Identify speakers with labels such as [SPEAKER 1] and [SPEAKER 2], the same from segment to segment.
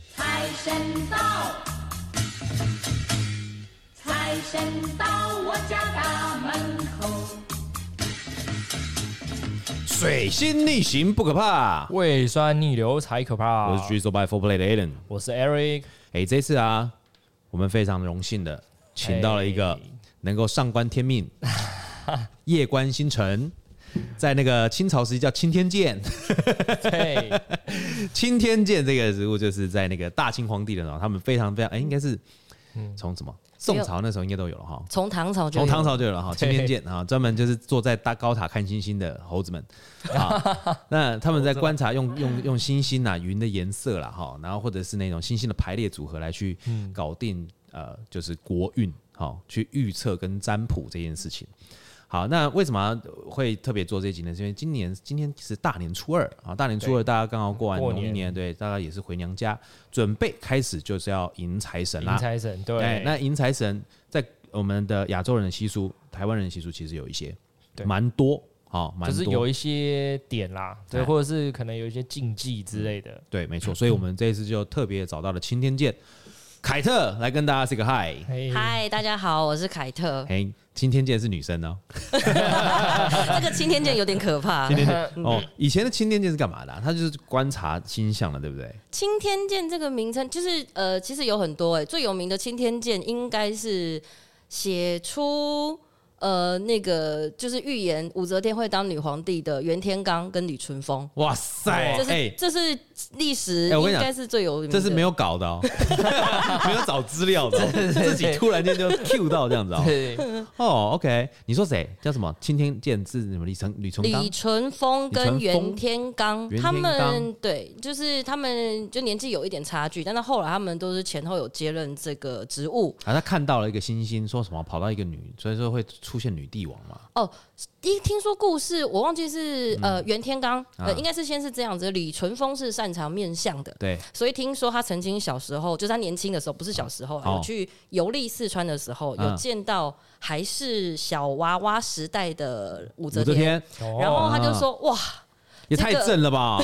[SPEAKER 1] 神到，财神到我家大门口。
[SPEAKER 2] 水星逆行不可怕。
[SPEAKER 3] 胃酸逆流才可怕。
[SPEAKER 2] 我是 Drizzle by Four Play 的 Alan。
[SPEAKER 3] 我是 Eric，
[SPEAKER 2] 哎、这次啊，我们非常荣幸的请到了一个
[SPEAKER 3] 哎
[SPEAKER 2] 能够上观天命、夜观星辰，在那个清朝时期叫钦天监。
[SPEAKER 3] 对，
[SPEAKER 2] 钦天监这个职务就是在那个大清皇帝的时候，他们非常非常哎、应该是从什么宋朝那时候应该都有了哈。
[SPEAKER 4] 从唐朝就
[SPEAKER 2] 从
[SPEAKER 4] 有
[SPEAKER 2] 唐朝就有了哈，钦
[SPEAKER 3] 对
[SPEAKER 2] 天监啊，专门就是坐在大高塔看星星的猴子们啊。那他们在观察用用用星星啊、云的颜色啦哈，然后或者是那种星星的排列组合来去搞定呃，就是国运好去预测跟占卜这件事情。好，那为什么会特别做这一集呢？是因为今年今天是大年初二啊，大年初二大家刚好过完
[SPEAKER 3] 过
[SPEAKER 2] 农历
[SPEAKER 3] 年
[SPEAKER 2] 年，对，大家也是回娘家，准备开始就是要迎财神啦
[SPEAKER 3] 迎。财神，
[SPEAKER 2] 哎
[SPEAKER 3] 对，，
[SPEAKER 2] 那迎财神在我们的亚洲人的习俗、台湾人的习俗其实有一些，
[SPEAKER 3] 对
[SPEAKER 2] 蛮多，好、蛮
[SPEAKER 3] 就
[SPEAKER 2] 多，
[SPEAKER 3] 是有一些点啦，对，或者是可能有一些禁忌之类的。
[SPEAKER 2] 对，没错。所以我们这一次就特别找到了青天剑凯特来跟大家 say 个 hi。。
[SPEAKER 3] 嘿，
[SPEAKER 4] 嗨，大家好，我是凯特
[SPEAKER 2] 嘿，青天剑是女生哦，
[SPEAKER 4] 哎这个青天剑有点可 怕
[SPEAKER 2] 青。天
[SPEAKER 3] 嗯
[SPEAKER 2] 剑哦，以前的青天剑是干嘛的啊、她就是观察星象的，对不对？
[SPEAKER 4] 青天剑这个名称，就是呃，其实有很多哎、最有名的青天剑应该是写出呃那个就是预言武则天会当女皇帝的袁天罡跟李淳风，
[SPEAKER 2] 哇塞，
[SPEAKER 4] 这是、
[SPEAKER 2] 哦哎
[SPEAKER 4] 这是历史
[SPEAKER 2] 哎我跟
[SPEAKER 4] 应
[SPEAKER 2] 你讲
[SPEAKER 4] 该是最有名
[SPEAKER 2] 这
[SPEAKER 4] 的。
[SPEAKER 2] 是没有搞的哦， 没有找资料的哦、自己突然间就 Q 到这样子哦。
[SPEAKER 3] 对，
[SPEAKER 2] 哦，OK，你说谁叫什么？青天剑是什么？李成李成刚
[SPEAKER 4] 李淳风跟袁天罡
[SPEAKER 2] 李淳风，
[SPEAKER 4] 他
[SPEAKER 2] 袁天
[SPEAKER 4] 们对，就是他们就年纪有一点差距，但是后来他们都是前后有接任这个职务。
[SPEAKER 2] 啊，他看到了一个星星，说什么跑到一个女，所以说会出现女帝王嘛。
[SPEAKER 4] 一听说故事，我忘记是呃袁天罡，
[SPEAKER 2] 啊
[SPEAKER 4] 呃应该是先是这样子，李淳风是擅长面相的。
[SPEAKER 2] 对，
[SPEAKER 4] 所以听说他曾经小时候，就是他年轻的时候，不是小时候啊，
[SPEAKER 2] 哦
[SPEAKER 4] 有去游历四川的时候，
[SPEAKER 2] 嗯
[SPEAKER 4] 有见到还是小娃娃时代的武
[SPEAKER 2] 武
[SPEAKER 4] 则
[SPEAKER 2] 则
[SPEAKER 4] 天，
[SPEAKER 2] 天
[SPEAKER 3] 哦
[SPEAKER 2] 哦啊
[SPEAKER 4] 然后他就说：“哇，
[SPEAKER 2] 也
[SPEAKER 4] 这
[SPEAKER 2] 太
[SPEAKER 4] 个
[SPEAKER 2] 正了吧，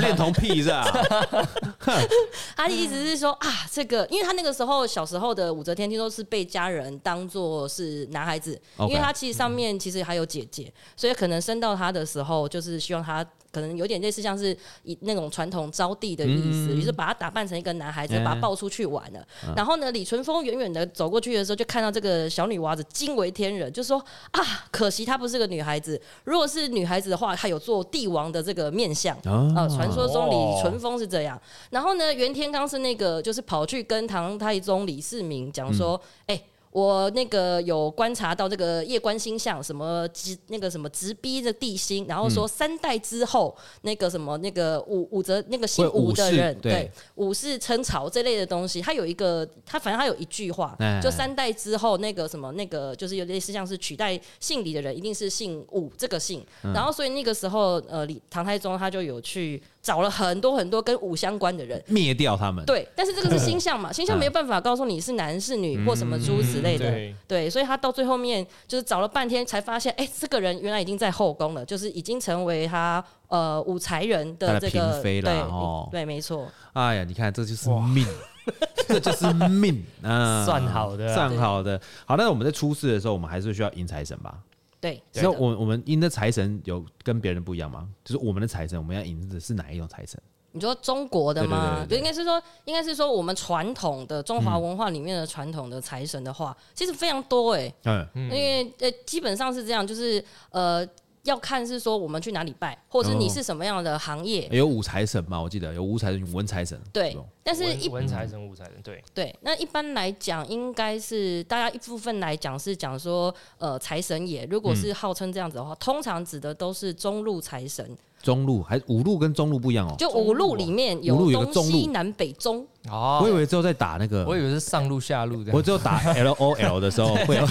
[SPEAKER 2] 恋童癖是 吧？啊
[SPEAKER 4] 他的意思是说啊，这个，因为他那个时候小时候的武则天，听说是被家人当做是男孩子
[SPEAKER 2] OK
[SPEAKER 4] 因为他其实上面其实还有姐姐，所以可能生到他的时候，就是希望他可能有点类似像是以那种传统招娣的意思，于是把他打扮成一个男孩子，
[SPEAKER 2] 嗯
[SPEAKER 4] 把他抱出去玩了。然后呢，李淳风远远的走过去的时候，就看到这个小女娃子惊为天人，就说啊，可惜她不是个女孩子，如果是女孩子的话，她有做帝王的这个面相。
[SPEAKER 2] 啊
[SPEAKER 4] 呃，传说中
[SPEAKER 3] 哦
[SPEAKER 4] 李淳风是这样。然后呢，袁天罡是那个就是跑去跟唐太宗李世民讲说，
[SPEAKER 2] 嗯
[SPEAKER 4] 哎、我那个有观察到这个夜观星象，什么直那个什么直逼的地心，然后
[SPEAKER 2] 嗯
[SPEAKER 4] 说三代之后，那个什么那个武武则那个姓
[SPEAKER 2] 会武
[SPEAKER 4] 武的
[SPEAKER 2] 士
[SPEAKER 4] 人，
[SPEAKER 2] 对
[SPEAKER 4] 对武士称朝这类的东西，他有一个他反正他有一句话
[SPEAKER 2] 哎，
[SPEAKER 4] 就三代之后那个什么那个就是有类似像是取代姓李的人，一定是姓武这个姓。
[SPEAKER 2] 嗯
[SPEAKER 4] 然后所以那个时候呃，李唐太宗他就有去找了很多很多跟武相关的人。
[SPEAKER 2] 灭掉他们。，
[SPEAKER 4] 对，但是这个是星 象嘛，星象没有办法告诉你是男是
[SPEAKER 2] 嗯
[SPEAKER 4] 女或什么诸之类的，
[SPEAKER 3] 对
[SPEAKER 4] 嗯对，所以他到最后面就是找了半天才发现，哎、这个人原来已经在后宫了，就是已经成为他呃五才人
[SPEAKER 2] 他
[SPEAKER 4] 的
[SPEAKER 2] 的
[SPEAKER 4] 这个
[SPEAKER 2] 嫔妃啦
[SPEAKER 4] 对、
[SPEAKER 2] 哦
[SPEAKER 4] 对，没错。
[SPEAKER 2] 哎呀，你看这就是
[SPEAKER 3] 哇
[SPEAKER 2] 命，这就是命啊，
[SPEAKER 3] 算好的啊
[SPEAKER 2] 算好的。好，那我们在出事的时候，我们还是需要迎财神吧？
[SPEAKER 4] 对，
[SPEAKER 2] 只要我我们迎的财神有跟别人不一样吗？就是我们的财神，我们要迎的是哪一种财神？
[SPEAKER 4] 你说中国的吗？
[SPEAKER 2] 对对对对对
[SPEAKER 4] 就应该是说，应该是说我们传统的中华文化里面的传统的财神的话，其实非常多哎、
[SPEAKER 2] 嗯，
[SPEAKER 4] 因为呃基本上是这样，就是呃要看是说我们去哪里拜，或者是你是什么样的行业。
[SPEAKER 2] 哎有武财神嘛？我记得有武财神、有文财神。
[SPEAKER 4] 对
[SPEAKER 2] 这种，
[SPEAKER 4] 但是一
[SPEAKER 3] 文财神、武财神，对，
[SPEAKER 4] 对，那一般来讲，应该是大家一部分来讲是讲说，呃，财神爷如果
[SPEAKER 2] 嗯
[SPEAKER 4] 是号称这样子的话，通常指的都是中路财神，
[SPEAKER 2] 中路还五路跟中路不一样哦。
[SPEAKER 4] 就五路里面有
[SPEAKER 2] 五路有个
[SPEAKER 4] 东
[SPEAKER 2] 中路
[SPEAKER 4] 西南北中，
[SPEAKER 3] 哦
[SPEAKER 2] 我以为只有在打那个，
[SPEAKER 3] 我以为是上路下路的，
[SPEAKER 2] 我只有打 L O L 的时 候会有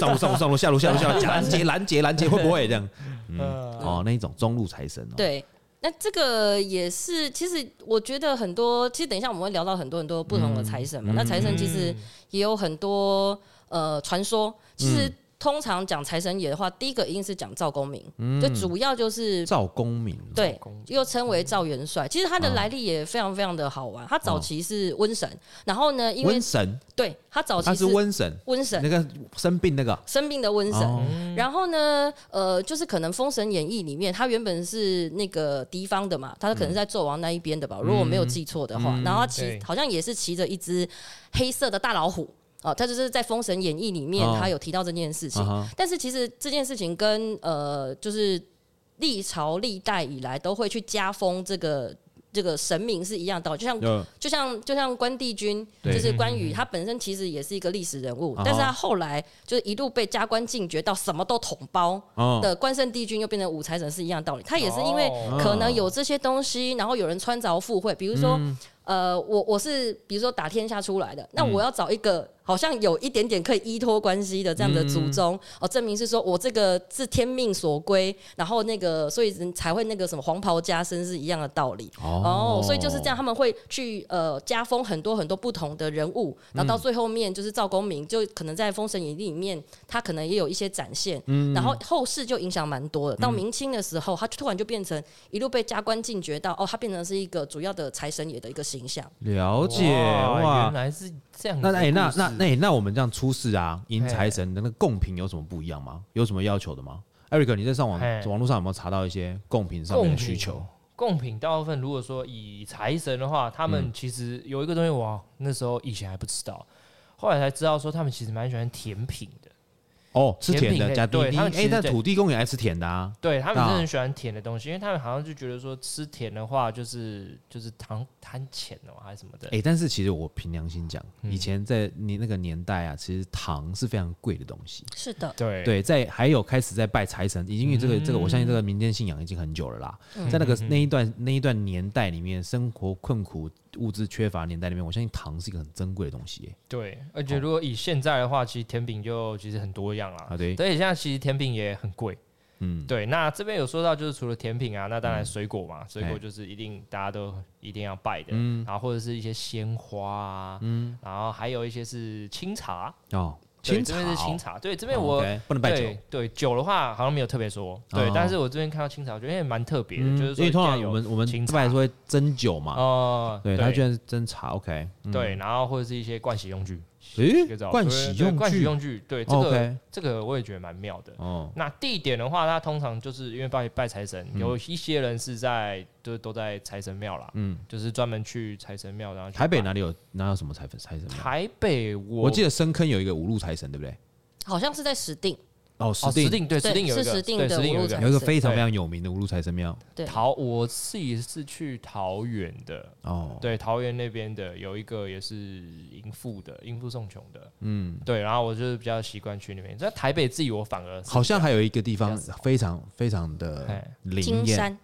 [SPEAKER 2] 上路上路上路下路下路下路拦截拦截拦截会不会这样？嗯，哦，那一种中路财神哦，，
[SPEAKER 4] 对。那这个也是，其实我觉得很多，其实等一下我们会聊到很多很多
[SPEAKER 2] 嗯
[SPEAKER 4] 不同的财神嘛。那财神其实也有很多呃传说，其实。通常讲财神爷的话，第一个一定是讲赵公明，就主要就是
[SPEAKER 2] 嗯赵公明，
[SPEAKER 4] 对
[SPEAKER 3] 赵公明，
[SPEAKER 4] 又称为赵元帅。其实他的来历也非常非常的好玩。他早期是瘟神，然后呢，因为
[SPEAKER 2] 瘟神，
[SPEAKER 4] 对他早期
[SPEAKER 2] 他是瘟神，
[SPEAKER 4] 瘟神
[SPEAKER 2] 那，个生病那个
[SPEAKER 4] 生病的瘟神。
[SPEAKER 2] 哦
[SPEAKER 4] 然后呢，呃，就是可能《封神演义》里面，他原本是那个敌方的嘛，他可能
[SPEAKER 2] 嗯
[SPEAKER 4] 是在纣王那一边的吧，如果我没有记错的话。然后他骑
[SPEAKER 3] 对
[SPEAKER 4] 好像也是骑着一只黑色的大老虎。哦，他就是在《封神演义》里面
[SPEAKER 2] 哦，
[SPEAKER 4] 他有提到这件事情。
[SPEAKER 2] 啊哈
[SPEAKER 4] 但是其实这件事情跟呃，就是历朝历代以来都会去加封这个这个神明是一样的道理，就像
[SPEAKER 2] 呃
[SPEAKER 4] 就像就像关帝君，就
[SPEAKER 2] 对嗯
[SPEAKER 4] 是关羽，他本身其实也是一个历史人物
[SPEAKER 2] 啊哈，
[SPEAKER 4] 但是他后来就是一路被加官进爵到什么都统包
[SPEAKER 2] 哦，
[SPEAKER 4] 的关圣帝君，又变成五财神是一样道理。他也是因为
[SPEAKER 3] 哦
[SPEAKER 4] 可能有这些东西，然后有人穿凿附会，比如说。
[SPEAKER 2] 嗯
[SPEAKER 4] 呃，我我是比如说打天下出来的，那我要找一个好像有一点点可以依托关系的这样的
[SPEAKER 2] 嗯
[SPEAKER 4] 祖宗、哦，证明是说我这个是天命所归，然后那个所以人才会那个什么黄袍加身是一样的道理。哦，所以就是这样，他们会去呃加封很多很多不同的人物，然
[SPEAKER 2] 嗯
[SPEAKER 4] 后到最后面就是赵公明，就可能在《封神演义》里面，他可能也有一些展现，
[SPEAKER 2] 嗯
[SPEAKER 4] 然后后世就影响蛮多的。到明清的时候，他突然就变成一路被加官进爵到哦，他变成是一个主要的财神爷的一个形象。
[SPEAKER 2] 了解
[SPEAKER 3] 哦原
[SPEAKER 2] 哇。
[SPEAKER 3] 来是这样子
[SPEAKER 2] 那
[SPEAKER 3] 的
[SPEAKER 2] 哎、那
[SPEAKER 3] 故事
[SPEAKER 2] 那那、哎那我们这样出事啊，迎
[SPEAKER 3] 嘿
[SPEAKER 2] 财神的那个贡品有什么不一样吗？有什么要求的吗？Eric，你在上网
[SPEAKER 3] 嘿
[SPEAKER 2] 网络上有没有查到一些贡品上面的
[SPEAKER 3] 贡
[SPEAKER 2] 需
[SPEAKER 3] 品
[SPEAKER 2] 求？
[SPEAKER 3] 贡品大部分如果说以财神的话，他
[SPEAKER 2] 嗯
[SPEAKER 3] 们其实有一个东西，我那时候以前还不知道，后来才知道说他们其实蛮喜欢甜品的。
[SPEAKER 2] 哦，吃
[SPEAKER 3] 甜
[SPEAKER 2] 甜
[SPEAKER 3] 品
[SPEAKER 2] 的
[SPEAKER 3] 类
[SPEAKER 2] 加滴
[SPEAKER 3] 对
[SPEAKER 2] 滴，
[SPEAKER 3] 他们其
[SPEAKER 2] 哎，
[SPEAKER 3] 实
[SPEAKER 2] 那
[SPEAKER 3] 对
[SPEAKER 2] 土地公也爱吃甜的啊，
[SPEAKER 3] 对他们
[SPEAKER 2] 啊
[SPEAKER 3] 真的很喜欢甜的东西，因为他们好像就觉得说吃甜的话就是就是贪贪钱哦、还是什么的。
[SPEAKER 2] 哎、但是其实我凭良心讲，
[SPEAKER 3] 嗯
[SPEAKER 2] 以前在你那个年代啊，其实糖是非常贵的东西。
[SPEAKER 4] 是的，
[SPEAKER 3] 对嗯
[SPEAKER 2] 对，在还有开始在拜财神，已经因为这个、这个，我相信这个民间信仰已经很久了啦。在那个那一段那一段年代里面，生活困苦、物资缺乏年代里面，我相信糖是一个很珍贵的东西耶、
[SPEAKER 3] 对，而且如果以现在的话，其实甜品就其实很多样啦。
[SPEAKER 2] 啊，对，
[SPEAKER 3] 而且现在其实甜品也很贵。
[SPEAKER 2] 嗯，
[SPEAKER 3] 对，那这边有说到，就是除了甜品啊，那当然水果嘛，水
[SPEAKER 2] 哎
[SPEAKER 3] 果就是一定大家都一定要拜的，嗯，然后或者是一些鲜花啊，嗯，然后还有一些是清茶，
[SPEAKER 2] 哦，
[SPEAKER 3] 对
[SPEAKER 2] 清
[SPEAKER 3] 这
[SPEAKER 2] 茶
[SPEAKER 3] 边
[SPEAKER 2] 哦，
[SPEAKER 3] 是清茶，对，这边我、
[SPEAKER 2] OK，不能拜酒
[SPEAKER 3] 对。对酒的话好像没有特别说，对，
[SPEAKER 2] 哦
[SPEAKER 3] 但是我这边看到清茶，我觉得也蛮特别的，
[SPEAKER 2] 嗯
[SPEAKER 3] 就是
[SPEAKER 2] 因
[SPEAKER 3] 说
[SPEAKER 2] 为通
[SPEAKER 3] 一定
[SPEAKER 2] 常
[SPEAKER 3] 要有
[SPEAKER 2] 我们我们
[SPEAKER 3] 清
[SPEAKER 2] 拜
[SPEAKER 3] 茶
[SPEAKER 2] 说会蒸酒嘛，
[SPEAKER 3] 哦，
[SPEAKER 2] 对，他居然是蒸茶，OK，嗯
[SPEAKER 3] 对，然后或者是一些盥洗用具，
[SPEAKER 2] 诶
[SPEAKER 3] 这个，
[SPEAKER 2] 盥洗
[SPEAKER 3] 对
[SPEAKER 2] 用
[SPEAKER 3] 盥洗
[SPEAKER 2] 具
[SPEAKER 3] 用具，对，这个
[SPEAKER 2] ，OK，
[SPEAKER 3] 这个我也觉得蛮妙的，
[SPEAKER 2] 哦，
[SPEAKER 3] 那地点的话，它通常就是因为拜拜财神，
[SPEAKER 2] 嗯
[SPEAKER 3] 有一些人是在就是都在财神庙啦，
[SPEAKER 2] 嗯。
[SPEAKER 3] 就是专门去财神庙，然后去
[SPEAKER 2] 台北
[SPEAKER 3] 拜？
[SPEAKER 2] 哪里有哪有什么财神财神庙？
[SPEAKER 3] 台北我
[SPEAKER 2] 我记得深坑有一个五路财神，对不对？
[SPEAKER 4] 好像是在石定，
[SPEAKER 2] 哦，
[SPEAKER 3] 哦，石定对
[SPEAKER 4] 对
[SPEAKER 3] 石定有一个
[SPEAKER 4] 是石碇
[SPEAKER 3] 对
[SPEAKER 4] 的
[SPEAKER 3] 石定有一
[SPEAKER 4] 五路财
[SPEAKER 3] 个
[SPEAKER 4] 神
[SPEAKER 2] 有一个非常
[SPEAKER 3] 对
[SPEAKER 2] 非常有名的五路财神庙。
[SPEAKER 4] 对，
[SPEAKER 3] 桃，我自己是去桃园的，
[SPEAKER 2] 哦，
[SPEAKER 3] 对桃园那边的有一个也是迎富的，迎富送穷的，
[SPEAKER 2] 嗯，
[SPEAKER 3] 对，然后我就是比较习惯去那边，在台北自己我反而是
[SPEAKER 2] 好像还有一个地方
[SPEAKER 3] 比较少
[SPEAKER 2] 非常非常的
[SPEAKER 3] 哎
[SPEAKER 2] 灵
[SPEAKER 4] 金
[SPEAKER 2] 验，
[SPEAKER 4] 山，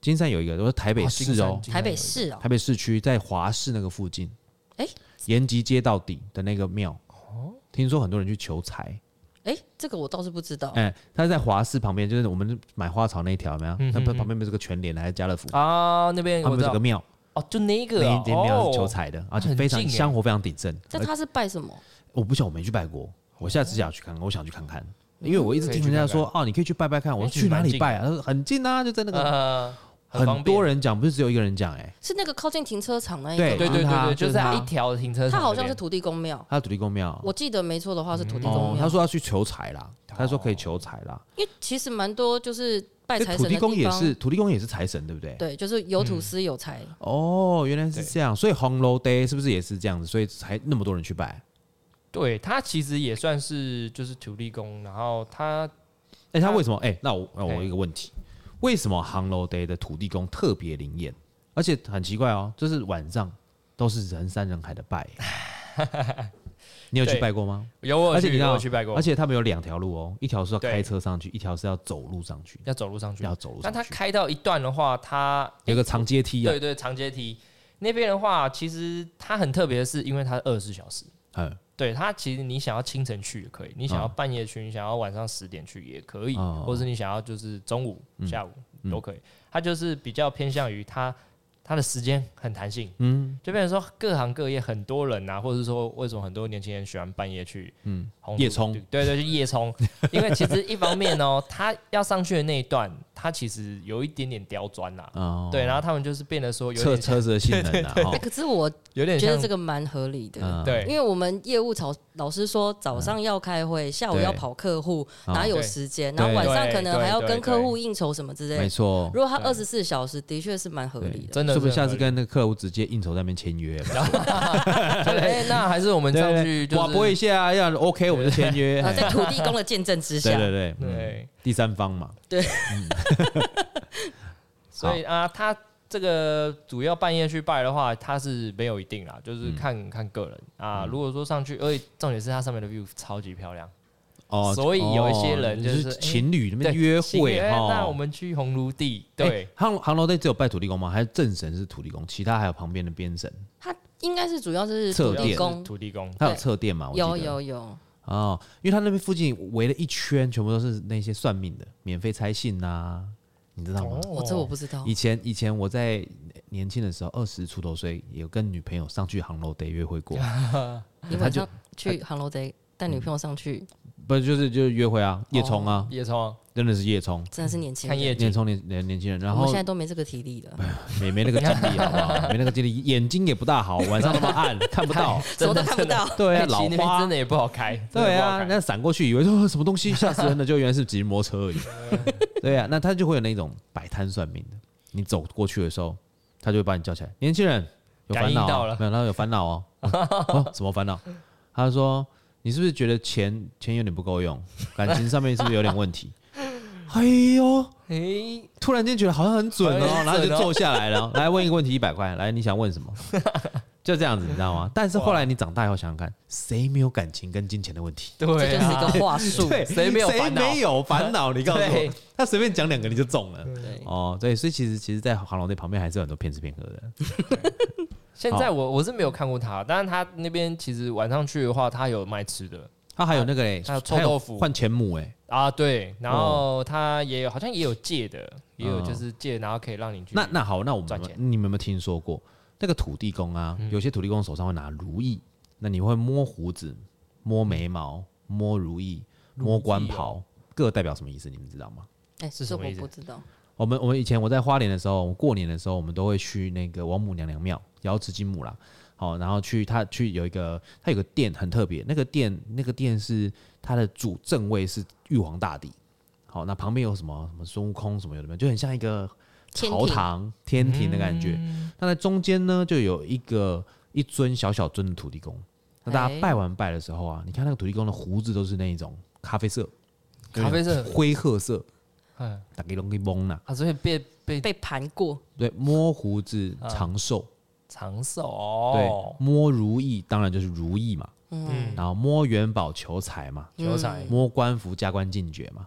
[SPEAKER 2] 金山有一个，都是台北
[SPEAKER 3] 哦金
[SPEAKER 2] 市
[SPEAKER 3] 山
[SPEAKER 2] 哦，
[SPEAKER 3] 金山
[SPEAKER 4] 台北
[SPEAKER 3] 有一个
[SPEAKER 4] 市哦，
[SPEAKER 2] 台北市区在华市那个附近，
[SPEAKER 4] 哎
[SPEAKER 2] 延吉街道底的那个庙，
[SPEAKER 3] 哦
[SPEAKER 2] 听说很多人去求财。
[SPEAKER 4] 哎，这个我倒是不知道。
[SPEAKER 2] 哎，它在华市旁边，就是我们买花草那一条，有没有？
[SPEAKER 3] 嗯
[SPEAKER 2] 那不旁边不是个全联还是家乐福？
[SPEAKER 3] 啊，那边
[SPEAKER 2] 他
[SPEAKER 3] 我
[SPEAKER 2] 们
[SPEAKER 3] 知
[SPEAKER 2] 有
[SPEAKER 3] 道
[SPEAKER 2] 个庙，
[SPEAKER 3] 哦，就那一个
[SPEAKER 2] 那
[SPEAKER 3] 哦
[SPEAKER 2] 一间庙
[SPEAKER 3] 哦
[SPEAKER 2] 是求财的，而且
[SPEAKER 3] 很
[SPEAKER 2] 非常
[SPEAKER 3] 近哎
[SPEAKER 2] 香火非常鼎盛，呃
[SPEAKER 4] 那他是拜什么？
[SPEAKER 2] 我不晓得我没去拜过，我下次想去看看，我想去看看，因为我一直听人家说啊，你可以去拜拜看，我说去哪里拜啊？他说很近啊，就在那个。
[SPEAKER 3] 呃，
[SPEAKER 2] 很
[SPEAKER 3] 方
[SPEAKER 2] 多
[SPEAKER 3] 便
[SPEAKER 2] 人讲，不是只有一个人讲，哎，
[SPEAKER 4] 是那个靠近停车场那一个吗？
[SPEAKER 3] 对对
[SPEAKER 2] 就是
[SPEAKER 3] 对
[SPEAKER 2] 他
[SPEAKER 3] 对，
[SPEAKER 2] 啊就是是他
[SPEAKER 3] 一条停车
[SPEAKER 4] 他
[SPEAKER 3] 场那边，
[SPEAKER 4] 好像是土地公庙，
[SPEAKER 2] 他土地公庙，
[SPEAKER 4] 我记得没错的话是土地公
[SPEAKER 2] 哦，
[SPEAKER 4] 庙。
[SPEAKER 2] 他说要去求财啦，他说可以求财啦，
[SPEAKER 4] 因为其实蛮多就是拜
[SPEAKER 2] 所
[SPEAKER 4] 财
[SPEAKER 2] 以
[SPEAKER 4] 神
[SPEAKER 2] 土
[SPEAKER 4] 的地
[SPEAKER 2] 地
[SPEAKER 4] 方，
[SPEAKER 2] 公也是土地公也是财神，对不对？
[SPEAKER 4] 对，就是有土司有财。
[SPEAKER 2] 哦，原来是这样，所以红楼 day 是不是也是这样子？所以才那么多人去拜。
[SPEAKER 3] 对他其实也算是就是土地公，然后他
[SPEAKER 2] 哎，他
[SPEAKER 3] 他
[SPEAKER 2] 为什么？哎，那我那我
[SPEAKER 3] 哎
[SPEAKER 2] 有一个问题，为什么红楼 day 的土地公特别灵验？而且很奇怪哦，就是晚上都是人山人海的 拜。哎你有去
[SPEAKER 3] 对
[SPEAKER 2] 拜过吗？
[SPEAKER 3] 有我
[SPEAKER 2] 而
[SPEAKER 3] 有
[SPEAKER 2] 且你
[SPEAKER 3] 去
[SPEAKER 2] 知
[SPEAKER 3] 我
[SPEAKER 2] 道
[SPEAKER 3] 有去拜过，
[SPEAKER 2] 而且他们有两条路哦，一条是要
[SPEAKER 3] 对
[SPEAKER 2] 开车上去，一条是要走路上去，
[SPEAKER 3] 要走路上去，
[SPEAKER 2] 要走路
[SPEAKER 3] 但
[SPEAKER 2] 上
[SPEAKER 3] 他
[SPEAKER 2] 去。
[SPEAKER 3] 开到一段的话，他
[SPEAKER 2] 有个长阶梯啊
[SPEAKER 3] 对，对长阶梯那边的话，其实它很特别的是，因为它二十四小时。
[SPEAKER 2] 嗯，
[SPEAKER 3] 对它，其实你想要清晨去也可以，你想要
[SPEAKER 2] 嗯
[SPEAKER 3] 半夜去，你想要晚上十点去也可以，
[SPEAKER 2] 哦
[SPEAKER 3] 或者是你想要就是中午、下午
[SPEAKER 2] 嗯
[SPEAKER 3] 都可以。它就是比较偏向于它它的时间很弹性，
[SPEAKER 2] 嗯，
[SPEAKER 3] 就变成说各行各业很多人啊，或者是说为什么很多年轻人喜欢半夜去
[SPEAKER 2] 嗯
[SPEAKER 3] 红
[SPEAKER 2] 夜冲，
[SPEAKER 3] 对对，就夜冲，因为其实一方面哦，他要上去的那一段，他其实有一点点刁钻啦、
[SPEAKER 2] 哦，
[SPEAKER 3] 对，然后他们就是变得说有
[SPEAKER 2] 测
[SPEAKER 3] 点
[SPEAKER 2] 车
[SPEAKER 3] 像
[SPEAKER 2] 子的性能啊，
[SPEAKER 4] 哎
[SPEAKER 2] 哈
[SPEAKER 4] 可是我
[SPEAKER 3] 有点
[SPEAKER 4] 觉得
[SPEAKER 3] 像
[SPEAKER 4] 这个蛮合理的。
[SPEAKER 2] 嗯
[SPEAKER 3] 对
[SPEAKER 4] 因为我们业务早老师说早上要开会，下午要跑客户，
[SPEAKER 2] 哦
[SPEAKER 4] 哪有
[SPEAKER 3] 对
[SPEAKER 4] 时间？然后晚上可能还要跟客户应酬什么之类
[SPEAKER 2] 没
[SPEAKER 4] 的。
[SPEAKER 2] 错，
[SPEAKER 4] 如果他
[SPEAKER 3] 对
[SPEAKER 4] 二十四小时，的确是蛮合理的。
[SPEAKER 3] 真的
[SPEAKER 2] 是不是
[SPEAKER 3] 很
[SPEAKER 2] 下次
[SPEAKER 3] 合理
[SPEAKER 2] 跟那个客户直接应酬在那边签约？
[SPEAKER 3] 对哎那还是我们
[SPEAKER 2] 对
[SPEAKER 3] 上
[SPEAKER 2] 对对，
[SPEAKER 3] 去就
[SPEAKER 2] 广播一
[SPEAKER 3] 是
[SPEAKER 2] 下，啊要 OK 我们就签 约。
[SPEAKER 4] 啊，
[SPEAKER 2] 嘿
[SPEAKER 4] 在土地公的见证之
[SPEAKER 2] 对
[SPEAKER 4] 下，
[SPEAKER 2] 对对，嗯
[SPEAKER 3] 对，
[SPEAKER 2] 第三方嘛，
[SPEAKER 3] 所以啊，他这个主要半夜去拜的话，他是没有一定啦，就是
[SPEAKER 2] 嗯
[SPEAKER 3] 看、看个人啊。如果说上去，而且重点是它上面的 view 超级漂亮，
[SPEAKER 2] 哦，
[SPEAKER 3] 所以有一些人
[SPEAKER 2] 哦
[SPEAKER 3] 就是
[SPEAKER 2] 你
[SPEAKER 3] 哎
[SPEAKER 2] 情侣那
[SPEAKER 3] 对
[SPEAKER 2] 边约
[SPEAKER 3] 情
[SPEAKER 2] 会
[SPEAKER 3] 侣哎
[SPEAKER 2] 哈。
[SPEAKER 3] 那我们去红炉地，
[SPEAKER 2] 哎
[SPEAKER 3] 对，
[SPEAKER 2] 航航楼队只有拜土地公吗？还是正神是土地公，其他还有旁边的边神，
[SPEAKER 4] 他应该是主要是
[SPEAKER 2] 侧
[SPEAKER 3] 主
[SPEAKER 4] 土
[SPEAKER 3] 要
[SPEAKER 4] 地
[SPEAKER 3] 是
[SPEAKER 2] 殿
[SPEAKER 4] 公，
[SPEAKER 3] 土地公，
[SPEAKER 2] 他有
[SPEAKER 4] 对
[SPEAKER 2] 侧殿嘛？我记得
[SPEAKER 4] 有有有，
[SPEAKER 2] 哦，因为他那边附近围了一圈，全部都是那些算命的，免费猜信呐、你知道吗？
[SPEAKER 3] 哦
[SPEAKER 4] 我哦这我不知道
[SPEAKER 2] 以。前以前我在年轻的时候，二十出头岁，有跟女朋友上去航楼 day 约会 过，
[SPEAKER 4] 你晚上去航楼 day 带
[SPEAKER 2] 嗯
[SPEAKER 4] 女朋友上去，
[SPEAKER 2] 不就是就是约会啊，夜冲啊，
[SPEAKER 3] 夜冲
[SPEAKER 2] 真的是夜冲，
[SPEAKER 4] 真的是年轻
[SPEAKER 3] 看
[SPEAKER 4] 人，
[SPEAKER 3] 哦夜
[SPEAKER 2] 年
[SPEAKER 3] 景，
[SPEAKER 2] 冲年年年轻人，然
[SPEAKER 4] 我们
[SPEAKER 2] 后
[SPEAKER 4] 现在都没这个体力 了，
[SPEAKER 2] 没没那个精力好不好？没那个精力，眼睛也不大好，晚上那么 暗看不到，
[SPEAKER 4] 什么都
[SPEAKER 3] 真的
[SPEAKER 4] 看不到。
[SPEAKER 2] 对啊，
[SPEAKER 3] 哎
[SPEAKER 2] 老
[SPEAKER 3] 其实那边
[SPEAKER 2] 花
[SPEAKER 3] 真。的也不好开，真的
[SPEAKER 2] 对
[SPEAKER 3] 不好
[SPEAKER 2] 啊，
[SPEAKER 3] 开
[SPEAKER 2] 那闪过去以为说呃什么东西，吓死人了，就原来是骑摩托 车而已。对啊，那他就会有那种摆摊算命的，你走过去的时候，他就会把你叫起来，年轻人有
[SPEAKER 3] 感
[SPEAKER 2] 烦
[SPEAKER 3] 应
[SPEAKER 2] 恼
[SPEAKER 3] 到
[SPEAKER 2] 哦、
[SPEAKER 3] 了
[SPEAKER 2] 没有？他说有烦恼 哦，哦什么烦恼？他说你是不是觉得钱钱有点不够用，感情上面是不是有点问题？ 哎呦，
[SPEAKER 3] 诶，
[SPEAKER 2] 突然间觉得好像很准
[SPEAKER 3] 好像
[SPEAKER 2] 哦，
[SPEAKER 3] 很
[SPEAKER 2] 然后就
[SPEAKER 3] 准哦
[SPEAKER 2] 坐下来 了，来问一个问题，一百块，来你想问什么？就这样子，你知道吗？但是后来你长大以后想想看，谁没有感情跟金钱的问题？
[SPEAKER 4] 这
[SPEAKER 3] 对
[SPEAKER 4] 就是一
[SPEAKER 3] 啊，
[SPEAKER 4] 个话 术。
[SPEAKER 2] 对，
[SPEAKER 3] 谁没有
[SPEAKER 2] 谁
[SPEAKER 3] 烦恼
[SPEAKER 2] 没有烦恼？你告诉
[SPEAKER 3] 对
[SPEAKER 2] 我，他随便讲两个你就中了。
[SPEAKER 4] 对
[SPEAKER 2] 哦，对，所以其实其实，在航龙队旁边还是有很多骗吃骗喝的。
[SPEAKER 3] 现在我我是没有看过他，但是他那边其实晚上去的话，他有卖吃的
[SPEAKER 2] 他还有那个嘞，
[SPEAKER 3] 啊还有臭豆腐
[SPEAKER 2] 换钱母哎。
[SPEAKER 3] 啊，对，然后他也有好像也有借的，也有就是借，然后可以让你去
[SPEAKER 2] 那那好，那我们
[SPEAKER 3] 赚钱嗯
[SPEAKER 2] 你们有没有听说过那个土地公啊？有些土地公手上会拿如意，那你会摸胡子、摸眉毛、摸如意、
[SPEAKER 3] 哦
[SPEAKER 2] 摸官袍，各代表什么意思？你们知道吗？
[SPEAKER 4] 哎，
[SPEAKER 3] 是什
[SPEAKER 4] 这
[SPEAKER 3] 么
[SPEAKER 4] 我
[SPEAKER 3] 意思
[SPEAKER 4] 不知道。
[SPEAKER 2] 我们我们以前我在花莲的时候，我们过年的时候，我们都会去那个王母娘娘庙，瑶池金母啦。好，然后去他去有一个，他有个殿很特别，那个殿那个殿是它的主正位是玉皇大帝。好，那旁边有什么什么孙悟空什么有的没有，就很像一个
[SPEAKER 4] 天
[SPEAKER 2] 朝
[SPEAKER 4] 庭
[SPEAKER 2] 堂天庭的感觉。那在中间呢，就有一个一尊小小尊的土地公。那大
[SPEAKER 4] 哎
[SPEAKER 2] 家拜完拜的时候啊，你看那个土地公的胡子都是那一种咖啡色、
[SPEAKER 3] 咖啡色，
[SPEAKER 2] 灰褐色，
[SPEAKER 3] 嗯
[SPEAKER 2] 打给龙给蒙啦。
[SPEAKER 3] 啊，所以被被
[SPEAKER 4] 被盘过，
[SPEAKER 2] 对，摸胡子长寿，
[SPEAKER 3] 长哦
[SPEAKER 2] 对
[SPEAKER 3] 寿，，
[SPEAKER 2] 摸如意当然就是如意嘛，
[SPEAKER 3] 嗯，
[SPEAKER 2] 然后摸元宝求财嘛，
[SPEAKER 4] 嗯
[SPEAKER 3] 求财
[SPEAKER 2] 摸官服加官进爵嘛，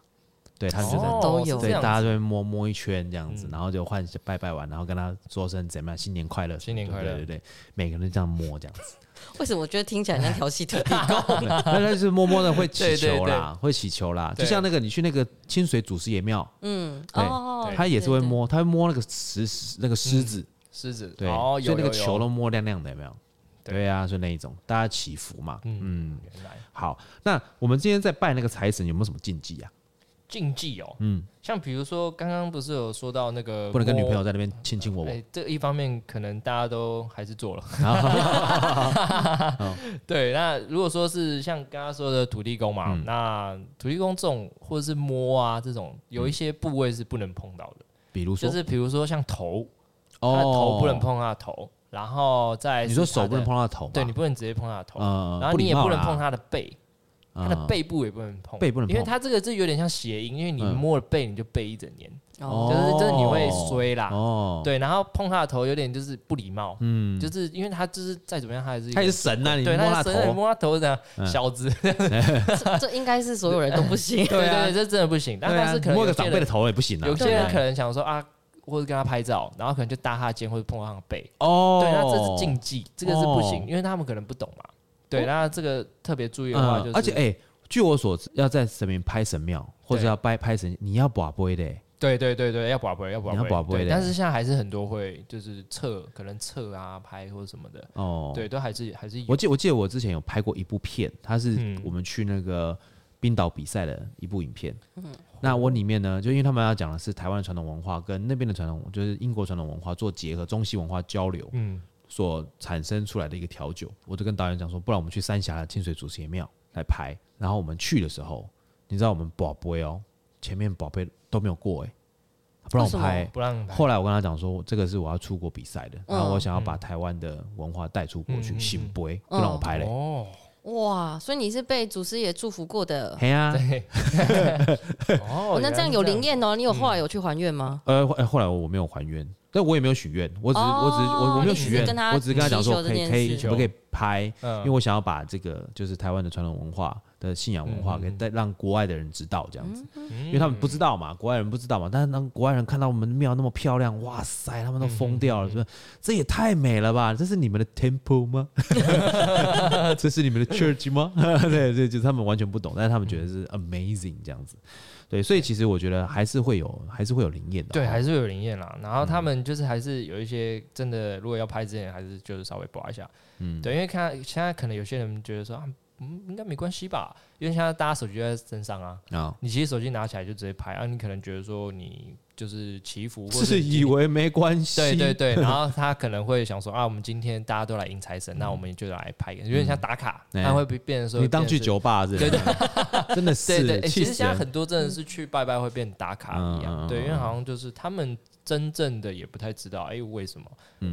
[SPEAKER 2] 对，他们就这样。
[SPEAKER 3] 哦
[SPEAKER 4] 都有
[SPEAKER 3] 是
[SPEAKER 2] 对
[SPEAKER 3] 这，样
[SPEAKER 2] 大
[SPEAKER 3] 子嗯
[SPEAKER 2] 家就会摸摸一圈这样子，然后就换拜拜完，然后跟他说声怎么样，新年快乐，
[SPEAKER 3] 新年快乐
[SPEAKER 2] 对对对，对每个人都这样摸这样子，
[SPEAKER 4] 为什么我觉得听起来像调戏土 地
[SPEAKER 2] 对那他就是摸摸的会祈
[SPEAKER 3] 对对
[SPEAKER 2] 求啦，会祈求啦，就
[SPEAKER 3] 对
[SPEAKER 2] 像那个你去那个清水祖师爷庙，
[SPEAKER 4] 嗯，
[SPEAKER 2] 对
[SPEAKER 4] 哦，
[SPEAKER 2] 他也是会
[SPEAKER 4] 对，
[SPEAKER 2] 摸，他会摸那个石石那个狮子，
[SPEAKER 3] 狮子，
[SPEAKER 2] 对，
[SPEAKER 3] 嗯哦，
[SPEAKER 2] 所
[SPEAKER 3] 有
[SPEAKER 2] 以那个
[SPEAKER 3] 有有
[SPEAKER 2] 球都摸亮亮的，有没有？
[SPEAKER 3] 对
[SPEAKER 2] 对啊，就那一种，大家祈福嘛。嗯，
[SPEAKER 3] 原来
[SPEAKER 2] 好，那我们今天在拜那个财神有没有什么禁忌啊？
[SPEAKER 3] 禁忌哦，
[SPEAKER 2] 嗯，
[SPEAKER 3] 像比如说刚刚不是有说到那个
[SPEAKER 2] 不能跟女
[SPEAKER 3] 摸
[SPEAKER 2] 朋友在那边亲亲我我。
[SPEAKER 3] 哎，这一方面可能大家都还是 做了。
[SPEAKER 2] 哦
[SPEAKER 3] 对，那如果说是像刚刚说的土地公
[SPEAKER 2] 嗯
[SPEAKER 3] 嘛，那土地公这种或者是摸啊这种，有一些部位是不能碰到的，
[SPEAKER 2] 比如说，
[SPEAKER 3] 就是比如说像头，他
[SPEAKER 2] 哦
[SPEAKER 3] 的头不能。碰他的头，然后再
[SPEAKER 2] 你
[SPEAKER 3] 是
[SPEAKER 2] 说
[SPEAKER 3] 他
[SPEAKER 2] 手不能
[SPEAKER 3] 的，
[SPEAKER 2] 碰到头嘛？
[SPEAKER 3] 对你不能直接碰他的头，
[SPEAKER 2] 呃，
[SPEAKER 3] 然后你也
[SPEAKER 2] 礼貌
[SPEAKER 3] 不能
[SPEAKER 2] 啦嗯
[SPEAKER 3] 碰，他的背，他
[SPEAKER 2] 啊
[SPEAKER 3] 的背部也不能碰，
[SPEAKER 2] 背不能碰
[SPEAKER 3] 因为他这个是有点像谐音，因为你
[SPEAKER 2] 嗯
[SPEAKER 3] 摸了背你就背一整年，
[SPEAKER 2] 哦
[SPEAKER 3] 就是就是你会衰啦，
[SPEAKER 2] 哦，
[SPEAKER 3] 啊对，然后碰他的头有点就是不礼貌，
[SPEAKER 2] 嗯，
[SPEAKER 3] 就是因为他就是再怎么样，他还是一
[SPEAKER 2] 他
[SPEAKER 3] 个
[SPEAKER 2] 也是神啊呐，你
[SPEAKER 3] 对，
[SPEAKER 2] 摸他
[SPEAKER 3] 他是神啊你
[SPEAKER 2] 头，
[SPEAKER 3] 摸他头是怎样
[SPEAKER 2] 嗯
[SPEAKER 3] 小子，。
[SPEAKER 4] 这这应该是所有人都不行
[SPEAKER 3] 对对，这真的不行。但
[SPEAKER 2] 啊对啊
[SPEAKER 3] 但是可能
[SPEAKER 2] 摸
[SPEAKER 3] 有
[SPEAKER 2] 个
[SPEAKER 3] 些
[SPEAKER 2] 长辈的
[SPEAKER 3] 人，
[SPEAKER 2] 头也不行啊。
[SPEAKER 3] 有些人
[SPEAKER 2] 对
[SPEAKER 3] 可能想说啊，或者跟他拍照，然后可能就搭他肩或者碰到他的背，
[SPEAKER 2] 哦，
[SPEAKER 3] 对，那这是禁忌，这个是不
[SPEAKER 2] 哦
[SPEAKER 3] 行，因为他们可能不懂嘛。对，那这个特别注意的话，
[SPEAKER 2] 嗯
[SPEAKER 3] 就是
[SPEAKER 2] 而且哎，据我所知，要在神明拍神庙或者
[SPEAKER 3] 对
[SPEAKER 2] 要拜拍神，你要把杯的，哎
[SPEAKER 3] 对对对对，要保不要保
[SPEAKER 2] 你要拔杯
[SPEAKER 3] 对
[SPEAKER 2] 的
[SPEAKER 3] 但是现在还是很多会就是测，可能测啊拍或者什么的，
[SPEAKER 2] 哦，
[SPEAKER 3] 对，都还是还是有
[SPEAKER 2] 我记我记得我之前有拍过一部片，它是
[SPEAKER 3] 嗯
[SPEAKER 2] 我们去那个冰岛比赛的一部影片。
[SPEAKER 4] 嗯
[SPEAKER 2] 那我里面呢，就因为他们要讲的是台湾的传统文化跟那边的传统，就是英国传统文化做结合，中西文化交流，
[SPEAKER 3] 嗯
[SPEAKER 2] 所产生出来的一个调酒。我就跟导演讲说，不然我们去三峡的清水祖师爷庙来拍。然后我们去的时候，你知道我们宝贝哦，前面宝贝都没有过哎、不让我
[SPEAKER 4] 为什么
[SPEAKER 2] 拍、
[SPEAKER 3] 不让拍
[SPEAKER 2] 后来我跟他讲说，这个是我要出国比赛的，
[SPEAKER 4] 嗯
[SPEAKER 2] 然后我想要把台湾的文化带出国去，
[SPEAKER 3] 嗯
[SPEAKER 2] 行不？就
[SPEAKER 4] 嗯
[SPEAKER 2] 让我拍嘞。
[SPEAKER 3] 哦，
[SPEAKER 4] 哇，所以你是被祖师爷祝福过的。
[SPEAKER 2] 嘿啊呀，
[SPEAKER 3] 对，哦
[SPEAKER 4] 哦，那这样有灵，验哦！你有
[SPEAKER 3] 嗯
[SPEAKER 4] 后来有去还愿吗？
[SPEAKER 2] 呃，后呃后来我没有还愿，但我也没有许愿，我只我只我我没有许
[SPEAKER 4] 哦你只是跟
[SPEAKER 2] 愿，
[SPEAKER 4] 他
[SPEAKER 2] 我只是跟他讲说
[SPEAKER 4] 祈求
[SPEAKER 2] 可以
[SPEAKER 4] 这
[SPEAKER 2] 可
[SPEAKER 4] 件
[SPEAKER 2] 以
[SPEAKER 4] 事
[SPEAKER 2] 可不可以拍，
[SPEAKER 3] 原来
[SPEAKER 2] 因
[SPEAKER 3] 是这样
[SPEAKER 2] 为
[SPEAKER 3] 嗯，
[SPEAKER 2] 我想要把这个就是台湾的传统文化的信仰文化
[SPEAKER 3] 嗯
[SPEAKER 2] 给
[SPEAKER 3] 嗯
[SPEAKER 2] 带让国外的人知道这样子，
[SPEAKER 4] 嗯
[SPEAKER 2] 因
[SPEAKER 3] 因
[SPEAKER 2] 为他们不知道嘛，国外人不知道嘛，但是当国外人看到我们庙那么漂亮，哇塞，他们都
[SPEAKER 3] 嗯
[SPEAKER 2] 疯掉了，说这也太美了吧，这是你们的 temple 吗？ 这是你们的 church 吗？ 对对，就是他们完全不懂，但是他们觉得是 amazing 这样子，对，所以其实我觉得还是会有还是会有灵验的，
[SPEAKER 3] 对，还是会有灵验啦。然后
[SPEAKER 2] 嗯
[SPEAKER 3] 他们就是还是有一些真的，如果要拍之前，还是就是稍微拔一下。嗯，对，因为看现在可能有些人觉得说啊，嗯，应该没关系吧，因为现在大家手机都在身上啊，
[SPEAKER 2] 啊。
[SPEAKER 3] 你其实手机拿起来就直接拍啊，你可能觉得说你就是祈福，或者
[SPEAKER 2] 自以为没关系，
[SPEAKER 3] 对对 对，然后他可能会想说啊，我们今天大家都来迎财神，那我们就来拍一个，有点像打卡，
[SPEAKER 2] 嗯
[SPEAKER 3] 他会变变成说
[SPEAKER 2] 你当去
[SPEAKER 3] 变成是
[SPEAKER 2] 酒吧是不是？
[SPEAKER 3] 对
[SPEAKER 2] 真的是，
[SPEAKER 3] 对对，欸
[SPEAKER 2] 气
[SPEAKER 3] 其实
[SPEAKER 2] 死
[SPEAKER 3] 现在
[SPEAKER 2] 人！
[SPEAKER 3] 很多真的是去拜拜会变打卡一
[SPEAKER 2] 嗯嗯嗯
[SPEAKER 3] 样，对，因为好像就是他们真正的也不太知道，哎，为什么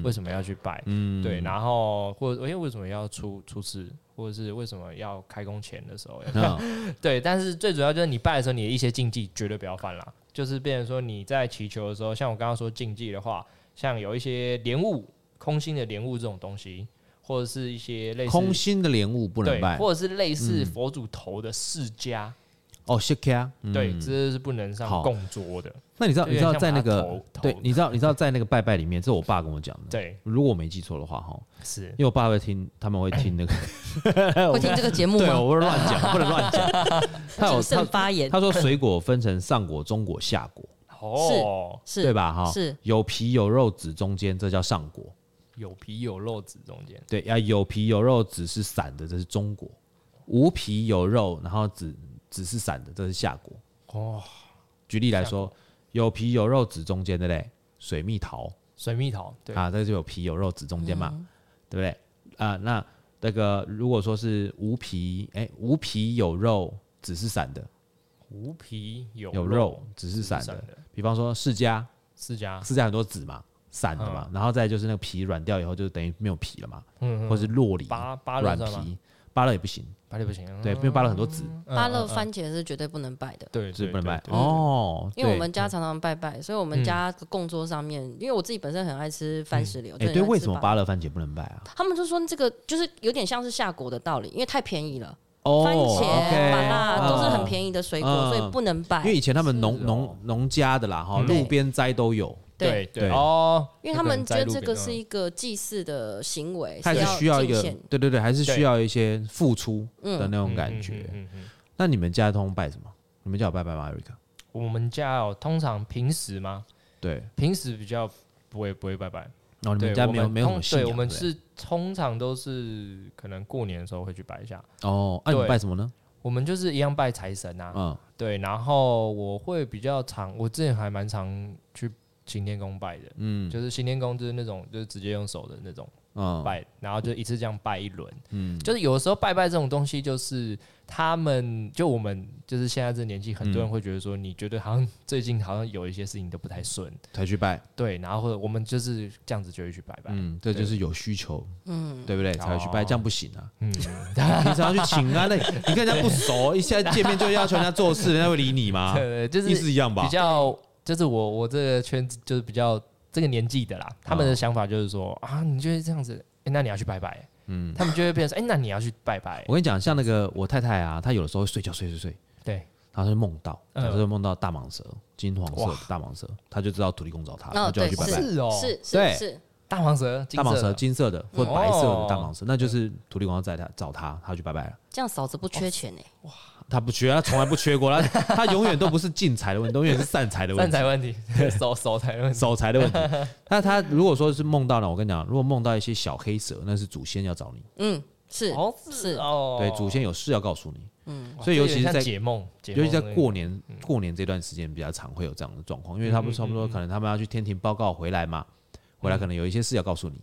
[SPEAKER 3] 为什么要去拜？
[SPEAKER 2] 嗯
[SPEAKER 3] 对，然后或者哎为什么要出出事，或者是为什么要开工前的时候要
[SPEAKER 2] 嗯
[SPEAKER 3] 对，但是最主要就是你拜的时候，你的一些禁忌绝对不要犯啦。就是变成说你在祈求的时候，像我刚刚说禁忌的话，像有一些莲雾、空心的莲雾这种东西，或者是一些类似
[SPEAKER 2] 空心的莲雾不能
[SPEAKER 3] 对
[SPEAKER 2] 拜，嗯
[SPEAKER 3] 或者是类似佛祖头的释迦，
[SPEAKER 2] 哦谢 k 啊，嗯
[SPEAKER 3] 对，这是不能上
[SPEAKER 2] 好
[SPEAKER 3] 供桌的。
[SPEAKER 2] 那你知道
[SPEAKER 3] 就
[SPEAKER 2] 你
[SPEAKER 3] 有
[SPEAKER 2] 知道
[SPEAKER 3] 点
[SPEAKER 2] 在那
[SPEAKER 3] 像把它
[SPEAKER 2] 个
[SPEAKER 3] 头头
[SPEAKER 2] 对，你知道你知道在那个拜拜里面，这是我爸跟我讲的。
[SPEAKER 3] 对，
[SPEAKER 2] 如果我没记错的话哈，
[SPEAKER 3] 是
[SPEAKER 2] 因为我爸会听，他们会听那个，
[SPEAKER 4] 会听这个节
[SPEAKER 2] 哦
[SPEAKER 4] 目
[SPEAKER 2] 对，
[SPEAKER 4] 吗？
[SPEAKER 2] 我不能乱讲，不能乱 讲。他有
[SPEAKER 4] 谨慎
[SPEAKER 2] 他
[SPEAKER 4] 发言
[SPEAKER 2] 他说水果分成上果、中果、下果，
[SPEAKER 3] 哦，
[SPEAKER 4] 是
[SPEAKER 2] 对？吧？哈，
[SPEAKER 4] 是
[SPEAKER 2] 有皮有肉籽中间，这叫上果。
[SPEAKER 3] 有皮有肉子中间，
[SPEAKER 2] 对啊，有皮有肉籽是散的，这是中国；无皮有肉，然后籽籽是散的，这是夏国。
[SPEAKER 3] 哦，
[SPEAKER 2] 举例来说，有皮有肉籽中间的嘞，水蜜桃
[SPEAKER 3] 水蜜桃，对，
[SPEAKER 2] 啊，这就有皮有肉籽中间嘛，
[SPEAKER 4] 嗯
[SPEAKER 2] 对不对？啊，那那个如果说是无皮，哎，无皮有肉籽是散的，
[SPEAKER 3] 无皮有
[SPEAKER 2] 有肉籽是
[SPEAKER 3] 是
[SPEAKER 2] 散
[SPEAKER 3] 散
[SPEAKER 2] 的。
[SPEAKER 3] 的
[SPEAKER 2] 比方说释迦，
[SPEAKER 3] 释迦，
[SPEAKER 2] 释迦很多籽嘛，散的嘛，然后再就是那个皮软掉以后，就等于没有皮了嘛，
[SPEAKER 3] 嗯嗯，嗯
[SPEAKER 2] 或是洛梨
[SPEAKER 3] 八八
[SPEAKER 2] 软
[SPEAKER 3] 论算吗？
[SPEAKER 2] 皮，芭乐也不行，
[SPEAKER 3] 八六不行，啊嗯
[SPEAKER 2] 对，因为芭乐很多籽。
[SPEAKER 4] 芭
[SPEAKER 2] 嗯
[SPEAKER 4] 乐番茄是绝对不能拜的，
[SPEAKER 3] 对，
[SPEAKER 2] 是
[SPEAKER 3] 对
[SPEAKER 2] 不能
[SPEAKER 3] 对
[SPEAKER 2] 拜
[SPEAKER 3] 对
[SPEAKER 2] 哦，
[SPEAKER 4] 因为我
[SPEAKER 2] 对嗯
[SPEAKER 4] 们家常常拜拜，所以我们家供桌上面，因为我自己本身很爱吃番石榴，
[SPEAKER 2] 哎
[SPEAKER 4] 真的
[SPEAKER 2] 对，
[SPEAKER 4] 很爱
[SPEAKER 2] 为
[SPEAKER 4] 吃
[SPEAKER 2] 什么芭
[SPEAKER 4] 芭乐？
[SPEAKER 2] 乐番茄不能拜啊？
[SPEAKER 4] 他们就说这个就是有点像是下果的道理，因为太便宜了，
[SPEAKER 2] 哦
[SPEAKER 4] 番茄、
[SPEAKER 2] ，OK，
[SPEAKER 4] 芭乐都是很
[SPEAKER 2] 嗯
[SPEAKER 4] 便宜的水
[SPEAKER 2] 嗯
[SPEAKER 4] 果，所以不能拜
[SPEAKER 2] 因为，以前他们
[SPEAKER 3] 是
[SPEAKER 2] 农
[SPEAKER 3] 哦
[SPEAKER 2] 农农家的啦，哈，
[SPEAKER 3] 嗯
[SPEAKER 2] 路边摘都有，
[SPEAKER 3] 对
[SPEAKER 4] 对。
[SPEAKER 2] 对
[SPEAKER 3] 对哦，
[SPEAKER 4] 因为他们觉得这
[SPEAKER 3] 有可能在路
[SPEAKER 4] 个
[SPEAKER 3] 边
[SPEAKER 4] 是一个祭祀的行为，
[SPEAKER 2] 它还是
[SPEAKER 4] 是
[SPEAKER 2] 需要一
[SPEAKER 4] 敬
[SPEAKER 2] 个
[SPEAKER 4] 献，
[SPEAKER 2] 对对对，还是需
[SPEAKER 3] 对
[SPEAKER 2] 要一些付出的那
[SPEAKER 3] 那
[SPEAKER 2] 种感觉。
[SPEAKER 3] 嗯嗯嗯嗯
[SPEAKER 2] 那你们家通拜什么？你们家有拜拜吗，Eric？
[SPEAKER 3] 我们家哦，通常平时吗？
[SPEAKER 2] 对，
[SPEAKER 3] 平时比较不会不会拜拜，
[SPEAKER 2] 然后你
[SPEAKER 3] 对，
[SPEAKER 2] 们家
[SPEAKER 3] 我
[SPEAKER 2] 没有
[SPEAKER 3] 们
[SPEAKER 2] 没有什
[SPEAKER 3] 通
[SPEAKER 2] 么信
[SPEAKER 3] 对，
[SPEAKER 2] 仰，
[SPEAKER 3] 我们
[SPEAKER 2] 对不对
[SPEAKER 3] 是通常都是可能过年的时候会去拜一下。
[SPEAKER 2] 哦，那你们
[SPEAKER 3] 对
[SPEAKER 2] 拜什么呢？
[SPEAKER 3] 我们就是一样拜财神啊，
[SPEAKER 2] 嗯，
[SPEAKER 3] 对，然后我会比较常，我之前还蛮常去行天宫拜的，嗯，就是行天宫就是那种就是直接用手的那种
[SPEAKER 2] 嗯
[SPEAKER 3] 拜，然后就一次这样拜一轮，嗯，就是有的时候拜拜这种东西，就是他们就我们就是现在这年纪，很多人会觉得说，你觉得好像最近好像有一些事情都不太顺，
[SPEAKER 2] 才去拜，
[SPEAKER 3] 对，然后或者我们就是这样子就会去拜拜，
[SPEAKER 2] 嗯，这就是有需求，嗯，对不对？才会去拜，
[SPEAKER 3] 哦
[SPEAKER 2] 这样不行啊。
[SPEAKER 3] 嗯，
[SPEAKER 2] 平常要去请安那你跟人家不熟，一下见面就要求人家做事，人家会理你吗？
[SPEAKER 3] 对，就
[SPEAKER 2] 啊意思
[SPEAKER 3] 是
[SPEAKER 2] 一样吧
[SPEAKER 3] 比？较就是我我这个圈子就是比较这个年纪的
[SPEAKER 2] 啊
[SPEAKER 3] 啦，他们的想法就是说啊，你就是这样子，哎，那你要去拜拜，嗯，他们就会变成哎，那你要去拜拜
[SPEAKER 2] 我，跟你讲，像那个我太太啊，她有的时候会睡觉睡睡睡，
[SPEAKER 3] 对，
[SPEAKER 2] 然后就梦到，
[SPEAKER 3] 嗯
[SPEAKER 2] 她就梦到大蟒蛇，金黄色
[SPEAKER 3] 哇
[SPEAKER 2] 的大蟒蛇，她就知道土地公找她，
[SPEAKER 4] 哦
[SPEAKER 2] 她就要去
[SPEAKER 4] 对
[SPEAKER 2] 拜拜。
[SPEAKER 3] 是哦，
[SPEAKER 4] 是
[SPEAKER 2] 对
[SPEAKER 4] 是是，
[SPEAKER 3] 大蟒蛇，金
[SPEAKER 2] 大蟒
[SPEAKER 3] 色
[SPEAKER 2] 蛇
[SPEAKER 3] 的
[SPEAKER 2] 金色的或
[SPEAKER 3] 嗯
[SPEAKER 2] 白色的
[SPEAKER 3] 哦
[SPEAKER 2] 大蟒蛇，那就是土地公要在她找她，她去拜拜了。
[SPEAKER 4] 这样嫂子不缺钱哎，
[SPEAKER 2] 他不缺，他从来不缺 过，他他永远都不是进财的问题，永远是 散财的问
[SPEAKER 3] 站
[SPEAKER 2] 题。
[SPEAKER 3] 财问题，手手财问题，
[SPEAKER 2] 守财的问题。 那他如果说是梦到了，我跟你讲，如果梦到一些小黑蛇，那是祖先要找你，
[SPEAKER 4] 嗯，是
[SPEAKER 3] 哦
[SPEAKER 4] 是
[SPEAKER 3] 哦，
[SPEAKER 2] 对，祖先有事要告诉你。
[SPEAKER 3] 哇，
[SPEAKER 2] 所以尤
[SPEAKER 3] 这有
[SPEAKER 2] 其是
[SPEAKER 3] 点像
[SPEAKER 2] 在
[SPEAKER 3] 解梦，解
[SPEAKER 2] 尤其在
[SPEAKER 3] 梦那个
[SPEAKER 2] 过年过年这段时间比较常会有这样的状况，因为他们差不多可能他们要去天庭报告回来嘛，回来可能有一些事要告诉你。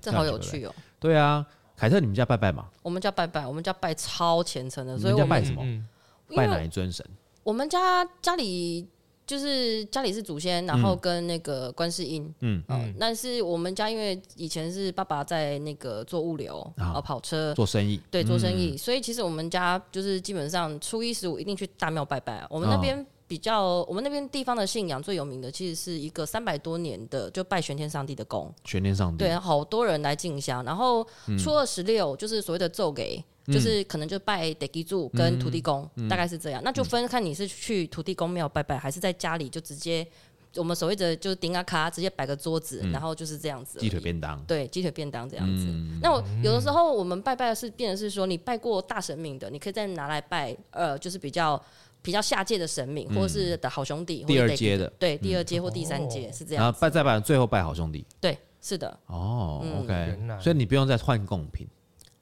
[SPEAKER 4] 这好有趣哦。
[SPEAKER 2] 对啊，凯特，你们家拜拜嘛？
[SPEAKER 4] 我们家拜拜，我们家拜超虔诚的，
[SPEAKER 2] 你
[SPEAKER 4] 所以
[SPEAKER 2] 们
[SPEAKER 4] 我
[SPEAKER 2] 家
[SPEAKER 4] 们
[SPEAKER 2] 拜什么？
[SPEAKER 3] 嗯
[SPEAKER 4] 因
[SPEAKER 2] 拜哪
[SPEAKER 4] 为
[SPEAKER 2] 一尊神？
[SPEAKER 4] 我们家家里就是家里是祖先，然后跟那个观世音，
[SPEAKER 2] 嗯
[SPEAKER 4] 嗯但是我们家因为以前是爸爸在那个做物流
[SPEAKER 2] 啊
[SPEAKER 4] 啊跑车。
[SPEAKER 2] 做生意？
[SPEAKER 4] 对，做生意，所以其实我们家就是基本上初一十五一定去大庙拜拜、啊。我们那
[SPEAKER 2] 哦
[SPEAKER 4] 边比较，我们那边地方的信仰最有名的，其实是一个三百多年的，就拜玄天上帝的宫。
[SPEAKER 2] 全天上帝
[SPEAKER 4] 对，啊好多人来进香。然后
[SPEAKER 2] 嗯
[SPEAKER 4] 初二十六就是所谓的奏给，就是可能就拜得基柱
[SPEAKER 2] 嗯
[SPEAKER 4] 跟土地公，大概是这样。那就分看你是去土地公庙拜拜，还是在家里就直接我们所谓的就是顶啊卡，直接摆个桌子，然后就是这样子而
[SPEAKER 2] 嗯
[SPEAKER 4] 已。
[SPEAKER 2] 鸡腿便当，嗯
[SPEAKER 4] 对鸡腿便当这样子。那我有的时候我们拜拜的是变的是说，你拜过大神明的，你可以再拿来拜，呃，就是比较。比较下界的神明，或是的好兄弟，
[SPEAKER 2] 嗯
[SPEAKER 4] 或
[SPEAKER 2] 第
[SPEAKER 4] 者
[SPEAKER 2] 二
[SPEAKER 4] 得
[SPEAKER 2] 阶的
[SPEAKER 4] 对，第二阶或第三阶、
[SPEAKER 3] 哦
[SPEAKER 4] 是这
[SPEAKER 2] 然后
[SPEAKER 4] 样子，
[SPEAKER 2] 拜再拜，最后拜好兄弟。
[SPEAKER 4] 对，是的。
[SPEAKER 2] 哦
[SPEAKER 4] 嗯
[SPEAKER 3] 原
[SPEAKER 2] ，OK，
[SPEAKER 3] 来
[SPEAKER 2] 所以你不用再换贡品。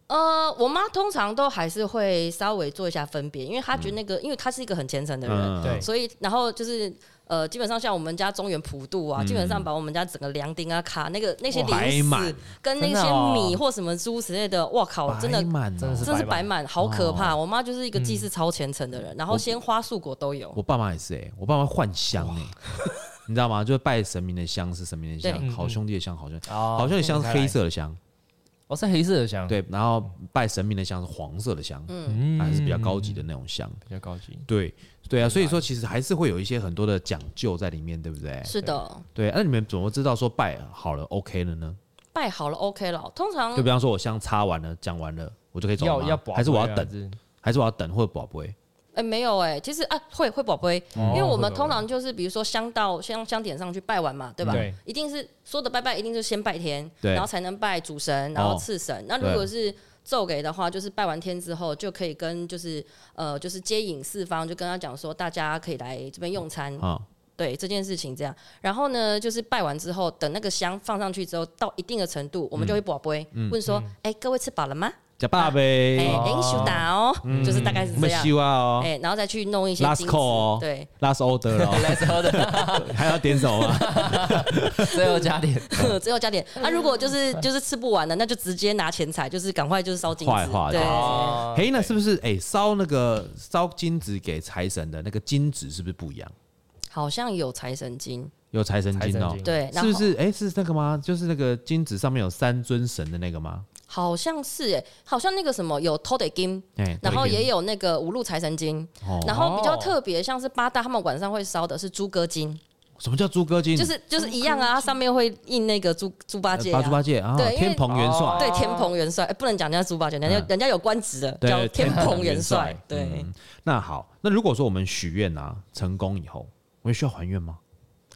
[SPEAKER 4] 呃，我妈通常都还是会稍微做一下分别，因为她觉得那个，因为她是一个很虔诚的人，
[SPEAKER 2] 嗯
[SPEAKER 3] 嗯对
[SPEAKER 4] 所以然后就是呃，基本上像我们家中原普渡
[SPEAKER 3] 嗯
[SPEAKER 4] 啊，基本上把我们家整个凉丁啊、卡那个那些
[SPEAKER 2] 哇
[SPEAKER 4] 零
[SPEAKER 2] 摆满
[SPEAKER 4] 食跟那
[SPEAKER 3] 真的
[SPEAKER 4] 些
[SPEAKER 3] 哦
[SPEAKER 4] 米或什么猪之类的，哇靠，真的
[SPEAKER 2] 摆满哦
[SPEAKER 3] 真的是哦
[SPEAKER 4] 真是
[SPEAKER 3] 摆
[SPEAKER 4] 摆满，好可怕！我妈就是一个
[SPEAKER 3] 嗯
[SPEAKER 4] 祭祀超虔诚的人，然后鲜花素果都有。
[SPEAKER 2] 我爸妈也是哎、我爸妈换香哎、你知道吗？就是拜神明的香是神明的香，
[SPEAKER 4] 对
[SPEAKER 2] 好兄弟的香好兄弟，
[SPEAKER 3] 哦
[SPEAKER 2] 好兄弟香是黑，色的香，
[SPEAKER 3] 哦是黑色的香，，
[SPEAKER 2] 对，然后拜神明的香是黄色的香，
[SPEAKER 3] 嗯
[SPEAKER 2] 还是比较高级的那种香，
[SPEAKER 3] 比较高级，
[SPEAKER 2] 对对啊，所以说其实还是会有一些很多的讲究在里面，对不对？
[SPEAKER 4] 是的，
[SPEAKER 2] 对，啊那、你们怎么知道说拜好了 OK 了呢？
[SPEAKER 4] 拜好了 OK 了，通常
[SPEAKER 2] 就比方说我香插完了，讲完了，我就可以走了
[SPEAKER 3] 要
[SPEAKER 2] 吗
[SPEAKER 3] 要保
[SPEAKER 2] 还是我
[SPEAKER 3] 贵
[SPEAKER 2] 要
[SPEAKER 3] 啊
[SPEAKER 2] 等，
[SPEAKER 3] 是
[SPEAKER 2] 还是我要等或者宝贝？
[SPEAKER 4] 哎、没有哎、其实啊会会宝贝，因为我们通常就是比如说香到香香点上去拜完嘛，对吧？
[SPEAKER 3] 对
[SPEAKER 4] 一定是说的拜拜，一定是先拜天，
[SPEAKER 2] 对
[SPEAKER 4] 然后才能拜主神，然后次神。那如果
[SPEAKER 2] 对
[SPEAKER 4] 是奏给的话，就是拜完天之后就可以跟就是呃就是接引四方，就跟他讲说大家可以来这边用餐，
[SPEAKER 2] 啊、
[SPEAKER 4] 对这件事情这样。然后呢，就是拜完之后，等那个香放上去之后，到一定的程度，我们就会宝贝、问说，哎、各位吃饱了吗？
[SPEAKER 2] 假爸
[SPEAKER 4] 哎、
[SPEAKER 2] 呗，
[SPEAKER 4] 哎，你修打哦，就是大概是
[SPEAKER 2] 我
[SPEAKER 4] 这
[SPEAKER 2] 们
[SPEAKER 4] 样。
[SPEAKER 2] 希望哦
[SPEAKER 4] 哎、然后再去弄一些
[SPEAKER 2] ，last
[SPEAKER 4] 金子
[SPEAKER 2] call 哦
[SPEAKER 4] 对，
[SPEAKER 2] ，last order 了哦，
[SPEAKER 3] 来之后 的
[SPEAKER 2] 还要点什么啊 吗？
[SPEAKER 3] 最后加点，
[SPEAKER 2] 哦
[SPEAKER 4] 只有加点。啊，如果就是就是吃不完了，那就直接拿钱财，就是赶快就是烧金
[SPEAKER 2] 画一
[SPEAKER 4] 子
[SPEAKER 2] 画。
[SPEAKER 4] 对，
[SPEAKER 3] 哦
[SPEAKER 2] 嘿，那是不是哎烧那个烧金纸给财神的那个金纸是不是不一样？
[SPEAKER 4] 好像有财神金，
[SPEAKER 2] 有财神金
[SPEAKER 3] 财神
[SPEAKER 2] 哦
[SPEAKER 3] 金，
[SPEAKER 4] 对，然
[SPEAKER 2] 是
[SPEAKER 4] 后
[SPEAKER 2] 不是？哎，是那个吗？就是那个金纸上面有三尊神的那个吗？
[SPEAKER 4] 好像是哎，好像那个什么有偷得金。
[SPEAKER 2] 哎，
[SPEAKER 4] 然后
[SPEAKER 2] 对
[SPEAKER 4] 也有那个五路财神金，
[SPEAKER 2] 哦
[SPEAKER 4] 然后比较特别，像是八大他们晚上会烧的是猪哥金，
[SPEAKER 2] 什么叫猪哥金？
[SPEAKER 4] 就是就是一样啊，它上面会印那个猪猪八
[SPEAKER 2] 呃
[SPEAKER 4] 戒
[SPEAKER 2] 八猪八
[SPEAKER 4] 啊，
[SPEAKER 2] 戒啊
[SPEAKER 4] 对，因为
[SPEAKER 2] 天蓬元帅
[SPEAKER 3] 哦。
[SPEAKER 4] 对，天蓬元帅，哎不能讲人家猪八戒，人家
[SPEAKER 2] 嗯
[SPEAKER 4] 人家有官职的，
[SPEAKER 2] 对
[SPEAKER 4] 叫天
[SPEAKER 2] 天
[SPEAKER 4] 蓬
[SPEAKER 2] 蓬
[SPEAKER 4] 元
[SPEAKER 2] 元帅嗯
[SPEAKER 4] 帅，对，
[SPEAKER 2] 那好，那如果说我们许愿啊成功以后，我们需要还愿吗？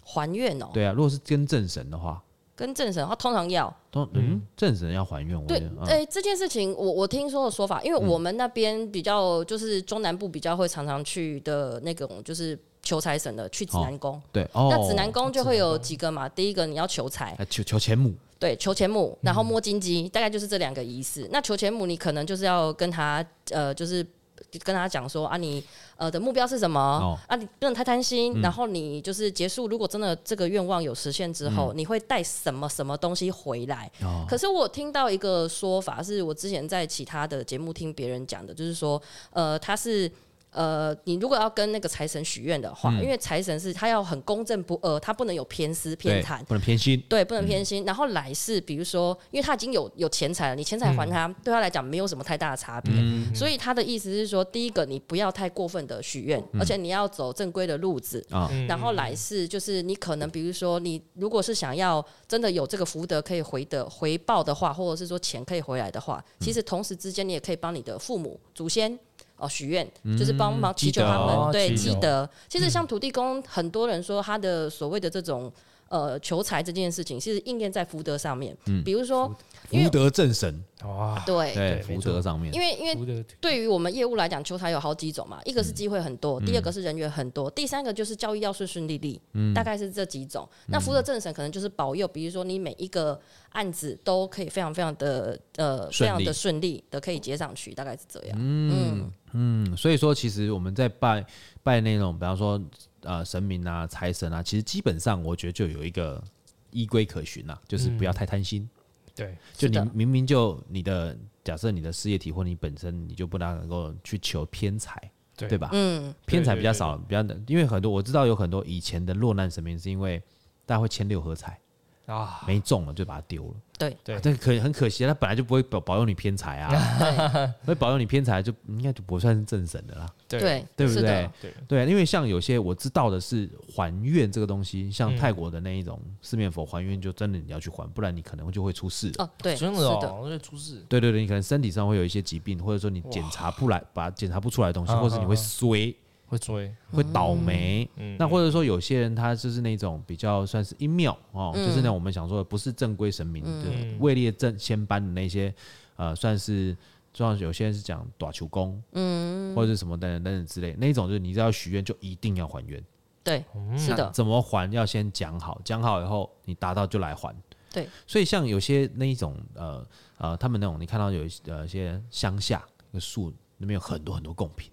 [SPEAKER 4] 还愿哦，
[SPEAKER 2] 对啊，如果是跟正神的话，
[SPEAKER 4] 跟正神，他通常要，
[SPEAKER 2] 都嗯正神要还愿，我觉
[SPEAKER 4] 对
[SPEAKER 2] 得，嗯
[SPEAKER 4] 哎、这件事情我我听说的说法，因为我们那边比较就是中南部比较会常常去的那种，就是求财神的，去指南宫。
[SPEAKER 2] 对哦，
[SPEAKER 4] 那指南宫就会有几个嘛，第一个你要求财，
[SPEAKER 2] 哎求求钱母
[SPEAKER 4] 对，求钱母，然后
[SPEAKER 2] 嗯
[SPEAKER 4] 摸金鸡，大概就是这两个仪式。那求钱母，你可能就是要跟他呃，就是。跟他讲说啊你，呃的目标是什么、
[SPEAKER 2] 哦嗯
[SPEAKER 4] 啊？你不能太贪心，然后你就是结束。如果真的这个愿望有实现之后，你会带什么什么东西回来？
[SPEAKER 2] 嗯哦，
[SPEAKER 4] 可是我听到一个说法，是我之前在其他的节目听别人讲的，就是说，呃，他是。呃，你如果要跟那个财神许愿的话，
[SPEAKER 2] 嗯
[SPEAKER 4] 因为财神是他要很公正不阿，他不能有偏私偏
[SPEAKER 2] 对
[SPEAKER 4] 袒，
[SPEAKER 2] 不能偏心，
[SPEAKER 4] 对，不能偏心。然后来世，比如说，因为他已经有有钱财了，你钱财还他，对他来讲没有什么太大的差别。所以他的意思是说，第一个，你不要太过分的许愿，而且你要走正规的路子
[SPEAKER 2] 啊
[SPEAKER 4] 然后来世就是你可能，比如说你如果是想要真的有这个福德可以回的回报的话，或者是说钱可以回来的话，其实同时之间你也可以帮你的父母祖先。哦，许愿就是帮忙
[SPEAKER 2] 积
[SPEAKER 4] 祈求他
[SPEAKER 2] 德
[SPEAKER 4] 们，对
[SPEAKER 3] 积
[SPEAKER 4] 积
[SPEAKER 3] 德
[SPEAKER 4] 德。其实像土地公，很多人说他的所谓的这种呃求财这件事情，其实应验在福德上面。比如说，因
[SPEAKER 2] 福
[SPEAKER 4] 为哎
[SPEAKER 2] 德正神，
[SPEAKER 3] 哇，
[SPEAKER 4] 对，
[SPEAKER 2] 对，
[SPEAKER 3] 对
[SPEAKER 2] 福
[SPEAKER 3] 没
[SPEAKER 2] 德
[SPEAKER 3] 错
[SPEAKER 2] 上面
[SPEAKER 4] 因，为因为
[SPEAKER 3] 福德
[SPEAKER 4] 对于我们业务来讲，求财有好几种嘛，一个
[SPEAKER 2] 嗯
[SPEAKER 4] 是机会很多，第二个是人员很多，第三个就是交易要顺顺利利，
[SPEAKER 2] 嗯
[SPEAKER 4] 大概是这几种。那福德正神可能就是保佑，比如说你每一个案子都可以非常非常的呃非常
[SPEAKER 2] 顺利
[SPEAKER 4] 的顺利的可以接上去，大概是这样。
[SPEAKER 2] 嗯嗯，所以说其实我们在拜拜那种，比方说呃神明啊、财神啊，其实基本上我觉得就有一个依规可循啊，就是不要
[SPEAKER 4] 嗯
[SPEAKER 2] 太贪心。
[SPEAKER 3] 对，
[SPEAKER 2] 就是你
[SPEAKER 4] 的
[SPEAKER 2] 明明就你的假设你的事业体或你本身，你就不大能够去求偏财，
[SPEAKER 3] 对
[SPEAKER 2] 吧？
[SPEAKER 4] 嗯，
[SPEAKER 2] 偏财比较少，比较因为很多我知道有很多以前的落难神明是因为大家会签六合彩，
[SPEAKER 3] 啊，
[SPEAKER 2] 没中了就把它丢了。
[SPEAKER 4] 对
[SPEAKER 3] 对
[SPEAKER 2] 啊但可很可惜，他本来就不会保保佑你偏财啊，所以保佑你偏财就应该就不算是正神的啦，
[SPEAKER 3] 对
[SPEAKER 4] 对
[SPEAKER 2] 对不
[SPEAKER 4] 是
[SPEAKER 2] 对
[SPEAKER 4] 的，？
[SPEAKER 3] 对
[SPEAKER 2] 对，因为像有些我知道的是还愿这个东西，像
[SPEAKER 3] 嗯
[SPEAKER 2] 泰国的那一种四面佛还愿，就真的你要去还，不然你可能就会出事的。
[SPEAKER 4] 哦，对，
[SPEAKER 3] 真
[SPEAKER 4] 是
[SPEAKER 3] 的哦，那就出事
[SPEAKER 2] 对对对，你可能身体上会有一些疾病，或者说你检查不来，把检查不出来的东西，
[SPEAKER 3] 嗯
[SPEAKER 2] 或者是你会
[SPEAKER 3] 嗯嗯
[SPEAKER 2] 衰、
[SPEAKER 3] 会追，
[SPEAKER 2] 会倒霉。
[SPEAKER 3] 嗯，嗯
[SPEAKER 2] 那或者说有些人他就是那种比较算是阴庙哦，就是那我们想说的不是正规神明，就是位列正仙班的那些，呃，算是就像有些人是讲短球功，嗯，或者是什么等等等等之类，那一种就是你只要许愿就一定要还愿，
[SPEAKER 4] 对，
[SPEAKER 2] 嗯
[SPEAKER 4] 是的，
[SPEAKER 2] 怎么还要先讲好，讲好以后你达到就来还。
[SPEAKER 4] 对，
[SPEAKER 2] 所以像有些那一种呃呃，他们那种你看到有一些呃一些乡下那个树那边有很多很多贡品，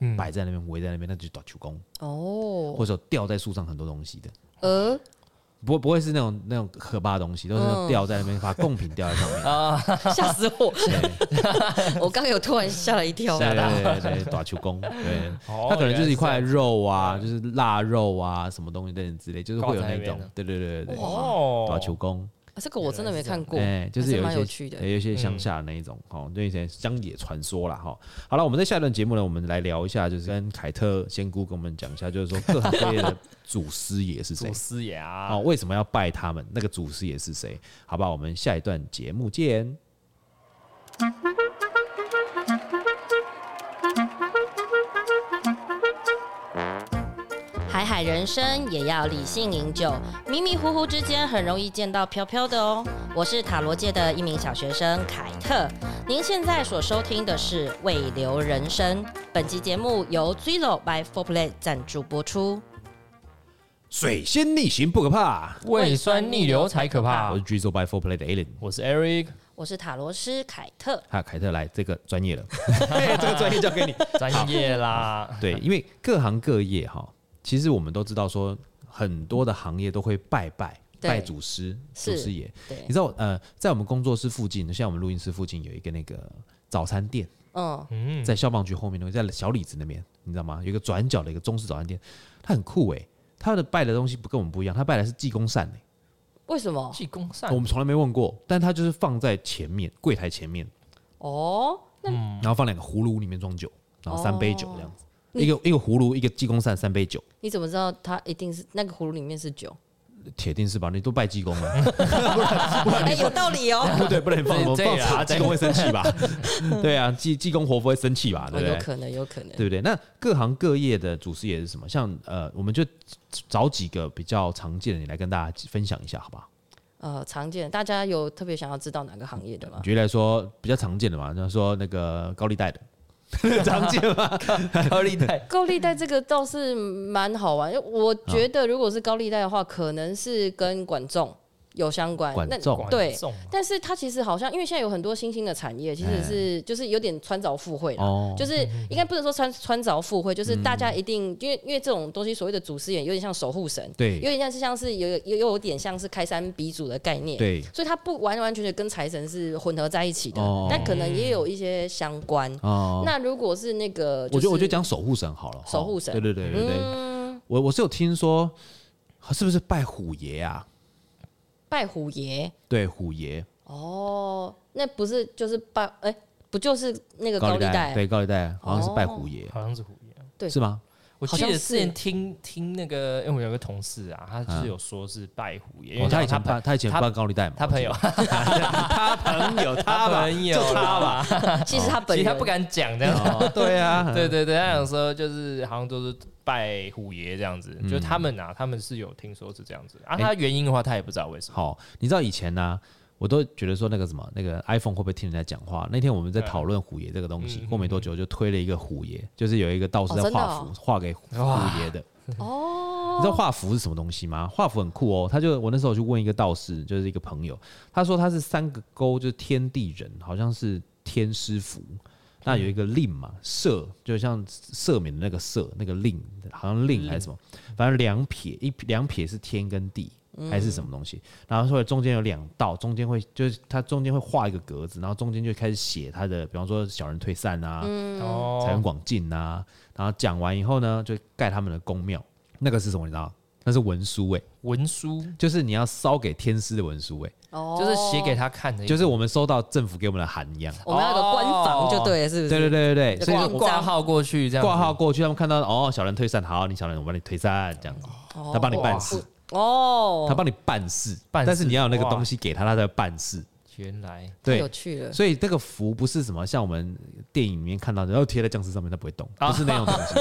[SPEAKER 3] 嗯
[SPEAKER 2] 摆在那边围在那边，那就是短球工，
[SPEAKER 4] 哦，
[SPEAKER 2] 或者有吊在树上很多东西的，
[SPEAKER 4] 呃，
[SPEAKER 2] 不不会是那种那种可怕的东西，都是那种吊在那边把贡品吊在上面。
[SPEAKER 4] 吓死我！ 我刚刚有突然吓了一跳，啊
[SPEAKER 2] 对对对对，打球工，对，
[SPEAKER 3] 哦
[SPEAKER 2] 它可能就是一块
[SPEAKER 3] 原来是
[SPEAKER 2] 肉啊，就是腊肉啊，什么东西等等之类，就是会有那
[SPEAKER 3] 挂在那
[SPEAKER 2] 种
[SPEAKER 3] 边的，啊
[SPEAKER 2] 对对对对对，
[SPEAKER 3] 哦，
[SPEAKER 2] 打球工，
[SPEAKER 4] 这个我真的没看过，
[SPEAKER 2] 哎、就
[SPEAKER 4] 还
[SPEAKER 2] 是有一
[SPEAKER 4] 蛮
[SPEAKER 2] 些
[SPEAKER 4] 有趣的嗯
[SPEAKER 2] 呃。有一些乡下的那一种哦，对一些乡野传说啦哈、齁好了，我们在下一段节目呢，我们来聊一下，就是跟凯特仙姑跟我们讲一下，就是说各行各 业的祖师爷是谁
[SPEAKER 3] 祖。师爷啊，
[SPEAKER 2] 哦，为什么要拜他们？那个祖师爷是谁？好吧，我们下一段节目见。
[SPEAKER 4] 海海人生也要理性饮酒，迷迷糊糊之间很容易见到飘飘的哦。我是塔罗界的一名小学生凯特，您现在所收听的是《未留人生》，本集节目由 Zero by Four Play 赞助播出。
[SPEAKER 2] 水仙逆行不可怕，
[SPEAKER 3] 胃酸逆流才可
[SPEAKER 4] 啊
[SPEAKER 3] 怕
[SPEAKER 2] 我是。Drizzle by Four Play 的 Alan。
[SPEAKER 3] 我是 Eric，
[SPEAKER 4] 我是塔罗师凯特，
[SPEAKER 2] 哈，凯特来这个专 业了，这个专业交给你。
[SPEAKER 3] 专业啦，
[SPEAKER 2] 对，因为各行各业哈，其实我们都知道说，很多的行业都会拜拜
[SPEAKER 4] 对
[SPEAKER 2] 拜祖师祖
[SPEAKER 4] 是
[SPEAKER 2] 师爷。
[SPEAKER 4] 对
[SPEAKER 2] 你，知道，呃，在我们工作室附近，像我们录音室附近有一个那个早餐店，
[SPEAKER 4] 嗯，
[SPEAKER 3] 嗯，
[SPEAKER 2] 在消防局后面那个，在小李子那边，你知道吗？有一个转角的一个中式早餐店，它很酷诶、它的拜的东西不跟我们不一样，它拜的是济公扇、欸
[SPEAKER 4] 为什么？
[SPEAKER 3] 济公善
[SPEAKER 2] 我，们从来没问过，但它就是放在前面柜台前面，
[SPEAKER 4] 哦，
[SPEAKER 2] 然后放两个葫芦，里面装酒，然后三杯酒这样子，
[SPEAKER 4] 你
[SPEAKER 2] 一个一个葫芦，一个济公扇，三杯酒，
[SPEAKER 4] 你怎么知道它一定是那个葫芦里面是酒？
[SPEAKER 2] 铁定是吧？你都拜济公了，
[SPEAKER 4] 哎，有道理哦，
[SPEAKER 2] 不对，不能放
[SPEAKER 3] 这
[SPEAKER 2] 放
[SPEAKER 3] 这
[SPEAKER 2] 放
[SPEAKER 3] 也
[SPEAKER 2] 茶，
[SPEAKER 3] 啊
[SPEAKER 2] 济公会生气吧？对啊，济济公活佛会生气吧？对
[SPEAKER 4] 哦
[SPEAKER 2] 不
[SPEAKER 4] 有
[SPEAKER 2] 对？
[SPEAKER 4] 可能，有可能。
[SPEAKER 2] 对不对？那各行各业的祖师爷是什么？像呃，我们就找几个比较常见的，你来跟大家分享一下，好不好？
[SPEAKER 4] 呃，常见，大家有特别想要知道哪个行业的吗？
[SPEAKER 2] 举例来说，比较常见的嘛，像说那个高利贷的， 常见吗？
[SPEAKER 3] 高利 贷，
[SPEAKER 4] 高利贷这个倒是蛮好玩，因为我觉得如果是高利贷的话，可能是跟管仲有相关。
[SPEAKER 2] 管
[SPEAKER 4] 那
[SPEAKER 2] 仲
[SPEAKER 4] 对
[SPEAKER 3] 送嘛
[SPEAKER 4] 但是它其实好像，因为现在有很多新兴的产业，其实是就是有点穿凿附会啦。
[SPEAKER 2] 哎哦
[SPEAKER 4] 就是应该不能说穿穿凿附会，就是大家一定因为因为这种东西所谓的祖师爷有点像守护神，
[SPEAKER 2] 对
[SPEAKER 4] 啊有点像是像是有有有点像是开山鼻祖的概念，
[SPEAKER 2] 对
[SPEAKER 4] 所以它不完完全全跟财神是混合在一起的，
[SPEAKER 2] 哦
[SPEAKER 4] 但可能也有一些相关。
[SPEAKER 2] 哦，
[SPEAKER 4] 那如果是那个、
[SPEAKER 2] 我觉得我就
[SPEAKER 4] 就
[SPEAKER 2] 讲守护神好了，哦
[SPEAKER 4] 守护神嗯
[SPEAKER 2] 对对对对对，我我是有听说，是不是拜虎爷啊？
[SPEAKER 4] 拜虎爷
[SPEAKER 2] 对，虎爷
[SPEAKER 4] 哦，那不是就是拜哎、不就是那个高
[SPEAKER 2] 利
[SPEAKER 4] 利贷啊哦
[SPEAKER 2] 对高利贷好像是拜虎爷，
[SPEAKER 3] 好像是虎爷。
[SPEAKER 4] 对
[SPEAKER 2] 是吗？
[SPEAKER 3] 我记
[SPEAKER 4] 好
[SPEAKER 3] 得
[SPEAKER 4] 像
[SPEAKER 3] 之
[SPEAKER 4] 是
[SPEAKER 3] 前听听那个，因为我们有个同事啊，他就是有说是拜虎爷，因为
[SPEAKER 2] 哦，他以前
[SPEAKER 3] 朋
[SPEAKER 2] 办他以前
[SPEAKER 3] 他
[SPEAKER 2] 办高利贷嘛，
[SPEAKER 3] 他朋友
[SPEAKER 2] 我记得 他朋友他吧
[SPEAKER 3] 朋友啦吧，
[SPEAKER 4] 其实他本
[SPEAKER 3] 其实
[SPEAKER 4] 人
[SPEAKER 3] 他不敢讲这样子。
[SPEAKER 2] 哦对啊，
[SPEAKER 3] 对对对，他想说就是好像都是拜虎爷这样子，
[SPEAKER 2] 嗯
[SPEAKER 3] 就他们啊，他们是有听说是这样子啊。他原因的话，他也不知道为什么。
[SPEAKER 2] 好，你知道以前呢、我都觉得说那个什么，那个 iPhone 会不会听人家讲话？那天我们在讨论虎爷这个东西，过没多久就推了一个虎爷，就是有一个道士
[SPEAKER 4] 哦
[SPEAKER 2] 在
[SPEAKER 4] 真的
[SPEAKER 2] 画符，
[SPEAKER 4] 哦
[SPEAKER 2] 画、给虎
[SPEAKER 3] 哇
[SPEAKER 2] 爷的。你
[SPEAKER 4] 哦，
[SPEAKER 2] 知道画符是什么东西吗？画符很酷哦。他就我那时候去问一个道士，就是一个朋友，他说他是三个勾，就是天地人，好像是天师符。那有一个令嘛，赦就像赦免的那个赦，那个令好像令还是什么，反正两撇一两撇是天跟地还是什么东西，然后说中间有两道，中间会就是它中间会画一个格子，然后中间就开始写他的，比方说小人退散啊，
[SPEAKER 4] 嗯
[SPEAKER 2] 财源
[SPEAKER 3] 哦，
[SPEAKER 2] 广进啊。然后讲完以后呢，就盖他们的宫庙。那个是什么？你知道？那是文书哎、
[SPEAKER 3] 文书
[SPEAKER 2] 就是你要烧给天师的文书哎、
[SPEAKER 4] 哦
[SPEAKER 3] 就是写给他看的一个，
[SPEAKER 2] 就是我们收到政府给我们的函一样。
[SPEAKER 3] 哦
[SPEAKER 4] 我们要有个官房就对了，是不是？
[SPEAKER 2] 对对对对对，所以
[SPEAKER 3] 挂
[SPEAKER 4] 印章
[SPEAKER 3] 挂号过去这样子
[SPEAKER 2] 挂号。过去，他们看到哦，小人退散，好，你小人我帮你退散，这样子，
[SPEAKER 4] 哦，
[SPEAKER 2] 他帮你办事，
[SPEAKER 4] 哦，
[SPEAKER 2] 他帮你办事，
[SPEAKER 3] 办事
[SPEAKER 2] 但是你要有那个
[SPEAKER 3] 哇
[SPEAKER 2] 东西给他，他才办事。
[SPEAKER 3] 原来
[SPEAKER 4] 太
[SPEAKER 2] 对
[SPEAKER 4] 有，趣了。
[SPEAKER 2] 所以这个符不是什么像我们电影里面看到的，然后贴在僵尸上面，它不会动，不是那种东
[SPEAKER 3] 哦
[SPEAKER 2] 西。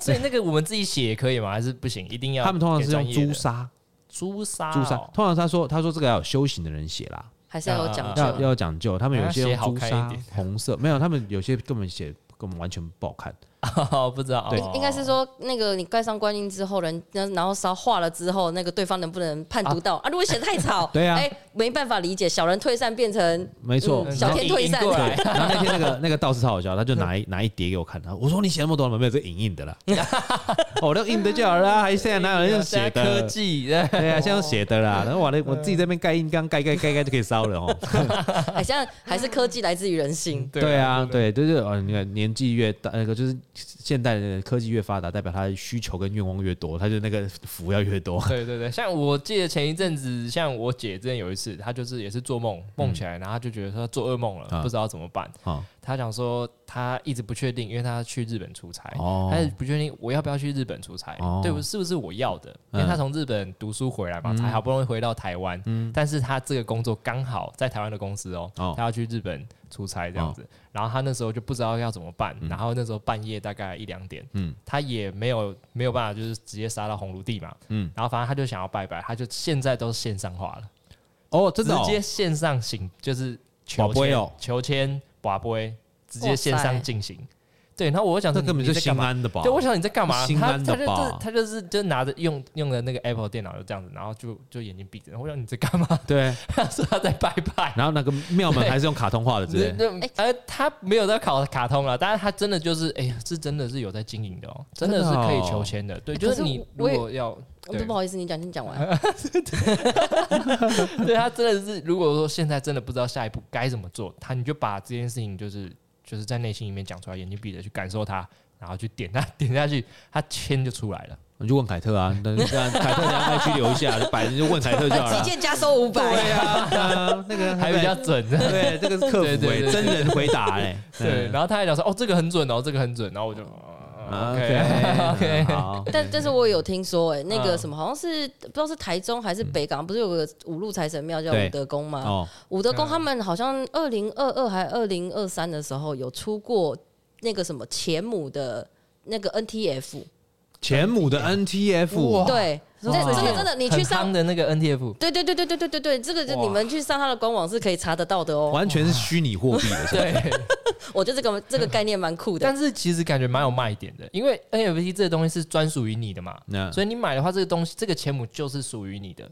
[SPEAKER 3] 所以那个我们自己写也可以吗？还是不行？一定 要
[SPEAKER 2] 他们通常是用
[SPEAKER 3] 给专业
[SPEAKER 2] 朱
[SPEAKER 3] 的
[SPEAKER 2] 砂，
[SPEAKER 3] 朱砂哦
[SPEAKER 2] 朱砂。通常他说他说这个要有修行的人写啦，
[SPEAKER 4] 还是要有讲
[SPEAKER 2] 啊要
[SPEAKER 4] 究，
[SPEAKER 2] 要讲究，他们有些
[SPEAKER 3] 还要写
[SPEAKER 2] 用
[SPEAKER 3] 好
[SPEAKER 2] 朱
[SPEAKER 3] 看一
[SPEAKER 2] 砂
[SPEAKER 3] 点
[SPEAKER 2] 红色，没有，他们有些根本写根本完全不好看。
[SPEAKER 3] 哦， 不知道，
[SPEAKER 2] 对
[SPEAKER 3] 哦
[SPEAKER 4] 应该是说那个你盖上观音之后，人然后烧化了之后，那个对方能不能判读到啊？如果写得太吵，
[SPEAKER 2] 对啊
[SPEAKER 4] 哎，没办法理解，小人退散变成
[SPEAKER 2] 没错，
[SPEAKER 4] 嗯
[SPEAKER 2] 然
[SPEAKER 4] 小
[SPEAKER 2] 后
[SPEAKER 4] 天退散
[SPEAKER 3] 引过
[SPEAKER 2] 对
[SPEAKER 3] 来，
[SPEAKER 2] 然后那天那个那个道士超好笑，他就拿一拿一叠给我看，然后我说你写那么多了没有？这影印的啦，我都印的就好了啊，还现在哪有人用写
[SPEAKER 3] 现在科
[SPEAKER 2] 的？
[SPEAKER 3] 技， 对
[SPEAKER 2] 对啊，现在用写的啦，然后我那我自己这边盖印缸盖盖盖盖就可以烧了哦。
[SPEAKER 4] 好像哎还是科技来自于人性。
[SPEAKER 2] 对啊，，对，就是呃，你看年纪越大，那个就是现代的科技越发达，代表他的需求跟愿望越多，他就那个福要越多。
[SPEAKER 3] 对对对，像我记得前一阵子，像我姐之前有一次，她就是也是做梦，梦起来，然后她就觉得说她做噩梦了，
[SPEAKER 2] 啊
[SPEAKER 3] 不知道怎么办。
[SPEAKER 2] 啊，
[SPEAKER 3] 她想说她一直不确定，因为她去日本出差，
[SPEAKER 2] 哦
[SPEAKER 3] 她一直不确定我要不要去日本出差，
[SPEAKER 2] 哦
[SPEAKER 3] 对不是不是我要的？因为
[SPEAKER 2] 嗯
[SPEAKER 3] 她从日本读书回来嘛，才好不容易回到台湾，但是她这个工作刚好在台湾的公司哦，
[SPEAKER 2] 哦
[SPEAKER 3] 她要去日本出差这样子，然后她那时候就不知道要怎么办，然后那时候半夜大概一两点，
[SPEAKER 2] 嗯
[SPEAKER 3] 她也没有没有办法就是直接杀到红炉地嘛，
[SPEAKER 2] 嗯
[SPEAKER 3] 然后反正她就想要拜拜，她就现在都是线上化了。
[SPEAKER 2] 哦，真的哦
[SPEAKER 3] 直接线上行，就是
[SPEAKER 2] 拔
[SPEAKER 3] 求
[SPEAKER 2] 杯
[SPEAKER 3] 签、
[SPEAKER 2] 哦
[SPEAKER 3] 求签、拔杯，直接线
[SPEAKER 4] 哇塞
[SPEAKER 3] 上进行。对，然后我想
[SPEAKER 2] 这
[SPEAKER 3] 说，
[SPEAKER 2] 根本
[SPEAKER 3] 你
[SPEAKER 2] 就
[SPEAKER 3] 在
[SPEAKER 2] 心
[SPEAKER 3] 干嘛？
[SPEAKER 2] 安的吧？
[SPEAKER 3] 对，我想你在干嘛？
[SPEAKER 2] 心
[SPEAKER 3] 他
[SPEAKER 2] 安
[SPEAKER 3] 他
[SPEAKER 2] 的
[SPEAKER 3] 就
[SPEAKER 2] 吧
[SPEAKER 3] 是他就是就拿着用用的那个 Apple 电脑就这样子，然后就就眼睛闭着。然后我想你在干嘛？
[SPEAKER 2] 对，
[SPEAKER 3] 他说他在拜拜。
[SPEAKER 2] 然后那个庙门
[SPEAKER 3] 对
[SPEAKER 2] 还是用卡通画的之类
[SPEAKER 3] 那
[SPEAKER 2] 的。
[SPEAKER 3] 那
[SPEAKER 4] 哎
[SPEAKER 3] 呃，他没有在考卡通了，但是他真的就是，哎、呀，是真的是有在经营的哦，真的
[SPEAKER 2] 真
[SPEAKER 3] 是
[SPEAKER 2] 的哦
[SPEAKER 3] 可以求签的，对，
[SPEAKER 4] 哎
[SPEAKER 3] 就
[SPEAKER 4] 可
[SPEAKER 3] 是
[SPEAKER 4] 是
[SPEAKER 3] 你如
[SPEAKER 4] 我也
[SPEAKER 3] 果要，
[SPEAKER 4] 我
[SPEAKER 3] 对
[SPEAKER 4] 哦都不好意思，你讲，你讲
[SPEAKER 2] 啊
[SPEAKER 4] 完。
[SPEAKER 3] 对他真的是，如果说现在真的不知道下一步该怎么做，他你就把这件事情就是就是在内心里面讲出来，眼睛闭着去感受它，然后去点它 点下去，它签就出 来了。
[SPEAKER 2] 你就问凯特啊，那那凯特在 IG 留一下， 就摆着就问凯特就好
[SPEAKER 4] 击
[SPEAKER 2] 了。
[SPEAKER 4] 剑加收五百，
[SPEAKER 2] 对啊，对啊那 个
[SPEAKER 3] 还比较 准。
[SPEAKER 2] 对，这个是客
[SPEAKER 3] 对
[SPEAKER 2] 服
[SPEAKER 3] 对
[SPEAKER 2] 哎，
[SPEAKER 3] 对对
[SPEAKER 2] 真人回答哎。
[SPEAKER 3] 对，然后他还讲说，哦，这个很准哦，这个很准，然后 我就
[SPEAKER 2] 啊
[SPEAKER 3] OK OK，
[SPEAKER 2] 好，
[SPEAKER 4] 但但是我有听说，哎，那个
[SPEAKER 3] 嗯
[SPEAKER 4] 什么，好像是不知道是台中还是北港，不是有个五路财神庙
[SPEAKER 2] 嗯
[SPEAKER 4] 叫
[SPEAKER 2] 对
[SPEAKER 4] 武德宫吗？
[SPEAKER 2] 哦，
[SPEAKER 4] 武德
[SPEAKER 3] 嗯
[SPEAKER 4] 宫他们好像二零二二还二零二三的时候有出过那个什么前母的那个 NTF，
[SPEAKER 2] 前母的 NTF，
[SPEAKER 4] 对，真的真的真的，你去
[SPEAKER 3] 很夯
[SPEAKER 4] 上。
[SPEAKER 3] 的那个 NTF，
[SPEAKER 4] 对对对对对对对对，这个就
[SPEAKER 3] 哇
[SPEAKER 4] 你们去上他的官网是可以查得到的哦。
[SPEAKER 2] 完全是虚拟货币 的。
[SPEAKER 3] 对，
[SPEAKER 4] 我觉得这个这个概念蛮酷的
[SPEAKER 3] 但。是其实感觉蛮有卖点的，因为 NFT 这个东西是专属于你的嘛，
[SPEAKER 2] 那
[SPEAKER 3] 所以你买的话，这个东西这个钱母就是属于你的，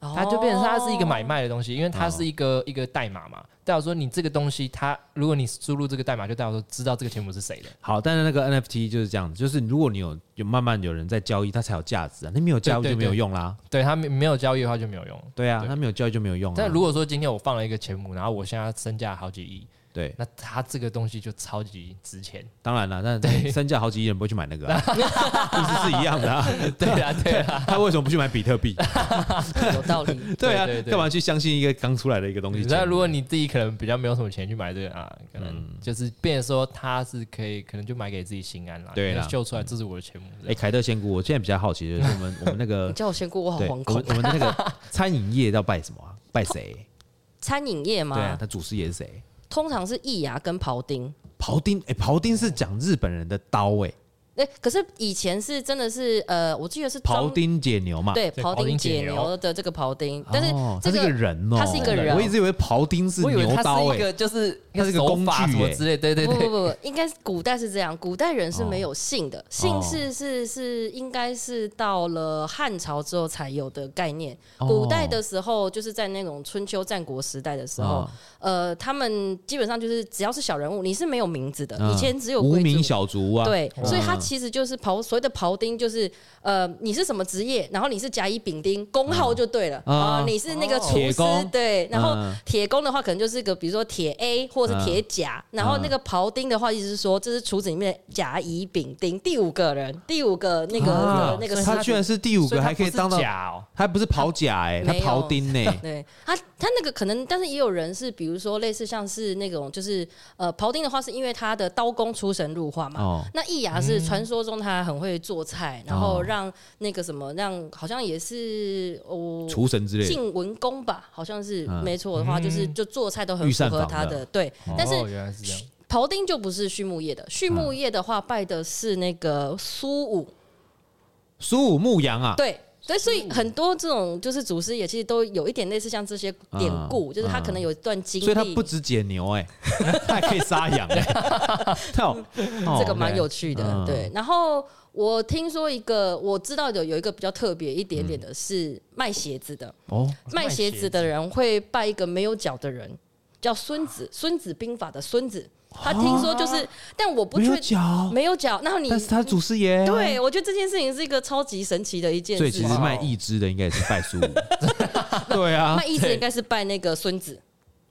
[SPEAKER 4] 哦
[SPEAKER 3] 它就变成它是一个买卖的东西，因为它是一个、
[SPEAKER 2] 嗯
[SPEAKER 3] 一个代码嘛。代表说你这个东西，它如果你输入这个代码，就代表说知道这个钱母是谁的。
[SPEAKER 2] 好，但是那个 NFT 就是这样子，就是如果你有有慢慢有人在交易，它才有价值啊。那没有交易
[SPEAKER 3] 对对
[SPEAKER 2] 就没有
[SPEAKER 3] 对
[SPEAKER 2] 用啦。
[SPEAKER 3] 对，它没没有交易的话就没有用。
[SPEAKER 2] 对啊，
[SPEAKER 3] 对
[SPEAKER 2] 它没有交易就没有用啊。
[SPEAKER 3] 但如果说今天我放了一个钱母，然后我现在身价好几亿，
[SPEAKER 2] 对，
[SPEAKER 3] 那它这个东西就超级值钱。
[SPEAKER 2] 当然了，但身价好几亿人不会去买那个、啊，意思是一样的、啊。
[SPEAKER 3] 对啊，对啊，
[SPEAKER 2] 他为什么不去买比特币？
[SPEAKER 4] 有道理。
[SPEAKER 2] 对啊
[SPEAKER 3] 对对，对
[SPEAKER 2] 干嘛去相信一个刚出来的一个东西？
[SPEAKER 3] 那如果你自己可能比较没有什么钱去买这个啊，可能
[SPEAKER 2] 嗯
[SPEAKER 3] 就是变成说它是可以，可能就买给自己心安啦。
[SPEAKER 2] 对啦
[SPEAKER 3] 因为秀出来这是我的钱母。
[SPEAKER 2] 哎，凯特仙姑，我现在比较好奇的是，我们我们那个
[SPEAKER 4] 你叫我先过，我好
[SPEAKER 2] 对，我
[SPEAKER 4] 惶
[SPEAKER 2] 们
[SPEAKER 4] 恐。
[SPEAKER 2] 我们的那个餐饮业要拜什么啊？拜谁？
[SPEAKER 4] 餐饮业
[SPEAKER 2] 对啊
[SPEAKER 4] 嘛，，
[SPEAKER 2] 他祖师爷是谁？
[SPEAKER 4] 通常是义牙跟庖丁。
[SPEAKER 2] 庖丁，哎、庖丁是讲日本人的刀、哎，
[SPEAKER 4] 哎、可是以前是真的是呃，我记得是装
[SPEAKER 2] 庖丁解牛嘛，
[SPEAKER 4] 对
[SPEAKER 3] 对
[SPEAKER 4] 庖
[SPEAKER 3] 庖
[SPEAKER 4] 丁
[SPEAKER 3] 丁解
[SPEAKER 4] 解
[SPEAKER 3] 牛
[SPEAKER 4] 牛的这个庖丁，但是
[SPEAKER 2] 哦
[SPEAKER 4] 这
[SPEAKER 2] 他是个人哦，
[SPEAKER 4] 他是一个人
[SPEAKER 2] 我一直以为庖丁是
[SPEAKER 3] 我以为
[SPEAKER 2] 牛
[SPEAKER 3] 它
[SPEAKER 2] 刀、
[SPEAKER 3] 是一
[SPEAKER 2] 哎，
[SPEAKER 3] 个就是
[SPEAKER 2] 它是一个
[SPEAKER 3] 手法
[SPEAKER 2] 工具
[SPEAKER 3] 什么
[SPEAKER 2] 欸
[SPEAKER 3] 之类，对对
[SPEAKER 4] 不不
[SPEAKER 3] 对，
[SPEAKER 4] 不不，应该是古代是这样，古代人是没有姓的，姓
[SPEAKER 2] 哦
[SPEAKER 4] 氏是是应该是到了汉朝之后才有的概念。
[SPEAKER 2] 哦
[SPEAKER 4] 古代的时候，就是在那种春秋战国时代的时候
[SPEAKER 2] 哦，
[SPEAKER 4] 呃，他们基本上就是只要是小人物，你是没有名字的，
[SPEAKER 2] 嗯
[SPEAKER 4] 以前只有
[SPEAKER 2] 无
[SPEAKER 4] 贵
[SPEAKER 2] 名
[SPEAKER 4] 族。
[SPEAKER 2] 小卒啊，
[SPEAKER 4] 对，所以他
[SPEAKER 2] 嗯
[SPEAKER 4] 其实就是庖所谓的庖丁，就是呃，你是什么职业，然后你是甲乙丙丁，工号就对了
[SPEAKER 2] 嗯
[SPEAKER 4] 啊、
[SPEAKER 2] 嗯
[SPEAKER 4] 你是那个
[SPEAKER 3] 哦
[SPEAKER 4] 厨
[SPEAKER 2] 铁
[SPEAKER 4] 师
[SPEAKER 2] 工，
[SPEAKER 4] 对，然后
[SPEAKER 2] 嗯
[SPEAKER 4] 铁工的话可能就是个比如说铁 A 或者是铁
[SPEAKER 2] 啊
[SPEAKER 4] 甲，然后那个庖丁的话，意思是说这是厨子里面的甲乙丙丁第五个人，第五个那个、
[SPEAKER 2] 啊
[SPEAKER 4] 那个
[SPEAKER 3] 所以
[SPEAKER 4] 师
[SPEAKER 3] 他
[SPEAKER 2] 他居然是第五
[SPEAKER 3] 所
[SPEAKER 2] 个，
[SPEAKER 3] 它
[SPEAKER 2] 还可以
[SPEAKER 3] 不是
[SPEAKER 2] 当到，
[SPEAKER 3] 假哦，
[SPEAKER 2] 他不是跑甲哎、他
[SPEAKER 4] 没有
[SPEAKER 2] 庖丁 呢、
[SPEAKER 4] 对他，他那个可能，但是也有人是，比如说类似像是那种，就是呃，庖丁的话，是因为他的刀工出神入化嘛。
[SPEAKER 2] 哦
[SPEAKER 4] 那易牙是传说中他很会做菜，然
[SPEAKER 2] 哦
[SPEAKER 4] 后让那个什么，让好像也是哦，
[SPEAKER 2] 厨神之类的，
[SPEAKER 4] 晋文公吧，好像是、
[SPEAKER 2] 嗯
[SPEAKER 4] 没错的话，就是就做菜都很
[SPEAKER 2] 御
[SPEAKER 4] 符
[SPEAKER 2] 膳
[SPEAKER 4] 合
[SPEAKER 2] 房
[SPEAKER 4] 他
[SPEAKER 2] 的
[SPEAKER 4] 的。对，但是
[SPEAKER 3] 哦原来是这样，
[SPEAKER 4] 庖丁就不是畜牧业的，畜
[SPEAKER 2] 嗯
[SPEAKER 4] 牧业的话拜的是那个苏武。
[SPEAKER 2] 苏武牧羊啊，
[SPEAKER 4] 对。对，所以很多这种就是祖师爷，其实都有一点类似像这些典故，
[SPEAKER 2] 嗯
[SPEAKER 4] 就是他可能有一段经历，
[SPEAKER 2] 所以他不止解牛哎、 他还可以杀羊 哎、他有哦
[SPEAKER 4] 这个蛮有趣的。
[SPEAKER 2] 嗯
[SPEAKER 4] 对，然后我听说一个我知道的有一个比较特别一点点的是卖鞋子的，
[SPEAKER 2] 哦，
[SPEAKER 4] 卖鞋子的人会拜一个没有脚的人，叫孙
[SPEAKER 2] 哦
[SPEAKER 4] 子，《孙子兵法》的孙子。他听说就是，但我不
[SPEAKER 2] 哦没有
[SPEAKER 4] 确
[SPEAKER 2] 脚，
[SPEAKER 4] 没有脚，那你
[SPEAKER 2] 但是他是祖师爷。
[SPEAKER 4] 对我觉得这件事情是一个超级神奇的一件
[SPEAKER 2] 所以
[SPEAKER 4] 事哦
[SPEAKER 2] 其
[SPEAKER 4] 情
[SPEAKER 2] 实。卖义肢的应该也是拜苏 武，对啊
[SPEAKER 4] 卖，一直应该是拜那个孙子，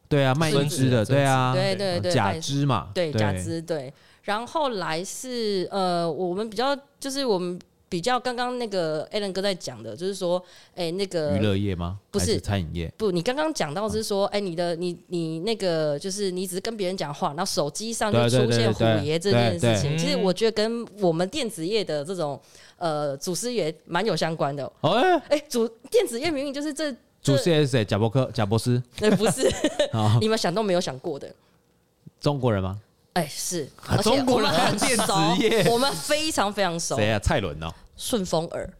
[SPEAKER 2] 对啊，卖义肢的，对啊，
[SPEAKER 4] 对对对
[SPEAKER 2] 假肢嘛，
[SPEAKER 4] 对，假，肢对。然后来是呃，我们比较就是我们比较刚刚那个 Alan 哥在讲的，就是说，哎、那个
[SPEAKER 2] 娱乐业吗？
[SPEAKER 4] 不是
[SPEAKER 2] 还餐饮业，
[SPEAKER 4] 不，你刚刚讲到是说，哎、你的你你那个就是你只是跟别人讲话，然后手机上就
[SPEAKER 2] 对对
[SPEAKER 4] 出
[SPEAKER 2] 对
[SPEAKER 4] 现
[SPEAKER 2] 对
[SPEAKER 4] 虎爷这
[SPEAKER 2] 对
[SPEAKER 4] 件
[SPEAKER 2] 对
[SPEAKER 4] 事情，其实
[SPEAKER 3] 嗯
[SPEAKER 4] 我觉得跟我们电子业的这种呃祖师爷蛮有相关的。
[SPEAKER 2] 哎，
[SPEAKER 4] 哎、祖电子业明明就是这
[SPEAKER 2] 祖
[SPEAKER 4] 这
[SPEAKER 2] 师爷是谁？贾伯克、贾伯斯，
[SPEAKER 4] 呃不 是
[SPEAKER 2] 啊
[SPEAKER 4] 你们想都没有想过的。
[SPEAKER 2] 中国人吗？
[SPEAKER 4] 哎、是，
[SPEAKER 2] 啊
[SPEAKER 4] 而且
[SPEAKER 2] 中国
[SPEAKER 4] 我们
[SPEAKER 2] 人
[SPEAKER 4] 很
[SPEAKER 2] 电子
[SPEAKER 4] 熟
[SPEAKER 2] 业
[SPEAKER 4] 我们非常非常熟。
[SPEAKER 2] 谁啊？蔡伦哦，
[SPEAKER 4] 顺风耳，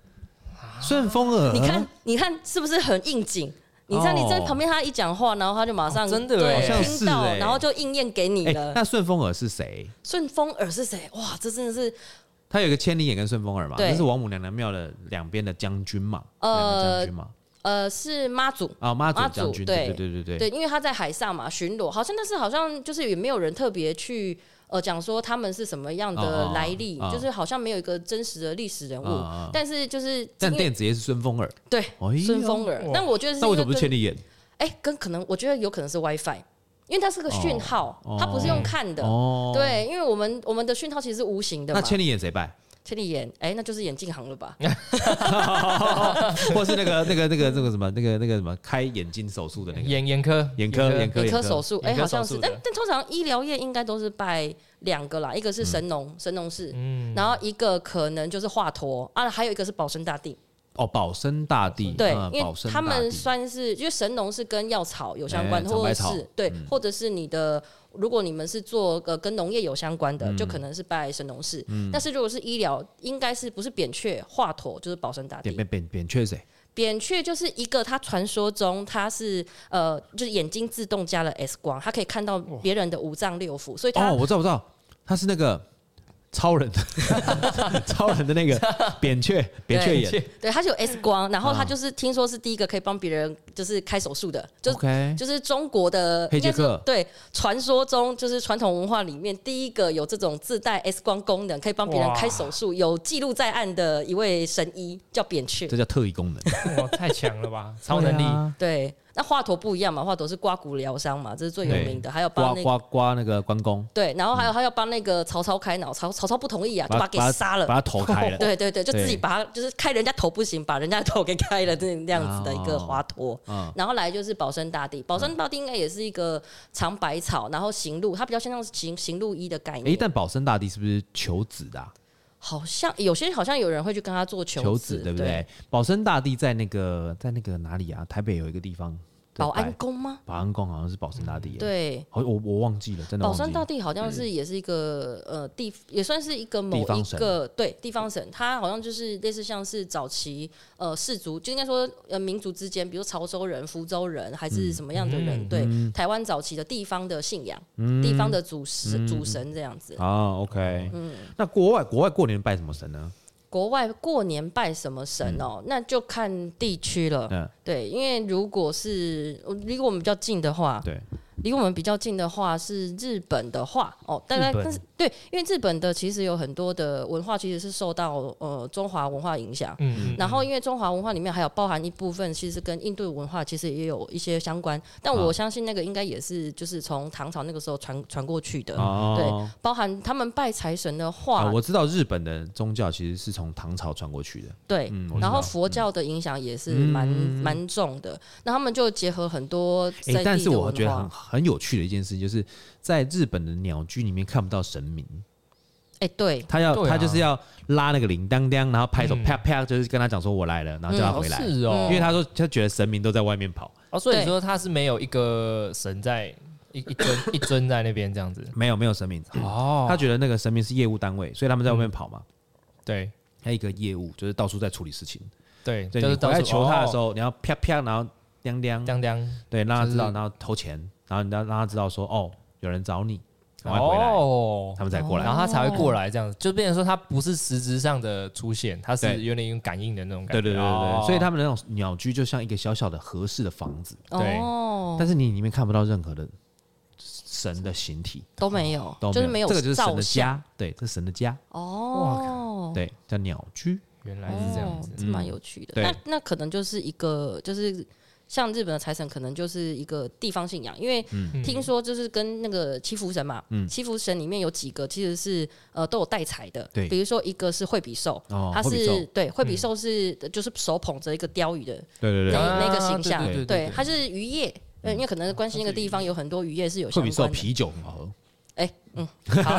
[SPEAKER 2] 顺风耳，
[SPEAKER 4] 啊你看，你看是不是很应景？你知道你在
[SPEAKER 2] 啊哦
[SPEAKER 4] 旁边，他一讲话，然后他就马上
[SPEAKER 3] 哦真的耶
[SPEAKER 4] 对
[SPEAKER 3] 好像欸
[SPEAKER 2] 是
[SPEAKER 4] 听到，
[SPEAKER 2] 耶
[SPEAKER 4] 然后就应验给你
[SPEAKER 2] 哎，
[SPEAKER 4] 了。
[SPEAKER 2] 那顺风耳是谁？
[SPEAKER 4] 顺风耳是谁？哇，这真的是
[SPEAKER 2] 他有一个千里眼跟顺风耳嘛，
[SPEAKER 4] 对
[SPEAKER 2] 这是王母娘娘庙的两边的将军嘛，
[SPEAKER 4] 呃
[SPEAKER 2] 两个将军嘛，
[SPEAKER 4] 呃，是妈祖。
[SPEAKER 2] 啊，妈祖
[SPEAKER 4] 妈祖
[SPEAKER 2] 将军，
[SPEAKER 4] 对
[SPEAKER 2] 对对对
[SPEAKER 4] 对，，因为他在海上嘛巡逻，好像但是好像就是也没有人特别去呃讲说他们是什么样
[SPEAKER 2] 哦
[SPEAKER 4] 的
[SPEAKER 2] 哦
[SPEAKER 4] 来历，
[SPEAKER 2] 哦
[SPEAKER 4] 就是好像没有一个真实的历史人物。
[SPEAKER 2] 哦哦
[SPEAKER 4] 但是就是
[SPEAKER 2] 但
[SPEAKER 4] 因为
[SPEAKER 2] 电子业是顺风耳，
[SPEAKER 4] 对
[SPEAKER 2] 哎呦
[SPEAKER 4] 顺风耳
[SPEAKER 3] 哇，
[SPEAKER 4] 但我觉得是
[SPEAKER 2] 那为什么不
[SPEAKER 4] 因
[SPEAKER 2] 是
[SPEAKER 4] 跟
[SPEAKER 2] 千里眼？
[SPEAKER 4] 哎、跟可能我觉得有可能是 WiFi，因为它是个讯号，
[SPEAKER 2] 哦
[SPEAKER 4] 它不是用看的。
[SPEAKER 2] 哦，
[SPEAKER 4] 对，因为我们我们的讯号其实是无形的嘛。
[SPEAKER 2] 那千里眼谁 拜？
[SPEAKER 4] 千里眼，哎、那就是眼镜行了吧？
[SPEAKER 2] 或是那个那个那个那个什么那个那个什么开眼睛手术的那个
[SPEAKER 3] 眼眼科
[SPEAKER 2] 眼科眼科
[SPEAKER 4] 眼科手术，哎、
[SPEAKER 3] 眼科
[SPEAKER 4] 好像
[SPEAKER 3] 手
[SPEAKER 4] 是，
[SPEAKER 3] 术的
[SPEAKER 4] 但但通常医疗业应该都是拜两个啦，一个是神农、神农氏，
[SPEAKER 3] 嗯
[SPEAKER 4] 然后一个可能就是华佗啊，还有一个是保生大帝，
[SPEAKER 2] 哦，保生大帝
[SPEAKER 4] 对，
[SPEAKER 2] 嗯
[SPEAKER 4] 因为
[SPEAKER 2] 保生
[SPEAKER 4] 他
[SPEAKER 2] 大
[SPEAKER 4] 们
[SPEAKER 2] 帝
[SPEAKER 4] 算是，因为神农是跟药草有相关，
[SPEAKER 2] 哎
[SPEAKER 4] 或者
[SPEAKER 2] 长白
[SPEAKER 4] 是
[SPEAKER 2] 草
[SPEAKER 4] 对，或者是你的，如果你们是做呃跟农业有相关的，就
[SPEAKER 2] 嗯
[SPEAKER 4] 可能是拜神农氏，但是如果是医疗，应该是不是扁鹊、华佗就是保生大
[SPEAKER 2] 扁
[SPEAKER 4] 帝，
[SPEAKER 2] 扁扁扁鹊谁？
[SPEAKER 4] 扁鹊就是一个，他传说中他是呃，就是眼睛自动加了 X 光，他可以看到别人的五脏六腑，所以他、
[SPEAKER 2] 哦，我知道我知道，他是那个超人的 超人的那个扁鹊扁鹊眼
[SPEAKER 4] 对他是有 X 光，然后
[SPEAKER 2] 啊
[SPEAKER 4] 他就是听说是第一个可以帮别人就是开手术的，就
[SPEAKER 2] ，OK，
[SPEAKER 4] 就是中国的
[SPEAKER 2] 黑杰克
[SPEAKER 4] 应该是对传说中就是传统文化里面第一个有这种自带 X 光功能可以帮别人
[SPEAKER 3] 哇
[SPEAKER 4] 开手术、有记录在案的一位神医叫扁鹊
[SPEAKER 2] 这。叫特异功能，
[SPEAKER 3] 哇太强了吧，超能
[SPEAKER 2] 对
[SPEAKER 3] 力。
[SPEAKER 2] 啊
[SPEAKER 4] 对，那华佗不一样嘛，华佗是刮骨疗伤嘛，这是最有名的，还有帮
[SPEAKER 2] 刮
[SPEAKER 4] 那个。
[SPEAKER 2] 刮刮那个关公，
[SPEAKER 4] 对，然后还有他要帮那个曹操开脑，曹曹操不同意啊，就
[SPEAKER 2] 嗯把
[SPEAKER 4] 把他给杀了
[SPEAKER 2] 把。他头开了，
[SPEAKER 4] 对对对，就自己
[SPEAKER 2] 对
[SPEAKER 4] 把他就是开人家头不行，把人家头给开了，这那样子
[SPEAKER 2] 哦
[SPEAKER 4] 的一个华佗。
[SPEAKER 2] 嗯
[SPEAKER 4] 然后来就是保生大帝，保生大帝应该也是一个长百草，然后行路，它比较像是行行路医的概
[SPEAKER 2] 哎，
[SPEAKER 4] 念。
[SPEAKER 2] 但保生大帝是不是求子的啊？
[SPEAKER 4] 好像有些好像有人会去跟他做求
[SPEAKER 2] 求子，对不对？？保生大帝在那个在那个哪里啊？台北有一个地方，对
[SPEAKER 4] 保安
[SPEAKER 2] 白
[SPEAKER 4] 宫吗？
[SPEAKER 2] 保安宫好像是保生大帝耶，
[SPEAKER 4] 对，
[SPEAKER 2] 好，我我忘记了，真的
[SPEAKER 4] 保
[SPEAKER 2] 忘记
[SPEAKER 4] 山
[SPEAKER 2] 了。嗯
[SPEAKER 4] 大帝好像是也是一个、呃地，也算是一个某
[SPEAKER 2] 地方
[SPEAKER 4] 一
[SPEAKER 2] 神
[SPEAKER 4] 个对地方神，他好像就是类似像是早期呃氏族，就应该说呃民族之间，比如潮州人、福州人还是什么样的人，
[SPEAKER 3] 嗯
[SPEAKER 4] 对、台湾早期的地方的信仰、
[SPEAKER 2] 嗯
[SPEAKER 4] 地方的主神、主神这样子。
[SPEAKER 2] 啊，OK，那
[SPEAKER 4] 嗯
[SPEAKER 2] 国外国外过年拜什么神呢？
[SPEAKER 4] 国外过年拜什么神哦，那就看地区了。
[SPEAKER 2] 嗯，
[SPEAKER 4] 对，因为如果是呃离我们比较近的话，
[SPEAKER 2] 对，
[SPEAKER 4] 离我们比较近的话是日本的话，哦，大概
[SPEAKER 3] 日本
[SPEAKER 4] 但是对，因为日本的其实有很多的文化其实是受到呃中华文化影响。
[SPEAKER 3] 嗯，
[SPEAKER 4] 然后，因为中华文化里面还有包含一部分，其实跟印度文化其实也有一些相关，但我
[SPEAKER 2] 啊
[SPEAKER 4] 相信那个应该也是就是从唐朝那个时候传传过去的。
[SPEAKER 2] 哦，
[SPEAKER 4] 包含他们拜财神的话，
[SPEAKER 2] 啊我知道日本的宗教其实是从唐朝传过去的，
[SPEAKER 4] 对，
[SPEAKER 2] 嗯，我知
[SPEAKER 4] 然后
[SPEAKER 2] 道。
[SPEAKER 4] 佛教的影响也是蛮蛮、重的。那他们就结合很多在
[SPEAKER 2] 哎、
[SPEAKER 4] 地的
[SPEAKER 2] 但是我
[SPEAKER 4] 文
[SPEAKER 2] 觉得
[SPEAKER 4] 化
[SPEAKER 2] 很很有趣的一件事，就是在日本的鸟居里面看不到神明，
[SPEAKER 4] 哎、对，
[SPEAKER 2] 他要、
[SPEAKER 3] 对啊
[SPEAKER 2] 他就是要拉那个铃铛铛，然后拍手
[SPEAKER 3] 嗯
[SPEAKER 2] 啪啪，就是跟他讲说我来了，然后叫他
[SPEAKER 4] 嗯
[SPEAKER 2] 回来，
[SPEAKER 3] 是哦，
[SPEAKER 2] 因为他说他觉得神明都在外面跑，
[SPEAKER 3] 哦，所以
[SPEAKER 4] 对
[SPEAKER 3] 你说他是没有一个神在一一尊一尊在那边这样子
[SPEAKER 2] 没有没有神明，
[SPEAKER 3] 哦
[SPEAKER 2] 他觉得那个神明是业务单位，所以他们在外面跑嘛。
[SPEAKER 3] 对
[SPEAKER 2] 还有一个业务就是到处在处理事情，
[SPEAKER 3] 对，
[SPEAKER 2] 对，
[SPEAKER 3] 就
[SPEAKER 2] 你
[SPEAKER 3] 是哦
[SPEAKER 2] 回来求他的时
[SPEAKER 3] 候，
[SPEAKER 2] 候，你要啪啪，然后亮亮，
[SPEAKER 3] 当当
[SPEAKER 2] 对，让他知道，
[SPEAKER 3] 就是
[SPEAKER 2] 然后投钱，然后你要让他知道说哦，有人找你，赶快回来，
[SPEAKER 3] 哦
[SPEAKER 2] 他，们才过来。
[SPEAKER 3] 然后他才会过来这样子，就变成说他不是实质上的出现，他是
[SPEAKER 2] 对
[SPEAKER 3] 有点一种感应的那种感
[SPEAKER 2] 对
[SPEAKER 3] 觉，
[SPEAKER 2] 对对对
[SPEAKER 3] 哦
[SPEAKER 2] 对，所以他们那种鸟居就像一个小小的合适的房子，
[SPEAKER 3] 对
[SPEAKER 4] 哦，
[SPEAKER 2] 但是你里面看不到任何的神的形体，
[SPEAKER 4] 都没有，
[SPEAKER 2] 都
[SPEAKER 4] 就是没有
[SPEAKER 2] 这个就是神
[SPEAKER 4] 照
[SPEAKER 2] 的
[SPEAKER 4] 相
[SPEAKER 2] 家，对，这是神的家，
[SPEAKER 4] 哦。
[SPEAKER 2] 对，叫鸟居。
[SPEAKER 3] 原来是这样
[SPEAKER 4] 哦
[SPEAKER 3] 子，，
[SPEAKER 4] 这蛮有趣的。
[SPEAKER 2] 嗯对
[SPEAKER 4] 那那可能就是一个，就是像日本的财神，可能就是一个地方信仰，因为
[SPEAKER 2] 嗯
[SPEAKER 4] 听说就是跟那个七福神嘛，七福神里面有几个其实是呃都有带财的，
[SPEAKER 2] 对
[SPEAKER 4] 比如说一个是惠比寿
[SPEAKER 2] 哦，
[SPEAKER 4] 他
[SPEAKER 2] 惠比
[SPEAKER 4] 是
[SPEAKER 2] 寿
[SPEAKER 4] 对惠比寿是呃就是手捧着一个鲷鱼的
[SPEAKER 2] 对对嗯对，
[SPEAKER 4] 那个那个
[SPEAKER 3] 啊
[SPEAKER 4] 形象
[SPEAKER 3] 对对，对
[SPEAKER 4] 对，它是渔业。呃，因为可能关心那个地
[SPEAKER 2] 哦
[SPEAKER 4] 方有很多渔业是有
[SPEAKER 2] 惠
[SPEAKER 4] 相
[SPEAKER 2] 比寿
[SPEAKER 4] 关的，
[SPEAKER 2] 啤酒很好 喝。
[SPEAKER 4] 哎，嗯，好，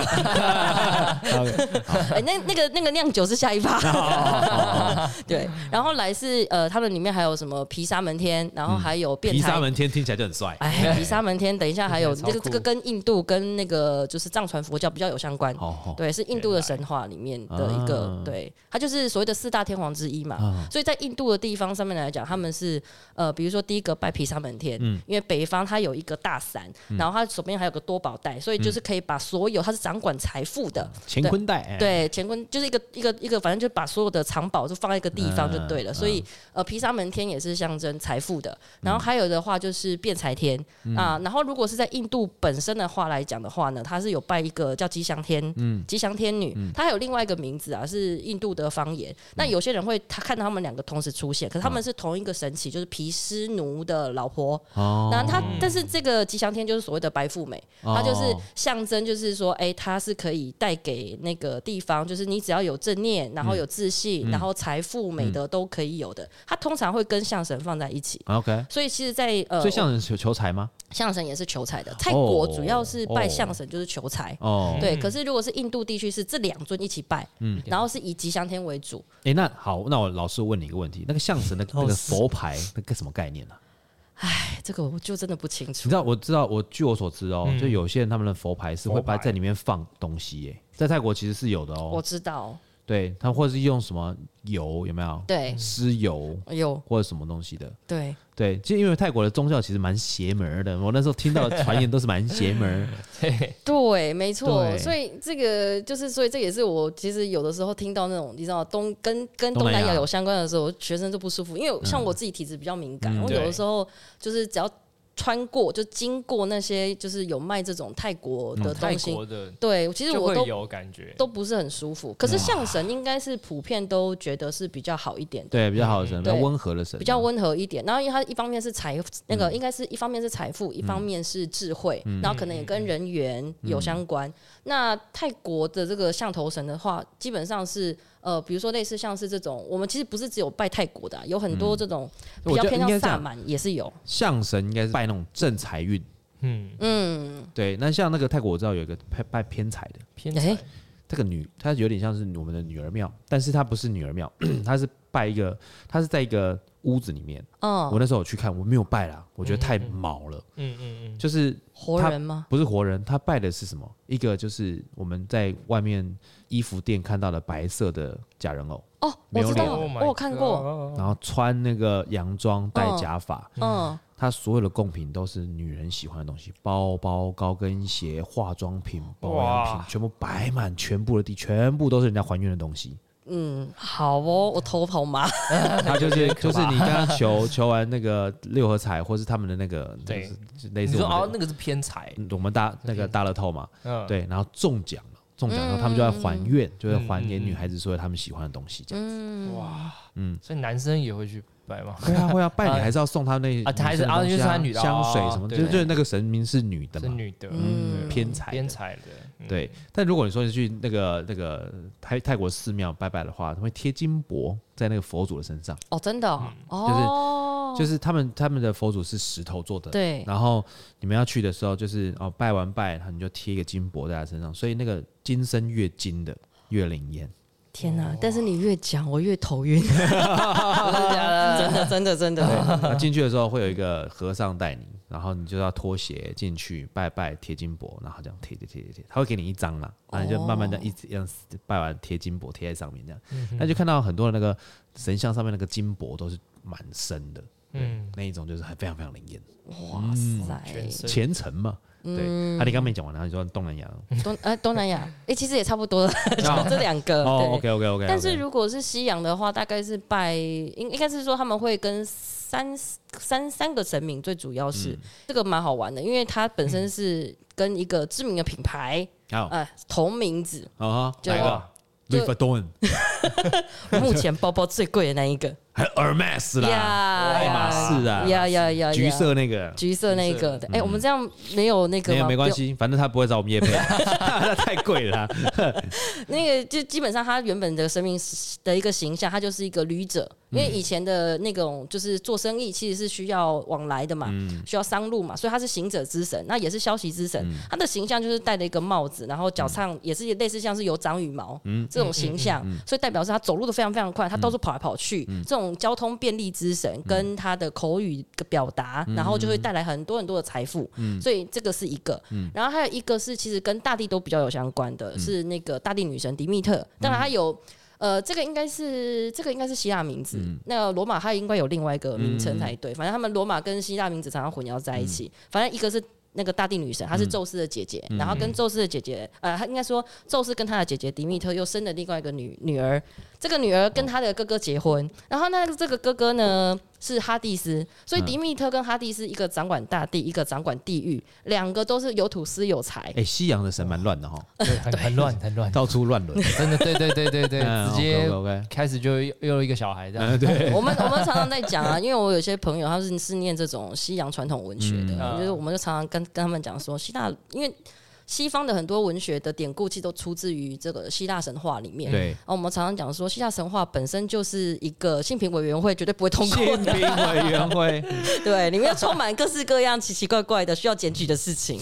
[SPEAKER 4] 哎，那那个那个酿酒是下一趴，
[SPEAKER 2] 哦
[SPEAKER 4] 对，然后来是呃，他们里面还有什么皮沙门天，然后还有
[SPEAKER 2] 嗯
[SPEAKER 4] 变
[SPEAKER 2] 皮沙
[SPEAKER 4] 态。
[SPEAKER 2] 门天听起来就很帅。
[SPEAKER 4] 哎，皮沙门天，等一 下还有
[SPEAKER 3] 听起来
[SPEAKER 4] 这
[SPEAKER 3] 超
[SPEAKER 4] 个
[SPEAKER 3] 酷
[SPEAKER 4] 这个跟印度跟那个就是藏传佛教比较有相关，
[SPEAKER 2] 好好
[SPEAKER 4] 对，是印度的神话里面的一个
[SPEAKER 2] 啊，
[SPEAKER 4] 对，它就是所谓的四大天王之一嘛。
[SPEAKER 2] 啊
[SPEAKER 4] 所以在印度的地方上面来讲，他们是呃，比如说第一个拜毗沙门天，
[SPEAKER 2] 嗯
[SPEAKER 4] 因为北方它有一个大伞，然后它手边还有个多宝袋，所以
[SPEAKER 2] 嗯
[SPEAKER 4] 就是可以把所有它是掌管财富的，
[SPEAKER 2] 乾坤袋，哎，
[SPEAKER 4] 对，乾坤就是一个一个一个，反正就把所有的藏宝就放在一个地方就对了。所以呃，毗沙门天也是象征财富的，然后还有的话就是辩财天啊、然后如果是在印度本身的话来讲的话呢，它是有拜一个叫吉祥天，吉祥天女，它还有另外一个名字啊，是印度的方言。那有些人会他看到他们两个同时出现，可是他们是同一个神奇，就是毗湿奴的老婆。
[SPEAKER 2] 哦，
[SPEAKER 4] 然后他，但是这个吉祥天就是所谓的白富美，它就是
[SPEAKER 2] 哦
[SPEAKER 4] 象征，就是说，哎、它是可以带给那个地方，就是你只要有正念，
[SPEAKER 2] 嗯
[SPEAKER 4] 然后有自信，然后财富、美德都可以有的。它通常会跟象神放在一起。
[SPEAKER 2] OK，
[SPEAKER 4] 所以其实在，呃，
[SPEAKER 2] 所以哦像人求求财吗？
[SPEAKER 4] 象神也是求财的。泰国主要是拜象神，就是求财。
[SPEAKER 2] 哦，
[SPEAKER 4] 对，可是如果是印度地区，是这两尊一起拜，
[SPEAKER 2] 嗯
[SPEAKER 4] 然后是以吉祥天为主。
[SPEAKER 2] 哎，那好，那我老师问你一个问题，那个象
[SPEAKER 4] 哦
[SPEAKER 2] 神的那个佛牌，那个什么概念呢？
[SPEAKER 4] 哎，这个我就真的不清
[SPEAKER 2] 你
[SPEAKER 4] 楚
[SPEAKER 2] 知。道，我知道，我据我所知哦，就有些人他们的佛牌是会
[SPEAKER 3] 佛牌
[SPEAKER 2] 把在里面放东西耶，在泰国其实是有的
[SPEAKER 4] 我
[SPEAKER 2] 哦。
[SPEAKER 4] 知道，
[SPEAKER 2] 对，他或者是用什么油有没有？
[SPEAKER 4] 对
[SPEAKER 2] 尸油
[SPEAKER 4] 有
[SPEAKER 2] 或者什么东西的。
[SPEAKER 4] 对，
[SPEAKER 2] 对，其实因为泰国的宗教其实蛮邪门儿的，我那时候听到的传言都是蛮邪门儿。
[SPEAKER 3] 对，
[SPEAKER 4] 对，没错，
[SPEAKER 2] 对
[SPEAKER 4] 所以这个就是，所以这也是我其实有的时候听到那种你知道东跟跟
[SPEAKER 2] 东
[SPEAKER 4] 东
[SPEAKER 2] 南
[SPEAKER 4] 南亚
[SPEAKER 2] 亚
[SPEAKER 4] 有相关的时候，学生就不舒服，因为像我自己体质比较敏感，我有的
[SPEAKER 3] 嗯对
[SPEAKER 4] 时候就是只要穿过就经过那些就是有卖这种泰国的
[SPEAKER 3] 嗯泰
[SPEAKER 4] 东西，
[SPEAKER 3] 国的
[SPEAKER 4] 对，其实
[SPEAKER 3] 就
[SPEAKER 4] 我
[SPEAKER 3] 会
[SPEAKER 4] 都
[SPEAKER 3] 有感觉，
[SPEAKER 4] 都不是很舒服。可是象神应该是普遍都觉得是比较好一点的。
[SPEAKER 2] 对，比较好的神，比较
[SPEAKER 4] 对
[SPEAKER 2] 温和的神，
[SPEAKER 4] 比较温和一点。然后因为它一方面是财，那
[SPEAKER 2] 嗯
[SPEAKER 4] 个应该是一方面是财富，一方面是智慧，嗯然后可能也跟人缘有相关。那泰国的这个象头神的话，基本上是呃，比如说类似像是这种，我们其实不是只有拜泰国的啊、有很多这种比
[SPEAKER 2] 嗯我觉
[SPEAKER 4] 较
[SPEAKER 2] 得
[SPEAKER 4] 偏
[SPEAKER 2] 应该
[SPEAKER 4] 向
[SPEAKER 2] 这
[SPEAKER 4] 萨
[SPEAKER 2] 样
[SPEAKER 4] 满也是有。
[SPEAKER 2] 象神应该是拜那种正财运。
[SPEAKER 3] 嗯
[SPEAKER 4] 嗯，
[SPEAKER 2] 对，那像那个泰国我知道有一个拜拜偏财的，
[SPEAKER 3] 偏
[SPEAKER 4] 哎
[SPEAKER 3] 财
[SPEAKER 2] 这个女，她有点像是我们的女儿庙，但是她不是女儿庙， 她是拜一个，她是在一个屋子里面。
[SPEAKER 4] 嗯
[SPEAKER 2] 我，那时候有去看，我没有拜啦，我觉得太毛了，
[SPEAKER 3] 嗯嗯
[SPEAKER 2] 就是
[SPEAKER 4] 活
[SPEAKER 2] 他
[SPEAKER 4] 人吗？
[SPEAKER 2] 不是活人，他拜的是什么？一个就是我们在外面衣服店看到的白色的假人偶，
[SPEAKER 4] 哦，
[SPEAKER 2] 没
[SPEAKER 4] 我
[SPEAKER 2] 有
[SPEAKER 3] 嗯，
[SPEAKER 4] 知
[SPEAKER 2] 脸
[SPEAKER 4] 道，我有看过，
[SPEAKER 2] 然
[SPEAKER 3] 过，
[SPEAKER 2] 后穿那个洋装，戴假发，
[SPEAKER 4] 嗯，
[SPEAKER 2] 他所有的贡品都是女人喜欢的东西，包包、高跟鞋、化妆品、保养品
[SPEAKER 3] 哇，
[SPEAKER 2] 全部摆满全部的地，全部都是人家还愿的东西。
[SPEAKER 4] 嗯，好哦，我头好麻。
[SPEAKER 2] 他就是就是你刚刚求求完那个六合彩，或是他们的那个
[SPEAKER 3] 对，
[SPEAKER 2] 就是类
[SPEAKER 3] 你
[SPEAKER 2] 似
[SPEAKER 3] 说
[SPEAKER 2] 我
[SPEAKER 3] 哦，
[SPEAKER 2] 们
[SPEAKER 3] 那个是偏财，
[SPEAKER 2] 的我们大那个大乐透嘛，
[SPEAKER 3] 嗯，
[SPEAKER 2] 对，然后中奖了，中奖然后他们就在还愿，就是还给
[SPEAKER 3] 嗯嗯嗯
[SPEAKER 2] 女孩子所有他们喜欢的东西，这样。
[SPEAKER 3] 哇，
[SPEAKER 2] 嗯
[SPEAKER 3] 嗯，所以男生也会去拜吗？
[SPEAKER 2] 会啊会啊，拜
[SPEAKER 3] 啊
[SPEAKER 2] 你还是要送他那
[SPEAKER 3] 啊还是
[SPEAKER 2] 啊，
[SPEAKER 3] 啊就是他女的
[SPEAKER 2] 香水
[SPEAKER 3] 哦
[SPEAKER 2] 什么，就
[SPEAKER 3] 对
[SPEAKER 2] 是
[SPEAKER 3] 对
[SPEAKER 2] 就是那个神明是女的
[SPEAKER 3] 是
[SPEAKER 2] 嘛，
[SPEAKER 3] 女的，
[SPEAKER 4] 嗯
[SPEAKER 3] 对
[SPEAKER 2] 偏财的
[SPEAKER 3] 偏财的，嗯，
[SPEAKER 2] 对。但如果你说你去那个那个泰泰国寺庙拜拜的话，他会贴金箔在那个佛祖的身上，
[SPEAKER 4] 哦，真的哦，
[SPEAKER 2] 嗯是
[SPEAKER 4] 哦，
[SPEAKER 2] 就是他们他们的佛祖是石头做的，
[SPEAKER 4] 对，
[SPEAKER 2] 然后你们要去的时候，就是哦拜完拜，然后你就贴一个金箔在他身上，所以那个金身越金的越灵验。
[SPEAKER 4] 天
[SPEAKER 2] 哦
[SPEAKER 4] 哪！但是你越讲，我越头晕。真的，真的，真的。
[SPEAKER 2] 那进去的时候会有一个和尚带你，然后你就要脱鞋进去拜拜贴金箔，然后这样贴贴贴贴贴，他会给你一张嘛，然后你就慢慢的一直这样拜完贴金箔贴在上面这样，那就看到很多的那个神像上面那个金箔都是满身的，
[SPEAKER 3] 嗯，
[SPEAKER 2] 那一种就是很非常非常灵验，
[SPEAKER 4] 哇塞
[SPEAKER 3] 全！身
[SPEAKER 2] 虔诚嘛。对，
[SPEAKER 4] 嗯
[SPEAKER 2] 啊，你刚没讲完，然后你说东南亚哦
[SPEAKER 4] 东呃东南亚，哎，其实也差 不多了，就这两个。对
[SPEAKER 2] ，OK OK OK，
[SPEAKER 4] 但是如果是西洋的话，大概是拜应应该是说他们会跟三三三个神明，最主要
[SPEAKER 2] 嗯
[SPEAKER 4] 是、这个蛮好玩的，因为它本身是跟一个知名的品牌
[SPEAKER 2] 好，
[SPEAKER 4] 呃同名字，
[SPEAKER 2] 好啊哈，
[SPEAKER 4] 就
[SPEAKER 2] 哪一个
[SPEAKER 4] 就
[SPEAKER 2] ？Louis Vuitton，
[SPEAKER 4] 目前包包最贵的那一个，
[SPEAKER 2] 还有 Hermes 啦，爱马仕啊
[SPEAKER 4] 呀呀呀，
[SPEAKER 2] 橘
[SPEAKER 4] 呀
[SPEAKER 2] 色那个，
[SPEAKER 4] 橘色那个，哎、我们这样没有那个
[SPEAKER 2] 嗯没
[SPEAKER 4] 吗？
[SPEAKER 2] 有没关
[SPEAKER 4] 不用，
[SPEAKER 2] 系，反正他不会找我 们叶配，那太贵了啊。
[SPEAKER 4] 那个就基本上他原本的生命的一个形象，他就是一个旅者，
[SPEAKER 2] 嗯
[SPEAKER 4] 因为以前的那种就是做生意其实是需要往来的嘛，
[SPEAKER 2] 嗯
[SPEAKER 4] 需要商路嘛，所以他是行者之神，那也是消息之神。他的形象就是戴了一个帽子，然后脚上
[SPEAKER 2] 嗯
[SPEAKER 4] 也是类似像是有长羽毛、这种形象，所以代表是他走路的非常非常快，他到处跑来跑去，
[SPEAKER 2] 嗯
[SPEAKER 4] 这种交通便利之神跟他的口语的表达，
[SPEAKER 2] 嗯
[SPEAKER 4] 然后就会带来很多很多的财富。所以这个是一个。然后还有一个是其实跟大地都比较有相关的，是那个大地女神迪密特。当然，她有。呃，这个应该是这个应该是希腊名字，那罗马它应该有另外一个名称才对。反正他们罗马跟希腊名字常常混淆在一起。反正一个是那个大地女神，她是宙斯的姐姐，然后跟宙斯的姐姐，呃，她应该说宙斯跟他的姐姐迪密特又生了另外一个女女儿，这个女儿跟她的哥哥结婚，然后那个这个哥哥呢是哈蒂斯，所以迪密特跟哈蒂斯一个掌管大地，一个掌管地狱，两个都是有土司有财。
[SPEAKER 2] 哎，西洋的神蛮乱的哈，
[SPEAKER 4] 哎
[SPEAKER 3] 对，很很乱，很乱，
[SPEAKER 2] 到处 乱伦，
[SPEAKER 3] 真的，对对对对对，
[SPEAKER 2] 嗯
[SPEAKER 3] 直接
[SPEAKER 2] OK，
[SPEAKER 3] 开始就又又一个小孩这
[SPEAKER 2] 嗯
[SPEAKER 3] 样，
[SPEAKER 4] 我们我们常常在讲啊，因 为我有些朋友他是是念这种西洋传统文学的，
[SPEAKER 3] 嗯
[SPEAKER 4] 就是我们就常常跟跟他们讲说，希腊因为西方的很多文学的典故其实都出自于这个希腊神话里面。哦
[SPEAKER 2] 对。
[SPEAKER 4] 然后我们常常讲说，希腊神话本身就是一个性平委员会绝对不会通过
[SPEAKER 2] 宪
[SPEAKER 4] 的，
[SPEAKER 2] 兵委员 会，
[SPEAKER 4] 对，里面充满各式各样奇奇怪怪的需要检举的事情。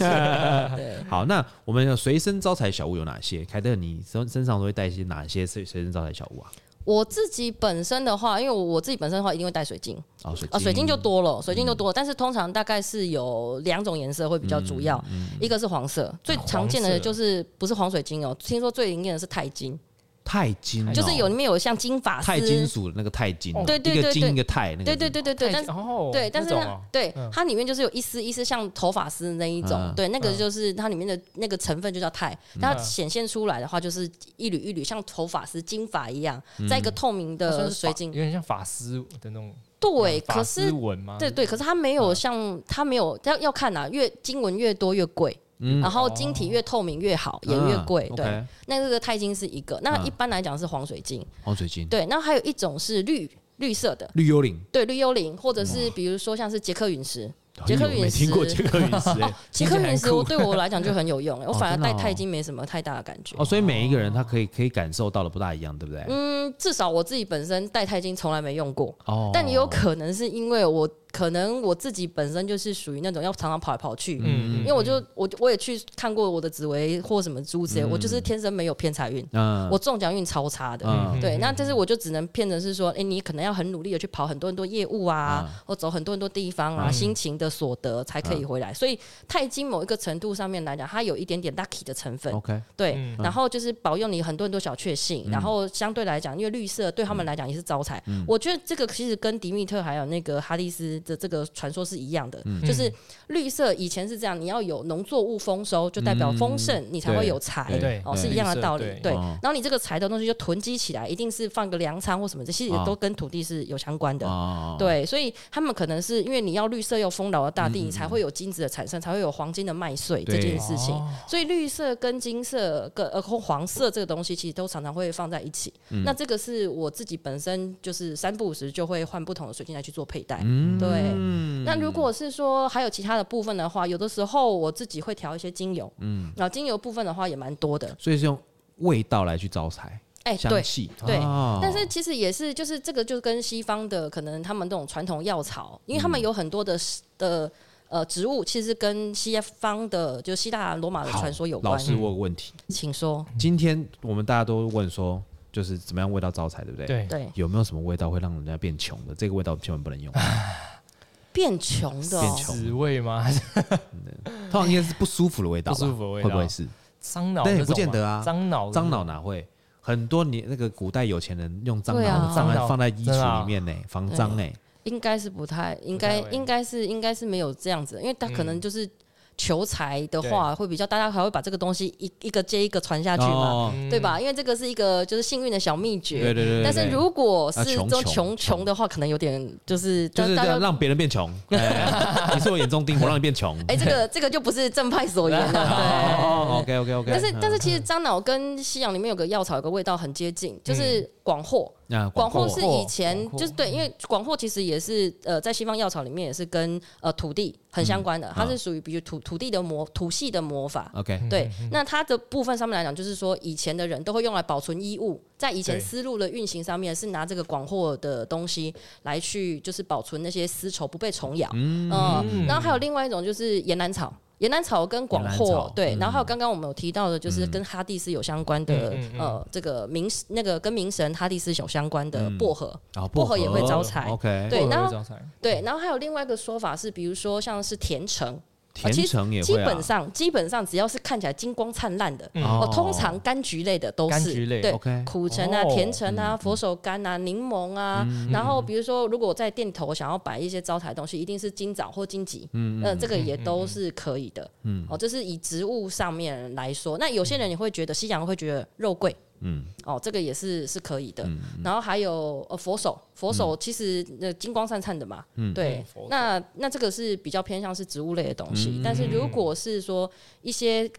[SPEAKER 2] 好，那我们的随身招财小物有哪些？凯特，你身身上都会带一些哪些随随身招财小物啊？
[SPEAKER 4] 我自己本身的话，因为我我自己本身的话一定会带水晶
[SPEAKER 2] 哦，水
[SPEAKER 4] 啊，水
[SPEAKER 2] 晶
[SPEAKER 4] 晶
[SPEAKER 2] 嗯
[SPEAKER 4] 就多了，水晶就多了但是通常大概是有两种颜色会比较主要，
[SPEAKER 2] 嗯
[SPEAKER 4] 一个是黄色，最
[SPEAKER 2] 啊
[SPEAKER 4] 常见的就是不是黄水晶哦，听说最灵验的是钛金，
[SPEAKER 2] 钛金哦，
[SPEAKER 4] 就是有里面有像金发丝
[SPEAKER 2] 钛，金属的那个钛金哦，
[SPEAKER 4] 对对
[SPEAKER 2] 一个
[SPEAKER 4] 对
[SPEAKER 2] 金
[SPEAKER 4] 对
[SPEAKER 2] 一个钛，那个
[SPEAKER 4] 对对对对对，但是。
[SPEAKER 3] 哦，
[SPEAKER 4] 对，但是
[SPEAKER 3] 这种
[SPEAKER 4] 它
[SPEAKER 3] 哦
[SPEAKER 4] 对它里面就是有一丝一丝像头发丝那一种
[SPEAKER 2] 嗯，
[SPEAKER 4] 对，那个就是它里面的那个成分就叫钛，它
[SPEAKER 3] 嗯
[SPEAKER 4] 显现出来的话就是一缕一缕像头发丝金发一样，
[SPEAKER 2] 嗯
[SPEAKER 4] 在一个透明
[SPEAKER 3] 它算
[SPEAKER 4] 的
[SPEAKER 3] 哦是嗯
[SPEAKER 4] 水
[SPEAKER 3] 法
[SPEAKER 4] 晶
[SPEAKER 3] 有。点像法师的那种，
[SPEAKER 4] 对，
[SPEAKER 3] 法
[SPEAKER 4] 可
[SPEAKER 3] 师
[SPEAKER 4] 是
[SPEAKER 3] 文
[SPEAKER 2] 啊
[SPEAKER 3] 吗？
[SPEAKER 4] 对对，可是它没有像它没有要要看啊，越经文越多越贵，然后晶体越透明越好，也越贵。
[SPEAKER 2] 对，
[SPEAKER 4] 对，
[SPEAKER 2] 嗯哦啊 OK，
[SPEAKER 4] 那这个钛金是一个，那
[SPEAKER 2] 嗯
[SPEAKER 4] 一般来讲是黄水晶，
[SPEAKER 2] 黄哦水晶，
[SPEAKER 4] 对，那还有一种是绿绿色的。
[SPEAKER 2] 绿幽灵，
[SPEAKER 4] 对绿幽灵，或者是比如说像是杰克陨石，杰克
[SPEAKER 2] 哎呦
[SPEAKER 4] 陨
[SPEAKER 2] 没听过
[SPEAKER 4] 石
[SPEAKER 2] 杰克陨石、哎
[SPEAKER 4] 其实
[SPEAKER 3] 听起来
[SPEAKER 4] 陨石
[SPEAKER 3] 很酷
[SPEAKER 4] 我对我来讲就很 有用、欸我反而
[SPEAKER 2] 真的
[SPEAKER 4] 戴
[SPEAKER 2] 哦
[SPEAKER 4] 钛金没什么太大的感觉。
[SPEAKER 2] 哦，所以每一个人他可以可以感受到的不大一样，对不对？
[SPEAKER 4] 嗯，至少我自己本身戴钛金从来没用过，
[SPEAKER 2] 哦，
[SPEAKER 4] 但也有可能是因为我可能我自己本身就是属于那种要常常跑来跑去，
[SPEAKER 3] 嗯
[SPEAKER 4] 因为我就我我也去看过我的紫薇或什么珠之类，我就是天生没有偏财运，
[SPEAKER 2] 嗯，
[SPEAKER 4] 我中奖运超差的。
[SPEAKER 2] 嗯
[SPEAKER 4] 对，那但是我就只能变成是说，哎、你可能要很努力的去跑很多很多业务啊，
[SPEAKER 2] 嗯
[SPEAKER 4] 或走很多很多地方啊，辛勤的所得才可以回来。所以钛金某一个程度上面来讲，它有一点点 lucky 的成分，
[SPEAKER 2] OK，
[SPEAKER 4] 对，
[SPEAKER 3] 嗯
[SPEAKER 4] 然后就是保佑你很多很多小确幸，然后相对来讲，因为绿色对他们来讲也是招财。
[SPEAKER 3] 嗯
[SPEAKER 4] 我觉得这个其实跟迪密特还有那个哈迪斯的这个传说是一样的，
[SPEAKER 3] 嗯
[SPEAKER 4] 就是绿色以前是这样，你要有农作物丰收，就代表丰盛，你才会有财。
[SPEAKER 3] 嗯对
[SPEAKER 4] 哦，
[SPEAKER 2] 对
[SPEAKER 4] 是一样的道理
[SPEAKER 3] 绿色，
[SPEAKER 2] 对
[SPEAKER 4] 对
[SPEAKER 2] 哦。
[SPEAKER 4] 然后你这个财的东西就囤积起来，一定是放个粮仓或什么，这些
[SPEAKER 3] 啊
[SPEAKER 4] 也都跟土地是有相关的。
[SPEAKER 2] 哦，
[SPEAKER 4] 对，所以他们可能是因为你要绿色又丰饶的大地，你才会有金子的产生，才会有黄金的麦穗这
[SPEAKER 2] 对
[SPEAKER 4] 件事情
[SPEAKER 3] 哦。
[SPEAKER 4] 所以绿色跟金色跟呃或黄色这个东西，其实都常常会放在一起。
[SPEAKER 2] 嗯
[SPEAKER 4] 那这个是我自己本身就是三不五时就会换不同的水晶来去做佩戴。
[SPEAKER 2] 嗯
[SPEAKER 4] 对
[SPEAKER 2] 嗯
[SPEAKER 4] 那如果是说还有其他的部分的话，有的时候我自己会调一些精油，嗯，然后精油部分的话也蛮多的，
[SPEAKER 2] 所以是用味道来去招财，
[SPEAKER 4] 哎、对
[SPEAKER 2] 香，气，
[SPEAKER 4] 对
[SPEAKER 2] 哦
[SPEAKER 4] 但是其实也是，就是这个就跟西方的可能他们这种传统药草，因为他们有很多的的呃植物，其实跟西方的就希腊罗马的
[SPEAKER 2] 好
[SPEAKER 4] 传说有
[SPEAKER 2] 老
[SPEAKER 4] 关。
[SPEAKER 2] 师，我有个问题，
[SPEAKER 4] 请说，
[SPEAKER 3] 嗯
[SPEAKER 2] 今天我们大家都问说，就是怎么样味道招财，对不对？。
[SPEAKER 3] 对，
[SPEAKER 4] 对，哦
[SPEAKER 2] 有没有什么味道会让人家变穷的？这个味道千万不能 用，
[SPEAKER 4] 变穷的、
[SPEAKER 2] 变
[SPEAKER 4] 哦，
[SPEAKER 2] 穷
[SPEAKER 3] 紫味吗？还是
[SPEAKER 2] 通常应该是不舒服的味道吧，
[SPEAKER 3] 不舒服的味道
[SPEAKER 2] 会不会是？
[SPEAKER 3] 樟脑那种吗？
[SPEAKER 2] 但也不见得啊
[SPEAKER 3] 樟脑，
[SPEAKER 2] 樟脑哪会？很多你那个古代有钱人用樟
[SPEAKER 4] 对啊
[SPEAKER 2] 脑，樟
[SPEAKER 3] 樟脑
[SPEAKER 2] 脑放在衣
[SPEAKER 3] 真的
[SPEAKER 2] 橱
[SPEAKER 3] 啊
[SPEAKER 2] 里面呢，防樟呢。
[SPEAKER 4] 应该是不太，应
[SPEAKER 3] 不太
[SPEAKER 4] 该
[SPEAKER 3] 会
[SPEAKER 4] 应该是应该是没有这样子，因为他可能就是求财的话，会比较大家还会把这个东西一一个接一个传下去嘛，
[SPEAKER 2] 哦，
[SPEAKER 4] 对吧？因为这个是一个就是幸运的小秘诀。
[SPEAKER 2] 对对对对。
[SPEAKER 4] 但是
[SPEAKER 2] 对
[SPEAKER 4] 如果
[SPEAKER 2] 啊
[SPEAKER 4] 是
[SPEAKER 2] 穷
[SPEAKER 4] 这种
[SPEAKER 2] 穷
[SPEAKER 4] 穷穷
[SPEAKER 2] 穷
[SPEAKER 4] 的话，可能有点就是
[SPEAKER 2] 就是
[SPEAKER 4] 大
[SPEAKER 2] 这
[SPEAKER 4] 家
[SPEAKER 2] 样让别人变 穷，哎你是我眼中钉，我让你变穷。
[SPEAKER 4] 哎、这 个这个就不是正派所言 了。
[SPEAKER 2] 哦，OK OK OK。
[SPEAKER 4] 对，但嗯是但是其实樟脑跟西洋里面有个药草，有个味道很接近，就是广藿。
[SPEAKER 2] 那
[SPEAKER 4] 嗯广藿
[SPEAKER 2] 藿
[SPEAKER 4] 是
[SPEAKER 3] 藿
[SPEAKER 4] 以前
[SPEAKER 3] 广藿
[SPEAKER 4] 就是对，因为广藿其实也是呃，在西方药草里面也是跟呃土地很相关的，它是属于比如土土地的魔土系的魔法。
[SPEAKER 3] 嗯
[SPEAKER 2] OK，
[SPEAKER 4] 对，那它的部分上面来讲，就是说以前的人都会用来保存衣物，在以前
[SPEAKER 3] 对
[SPEAKER 4] 丝路的运行上面是拿这个广藿的东西来去就是保存那些丝绸不被虫咬。嗯、然后还有另外一种就是岩兰草。岩兰草跟广
[SPEAKER 2] 岩兰
[SPEAKER 4] 藿
[SPEAKER 2] 草
[SPEAKER 4] 对，然后还有刚刚我们有提到的，就是跟哈蒂斯有相关的，
[SPEAKER 3] 嗯嗯嗯嗯
[SPEAKER 4] 呃，这个冥那个跟冥神哈蒂斯有相关的薄荷，
[SPEAKER 2] 然后
[SPEAKER 4] 薄荷也会招财
[SPEAKER 2] OK，
[SPEAKER 4] 对
[SPEAKER 3] 薄荷
[SPEAKER 4] 然后
[SPEAKER 3] 会招财
[SPEAKER 4] 对，然后还有另外一个说法是，比如说像是甜橙，
[SPEAKER 2] 甜
[SPEAKER 4] 其实
[SPEAKER 2] 橙也
[SPEAKER 4] 基
[SPEAKER 2] 会啊。
[SPEAKER 4] 本上基本上只要是看起来金光灿烂的，
[SPEAKER 3] 嗯
[SPEAKER 4] 哦，通常柑橘类的都是
[SPEAKER 3] 柑橘类
[SPEAKER 4] 对
[SPEAKER 2] OK
[SPEAKER 4] 苦橙啊、
[SPEAKER 3] 哦
[SPEAKER 4] 甜橙啊、佛手柑啊、柠檬啊。然后比如说，如果在店头想要摆一些招财的东西，一定是金枣或金桔，嗯，这个也都是可以的，嗯，哦，这是以植物上面来说。那有些人也会觉得西洋会觉得肉桂。
[SPEAKER 2] 嗯，
[SPEAKER 4] 哦，这个也是是可以的。然后还有呃佛手，佛手其实呃金光灿灿的嘛，对
[SPEAKER 3] 嗯佛手。
[SPEAKER 4] 那那这个是比较偏向是植物类的东西，但是如果是说一些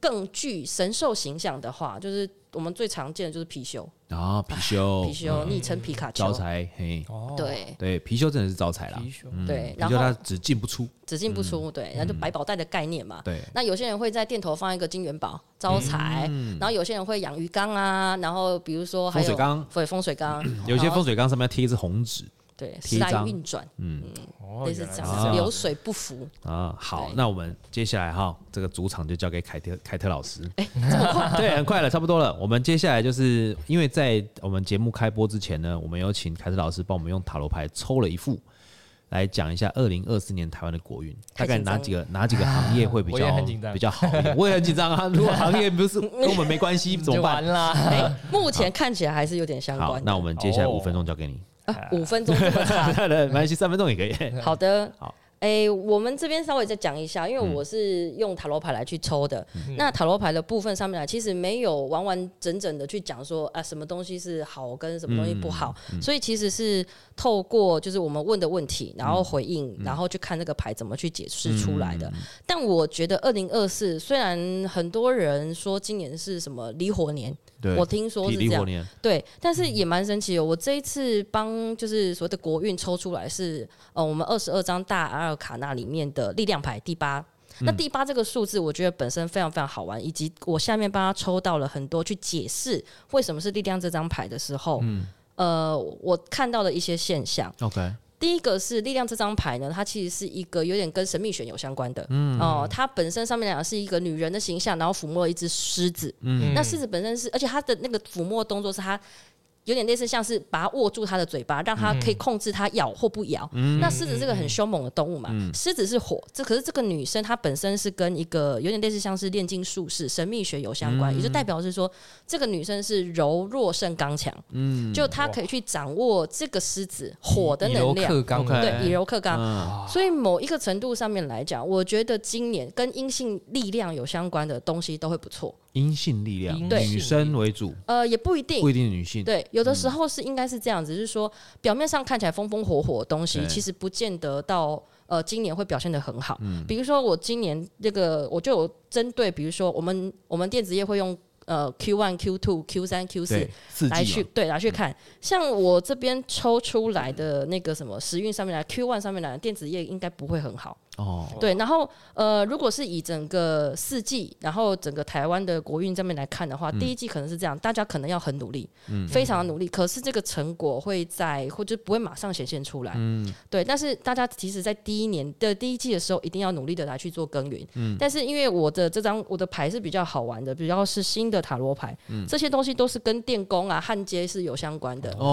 [SPEAKER 4] 更具神兽形象的话，就是我们最常见的就是貔貅，
[SPEAKER 2] 然后貔貅，
[SPEAKER 4] 貔貅昵称皮卡丘
[SPEAKER 2] 哦嗯招，财，嘿，
[SPEAKER 3] 哦，
[SPEAKER 4] 对
[SPEAKER 2] 对，貔貅真的是招财啦。
[SPEAKER 3] 貔貅
[SPEAKER 4] 对，
[SPEAKER 2] 貔
[SPEAKER 4] 然
[SPEAKER 2] 貅它
[SPEAKER 4] 后
[SPEAKER 2] 只进不出，
[SPEAKER 4] 只进不出，对，那就百宝袋的概念嘛。
[SPEAKER 2] 嗯对，
[SPEAKER 4] 那有些人会在店头放一个金元宝招财，然后有些人会养鱼缸啊，然后比如说还
[SPEAKER 2] 嗯风
[SPEAKER 4] 有
[SPEAKER 2] 水缸，
[SPEAKER 4] 对风水缸，
[SPEAKER 2] 有一些
[SPEAKER 4] 然后
[SPEAKER 2] 风水缸上面要贴一只红纸
[SPEAKER 4] 对时
[SPEAKER 2] 贴一嗯
[SPEAKER 4] 来
[SPEAKER 2] 张
[SPEAKER 4] 运转，嗯
[SPEAKER 3] 哦
[SPEAKER 4] 类似
[SPEAKER 3] 原来
[SPEAKER 4] 这
[SPEAKER 3] 是
[SPEAKER 4] 样，流水不腐，
[SPEAKER 2] 啊。好，
[SPEAKER 4] 对
[SPEAKER 2] 那我们接下来哈，这个主场就交给凯特凯特老师。
[SPEAKER 4] 哎，这么快
[SPEAKER 2] 对，很快了，差不多了。我们接下来就是因为在我们节目开播之前呢，我们有请凯特老师帮我们用塔罗牌抽了一副，来讲一下二零二四年台湾的国运，大
[SPEAKER 4] 太
[SPEAKER 2] 概
[SPEAKER 4] 紧张
[SPEAKER 2] 哪几个哪 几个行业会比
[SPEAKER 3] 我也
[SPEAKER 2] 较
[SPEAKER 3] 很紧张
[SPEAKER 2] 比较好一点。我也很紧张啊，如果行业不是跟我们没关系，怎么
[SPEAKER 3] 就完
[SPEAKER 2] 办？
[SPEAKER 3] 啦？
[SPEAKER 4] 哎，目前看起来还是有点相
[SPEAKER 2] 好，
[SPEAKER 4] 关的。
[SPEAKER 2] 那我们接下来
[SPEAKER 3] 哦
[SPEAKER 2] 五分钟交给 你。
[SPEAKER 4] 啊五分钟这么长，
[SPEAKER 2] 对对，没关系，三分钟也可以。
[SPEAKER 4] 好的，
[SPEAKER 2] 嗯好嗯
[SPEAKER 4] 哎、我们这边稍微再讲一下，因为我是用塔罗牌来去抽的。那塔罗牌的部分上面来，其实没有完完整整的去讲说啊，什么东西是好跟什么东西不好，
[SPEAKER 2] 嗯
[SPEAKER 4] 所以其实是透过就是我们问的问题，然后回应，
[SPEAKER 2] 嗯
[SPEAKER 4] 然后去看这个牌怎么去解释出来的。但我觉得二零二四虽然很多人说今年是什么离火年，
[SPEAKER 2] 对，
[SPEAKER 4] 我听说是
[SPEAKER 2] 体
[SPEAKER 4] 这
[SPEAKER 2] 力
[SPEAKER 4] 样
[SPEAKER 2] 活，年，
[SPEAKER 4] 对，但是也蛮神奇的。我这一次帮就是所谓的国运抽出来是呃，我们二十二张大阿尔奥卡纳里面的力量牌第八。那第八这个数字，我觉得本身非常非常好玩，以及我下面帮他抽到了很多去解释为什么是力量这张牌的时候，呃，我看到的一些现象。
[SPEAKER 2] OK，
[SPEAKER 4] 第一个是力量这张牌呢，它其实是一个有点跟神秘学有相关的，嗯，哦，它本身上面讲是一个女人的形象，然后抚摸了一只狮子，
[SPEAKER 3] 嗯
[SPEAKER 4] 那狮子本身是，而且它的那个抚摸动作是它有点类似像是把它握住它的嘴巴，让它
[SPEAKER 3] 嗯
[SPEAKER 4] 可以控制它咬或不咬。那狮子是个很凶猛的动物嘛，
[SPEAKER 3] 嗯
[SPEAKER 4] 狮子是火，这可是这个女生她本身是跟一个有点类似像是炼金术士、神秘学有相关，也
[SPEAKER 3] 嗯
[SPEAKER 4] 就代表是说这个女生是柔弱胜刚强，
[SPEAKER 2] 嗯
[SPEAKER 4] 就她可以去掌握这个狮子火的
[SPEAKER 3] 嗯以
[SPEAKER 4] 能
[SPEAKER 3] 柔
[SPEAKER 4] 量。
[SPEAKER 3] 克刚啊
[SPEAKER 2] OK
[SPEAKER 4] 对，以柔克刚，
[SPEAKER 2] 嗯
[SPEAKER 4] 所以某一个程度上面来讲，我觉得今年跟阴性力量有相关的东西都会不错。
[SPEAKER 2] 阴性力量，
[SPEAKER 3] 阴
[SPEAKER 4] 对
[SPEAKER 2] 女生为主，
[SPEAKER 4] 呃，也不一定
[SPEAKER 2] 不，一定女性。
[SPEAKER 4] 对，有
[SPEAKER 2] 嗯
[SPEAKER 4] 的时候是应该是这样子，就是说表面上看起来风风火火的东西
[SPEAKER 2] 对，
[SPEAKER 4] 其实不见得到呃今年会表现的很好。
[SPEAKER 2] 嗯
[SPEAKER 4] 比如说我今年这个，我就有针对，比如说我们我们电子业会用呃 Q one、Q two、Q 三、Q 四
[SPEAKER 2] 对，四
[SPEAKER 4] 来
[SPEAKER 2] 季
[SPEAKER 4] 去
[SPEAKER 2] 嘛，嗯
[SPEAKER 4] 对来去看，像我这边抽出来的那个什么时运上面来 Q one 上面来的电子业应该不会很好。
[SPEAKER 2] 哦，
[SPEAKER 4] 对，然后呃，如果是以整个四季，然后整个台湾的国运上面来看的话，第一季可能是这样，大家可能要很努力，非常努力，可是这个成果会在或者不会马上显现出来，对。但是大家其实在第一年的第一季的时候，一定要努力的来去做耕耘，但是因为我的这张我的牌是比较好玩的，比较是新的塔罗牌，这些东西都是跟电工啊、焊接是有相关的。
[SPEAKER 2] 哦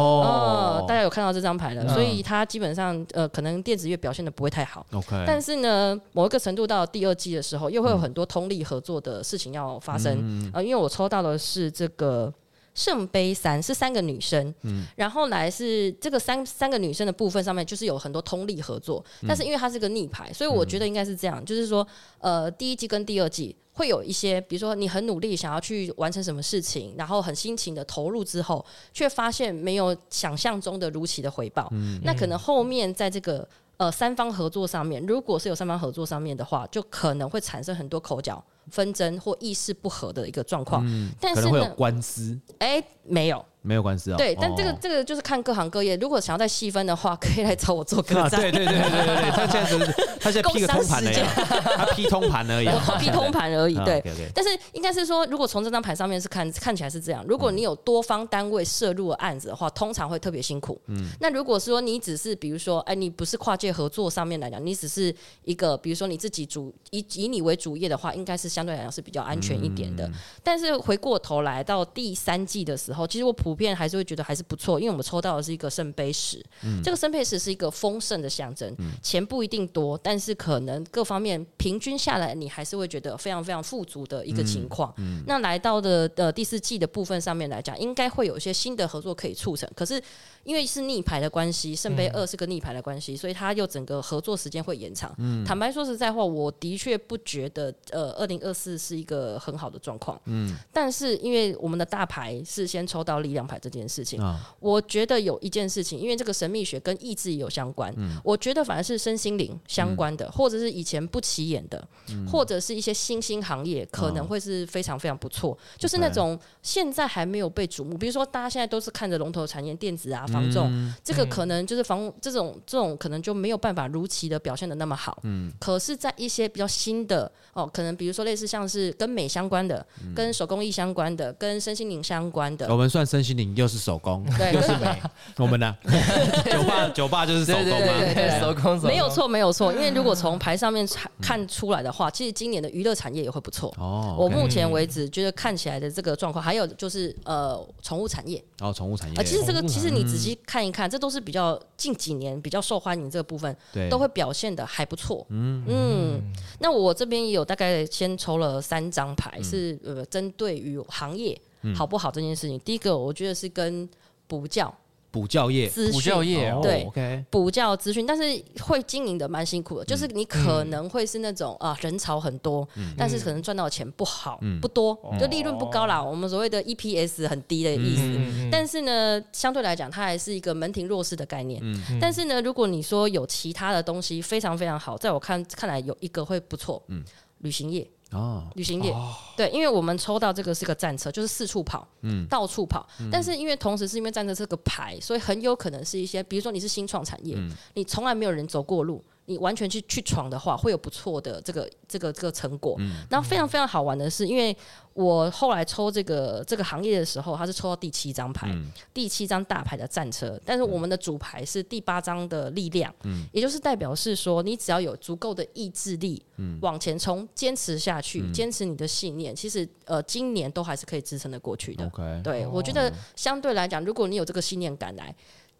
[SPEAKER 4] 哦，大家有看到这张牌了，
[SPEAKER 3] 嗯
[SPEAKER 4] 所以它基本上呃，可能电子乐表现的不会太好。
[SPEAKER 2] 哦，OK，
[SPEAKER 4] 但是呢，某一个程度到第二季的时候，又会有很多通力合作的事情要发生。呃，因为我抽到的是这个圣杯三，是三个女生，然后来是这个三三个女生的部分上面，就是有很多通力合作。但是因为它是个逆牌，所以我觉得应该是这样，就是说，呃，第一季跟第二季。会有一些，比如说你很努力想要去完成什么事情，然后很辛勤的投入之后，却发现没有想象中的如期的回报。那可能后面在这个呃三方合作上面，如果是有三方合作上面的话，就可能会产生很多口角、纷争或意识不合的一个状
[SPEAKER 2] 嗯
[SPEAKER 4] 况。但
[SPEAKER 2] 可
[SPEAKER 4] 是
[SPEAKER 2] 能会有
[SPEAKER 4] 呢，
[SPEAKER 2] 官司，
[SPEAKER 4] 哎、没有。
[SPEAKER 2] 没有官司啊。
[SPEAKER 4] 对，但这个
[SPEAKER 2] 哦
[SPEAKER 4] 这个就是看各行各业，如果想要再细分的话，可以来找我做
[SPEAKER 2] 啊，
[SPEAKER 4] 个
[SPEAKER 2] 对
[SPEAKER 4] 展。
[SPEAKER 2] 对对对对对，他现在只是他现在批个通盘而已啊，他批通盘而已啊，
[SPEAKER 4] 我 批通盘而已，
[SPEAKER 2] 啊
[SPEAKER 4] 对。
[SPEAKER 2] ，OK，OK
[SPEAKER 4] 但是应该是说，如果从这张牌上面是看看起来是这样，如果你有多方单位涉入的案子的话，通常会特别辛苦。那如果说你只是比如说，哎，你不是跨界合作上面来讲，你只是一个比如说你自己主以以你为主业的话，应该是相对来讲是比较安全一点的。但是回过头来到第三季的时候，其实我普遍还是会觉得还是不错，因为我们抽到的是一个圣杯十，这个圣杯十是一个丰盛的象征，钱不一定多，但是可能各方面平均下来，你还是会觉得非常非常富足的一个情况。那来到的呃第四季的部分上面来讲，应该会有一些新的合作可以促成，可是因为是逆牌的关系，圣杯二是个逆牌的关系，所以它又整个合作时间会延长。坦白说实在话，我的确不觉得呃，二零二四是一个很好的状况。嗯，但是因为我们的大牌是先抽到力量牌这件事情，
[SPEAKER 2] 啊，
[SPEAKER 4] 我觉得有一件事情，因为这个神秘学跟意志有相关，我觉得反而是身心灵相关的，或者是以前不起眼的，或者是一些新兴行业，可能会是非常非常不错。就是那种现在还没有被瞩目，比如说大家现在都是看着龙头产业、电子啊、房仲，这个可能就是房这种这种可能就没有办法如期的表现的那么好。可是，在一些比较新的哦，可能比如说类似像是跟美相关的、跟手工艺相关的、跟身心灵相关的
[SPEAKER 2] 我。们算身心灵又是手 工，
[SPEAKER 4] 对，跟
[SPEAKER 2] 我们呢，酒吧酒吧就是手
[SPEAKER 3] 对
[SPEAKER 2] 工
[SPEAKER 3] 对
[SPEAKER 2] 嘛，
[SPEAKER 3] 对
[SPEAKER 4] 对
[SPEAKER 3] 对，
[SPEAKER 4] 对
[SPEAKER 3] 手工手工
[SPEAKER 4] 没有，错，没有错。因为如果从牌上面看看出来的话，其实今年的娱乐产业也会不错。
[SPEAKER 2] 哦，
[SPEAKER 4] 我目前为止觉得看起来的这个状况，还有就是呃，宠物产业
[SPEAKER 2] 然后哦嗯宠物产业
[SPEAKER 4] 啊，，其实这个
[SPEAKER 3] 宠物
[SPEAKER 4] 其
[SPEAKER 3] 产
[SPEAKER 4] 实你仔细看一看，这都是比较近几年比较受欢迎这个部分，
[SPEAKER 2] 对
[SPEAKER 4] 都会表现的还不错。嗯那我这边也有大概先抽了三张牌，
[SPEAKER 3] 嗯
[SPEAKER 4] 是呃针对于行业好不好这件事情。第一个我觉得是跟补教
[SPEAKER 2] 补教业，
[SPEAKER 4] 资
[SPEAKER 3] 补
[SPEAKER 4] 讯
[SPEAKER 3] 教业，哦
[SPEAKER 4] 对
[SPEAKER 3] ，OK，
[SPEAKER 4] 补教资讯，但是会经营的蛮辛
[SPEAKER 3] 嗯
[SPEAKER 4] 苦的，就是你可能会是那种啊人潮很多，
[SPEAKER 3] 嗯
[SPEAKER 4] 但是可能赚到的钱不好不多，就利润不高啦。我们所谓的 EPS 很低的意思。
[SPEAKER 3] 嗯
[SPEAKER 4] 但是呢，相对来讲，它还是一个门庭若市的概念。但是呢，如果你说有其他的东西非常非常好，在我看看来有一个会不错，旅行业。
[SPEAKER 2] 哦，
[SPEAKER 4] 旅行业，对，因为我们抽到这个是个战车，就是四处跑，到处跑。但是因为同时是因为战车是个牌，所以很有可能是一些，比如说你是新创产业，你从来没有人走过路，你完全去去闯的话，会有不错的这个这个这个成果。然后非常非常好玩的是，因为我后来抽这个这个行业的时候，他是抽到第七张牌，第七张大牌的战车，但是我们的主牌是第八张的力量，也就是代表是说，你只要有足够的意志力，往前冲，坚持下去，坚持你的信念，其实呃，今年都还是可以支撑的过去的。
[SPEAKER 2] OK，
[SPEAKER 4] 对，我觉得相对来讲，如果你有这个信念感来，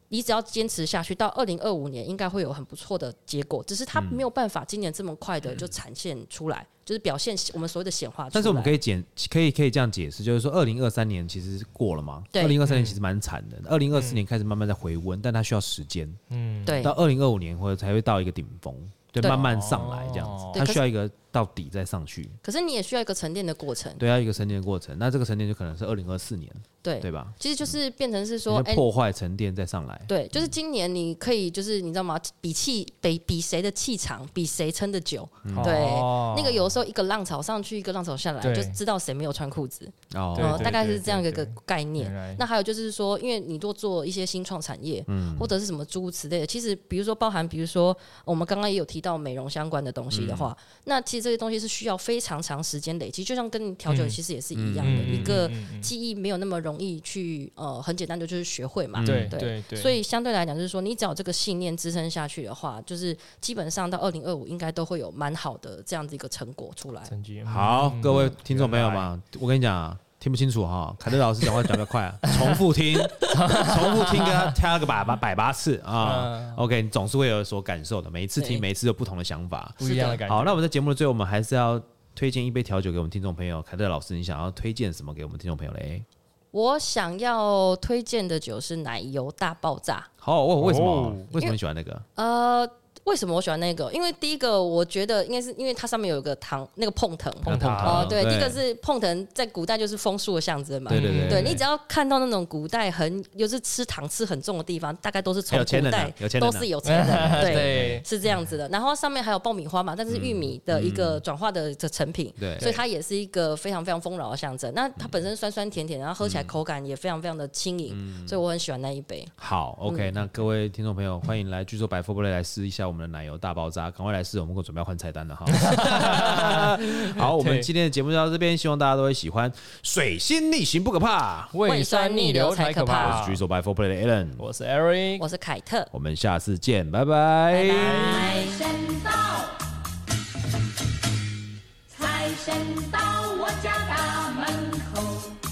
[SPEAKER 4] 你只要坚持下去，到二零二五年应该会有很不错的结果。只是它没有办法今年这么快的就展现出来，就是表现我们所谓的显化出来。
[SPEAKER 2] 但是我们可
[SPEAKER 4] 以
[SPEAKER 2] 以解，可以可以这样解释，就是说，二零二三年其实过了嘛，
[SPEAKER 4] 对嗯
[SPEAKER 2] 二零二三年其实蛮惨的，二零二四年开始慢慢在回温，但它需要时间，
[SPEAKER 3] 嗯
[SPEAKER 4] 对
[SPEAKER 2] 到二零二五年或者才会到一个顶峰，对，
[SPEAKER 4] 对
[SPEAKER 2] 慢慢上来这样子
[SPEAKER 3] 哦，
[SPEAKER 4] 对
[SPEAKER 2] 它
[SPEAKER 4] 可
[SPEAKER 2] 需要一个到底再上去，
[SPEAKER 4] 可是你也需要一个沉淀的过程，
[SPEAKER 2] 对，它有一个沉淀的过程，那这个沉淀就可能是二零二四年，
[SPEAKER 4] 对，
[SPEAKER 2] 对吧？
[SPEAKER 4] 其实就是变成是说，
[SPEAKER 2] 你
[SPEAKER 4] 哎、
[SPEAKER 2] 的破坏沉淀再上来，
[SPEAKER 4] 对，就是今年你可以就是你知道吗？比气比比谁的气场，比谁撑得久。对，
[SPEAKER 3] 哦
[SPEAKER 4] 那个有时候一个浪潮上去，一个浪潮下来，
[SPEAKER 3] 对
[SPEAKER 4] 就知道谁没有穿裤子。
[SPEAKER 2] 哦
[SPEAKER 3] 对
[SPEAKER 4] 哦，大概
[SPEAKER 3] 对
[SPEAKER 4] 是这样一
[SPEAKER 3] 对
[SPEAKER 4] 个
[SPEAKER 3] 对
[SPEAKER 4] 概
[SPEAKER 3] 原
[SPEAKER 4] 念
[SPEAKER 3] 来。
[SPEAKER 4] 那还有就是说，因为你多做一些新创产业，
[SPEAKER 3] 嗯
[SPEAKER 4] 或者是什么诸如此类的，其实比如说包含，比如说我们刚刚也有提到美容相关的东西的话，
[SPEAKER 3] 嗯
[SPEAKER 4] 那其实这些东西是需要非常长时间累积，就像跟你调酒
[SPEAKER 3] 嗯
[SPEAKER 4] 其实也是一样的，一个技艺没有那么容易去呃很简单的就是学会嘛。
[SPEAKER 3] 嗯对
[SPEAKER 4] 对
[SPEAKER 3] 对对，
[SPEAKER 4] 所以相对来讲，就是说，你只要有这个信念支撑下去的话，就是基本上到二零二五应该都会有蛮好的这样子一个成果出来。
[SPEAKER 3] 成绩
[SPEAKER 2] 好，嗯各位听众朋友，嘛，我跟你讲啊，听不清楚哈，凯特老师讲话讲得快啊，重复听，重复听，跟他挑个百八百八次啊。OK，你总是会有所感受的，每一次听，
[SPEAKER 4] 对
[SPEAKER 2] 每一次有不同的想法。
[SPEAKER 3] 原来不一样的感觉。
[SPEAKER 2] 好，那我们在节目的最后，我们还是要推荐一杯调酒给我们听众朋友。凯特老师，你想要推荐什么给我们听众朋友嘞？
[SPEAKER 4] 我想要推荐的酒是奶油大爆炸。
[SPEAKER 2] 好，为为什么
[SPEAKER 3] 哦
[SPEAKER 2] 为什么你喜欢那个？
[SPEAKER 4] 呃，为什么我喜欢那个？因为第一个，我觉得应该是因为它上面有一个糖，那个碰藤。
[SPEAKER 3] 碰糖
[SPEAKER 4] 哦、
[SPEAKER 2] 啊
[SPEAKER 4] 对，第一个是碰藤，在古代就是枫树的象征嘛。
[SPEAKER 2] 对对
[SPEAKER 3] 嗯
[SPEAKER 2] 对
[SPEAKER 4] 对你只要看到那种古代很，又是吃糖吃很重的地方，大概都是从
[SPEAKER 2] 有钱
[SPEAKER 4] 古
[SPEAKER 2] 人啊
[SPEAKER 4] 代
[SPEAKER 2] 有钱人啊
[SPEAKER 4] 都是有 钱人，对，
[SPEAKER 3] 对，
[SPEAKER 4] 是这样子的。然后上面还有爆米花嘛，但是玉米的一个转化的的成品，
[SPEAKER 2] 嗯对
[SPEAKER 4] 所以它也是一个非常非常丰饶的象征。那它本身酸酸甜甜，然后喝起来口感也非常非常的轻盈，
[SPEAKER 2] 嗯
[SPEAKER 4] 所以我很喜欢那一杯。
[SPEAKER 2] 好，OK，、那各位听众朋友，欢迎来巨兽百富布雷来试一下我们的奶油大爆炸，赶快来试，我们准备要换菜单了 哈。好，我们
[SPEAKER 3] 对
[SPEAKER 2] 今天的节目就到这边，希望大家都会喜欢。水星逆行不可怕，
[SPEAKER 3] 胃酸逆流才可
[SPEAKER 4] 啊
[SPEAKER 2] 我
[SPEAKER 3] 怕
[SPEAKER 2] 是。巨兽百富布雷的 Alan，
[SPEAKER 3] 我是 Eric，
[SPEAKER 4] 我是凯特，
[SPEAKER 2] 我们下次见，哎
[SPEAKER 4] 拜拜。
[SPEAKER 1] 财神到，财神到我家大门口。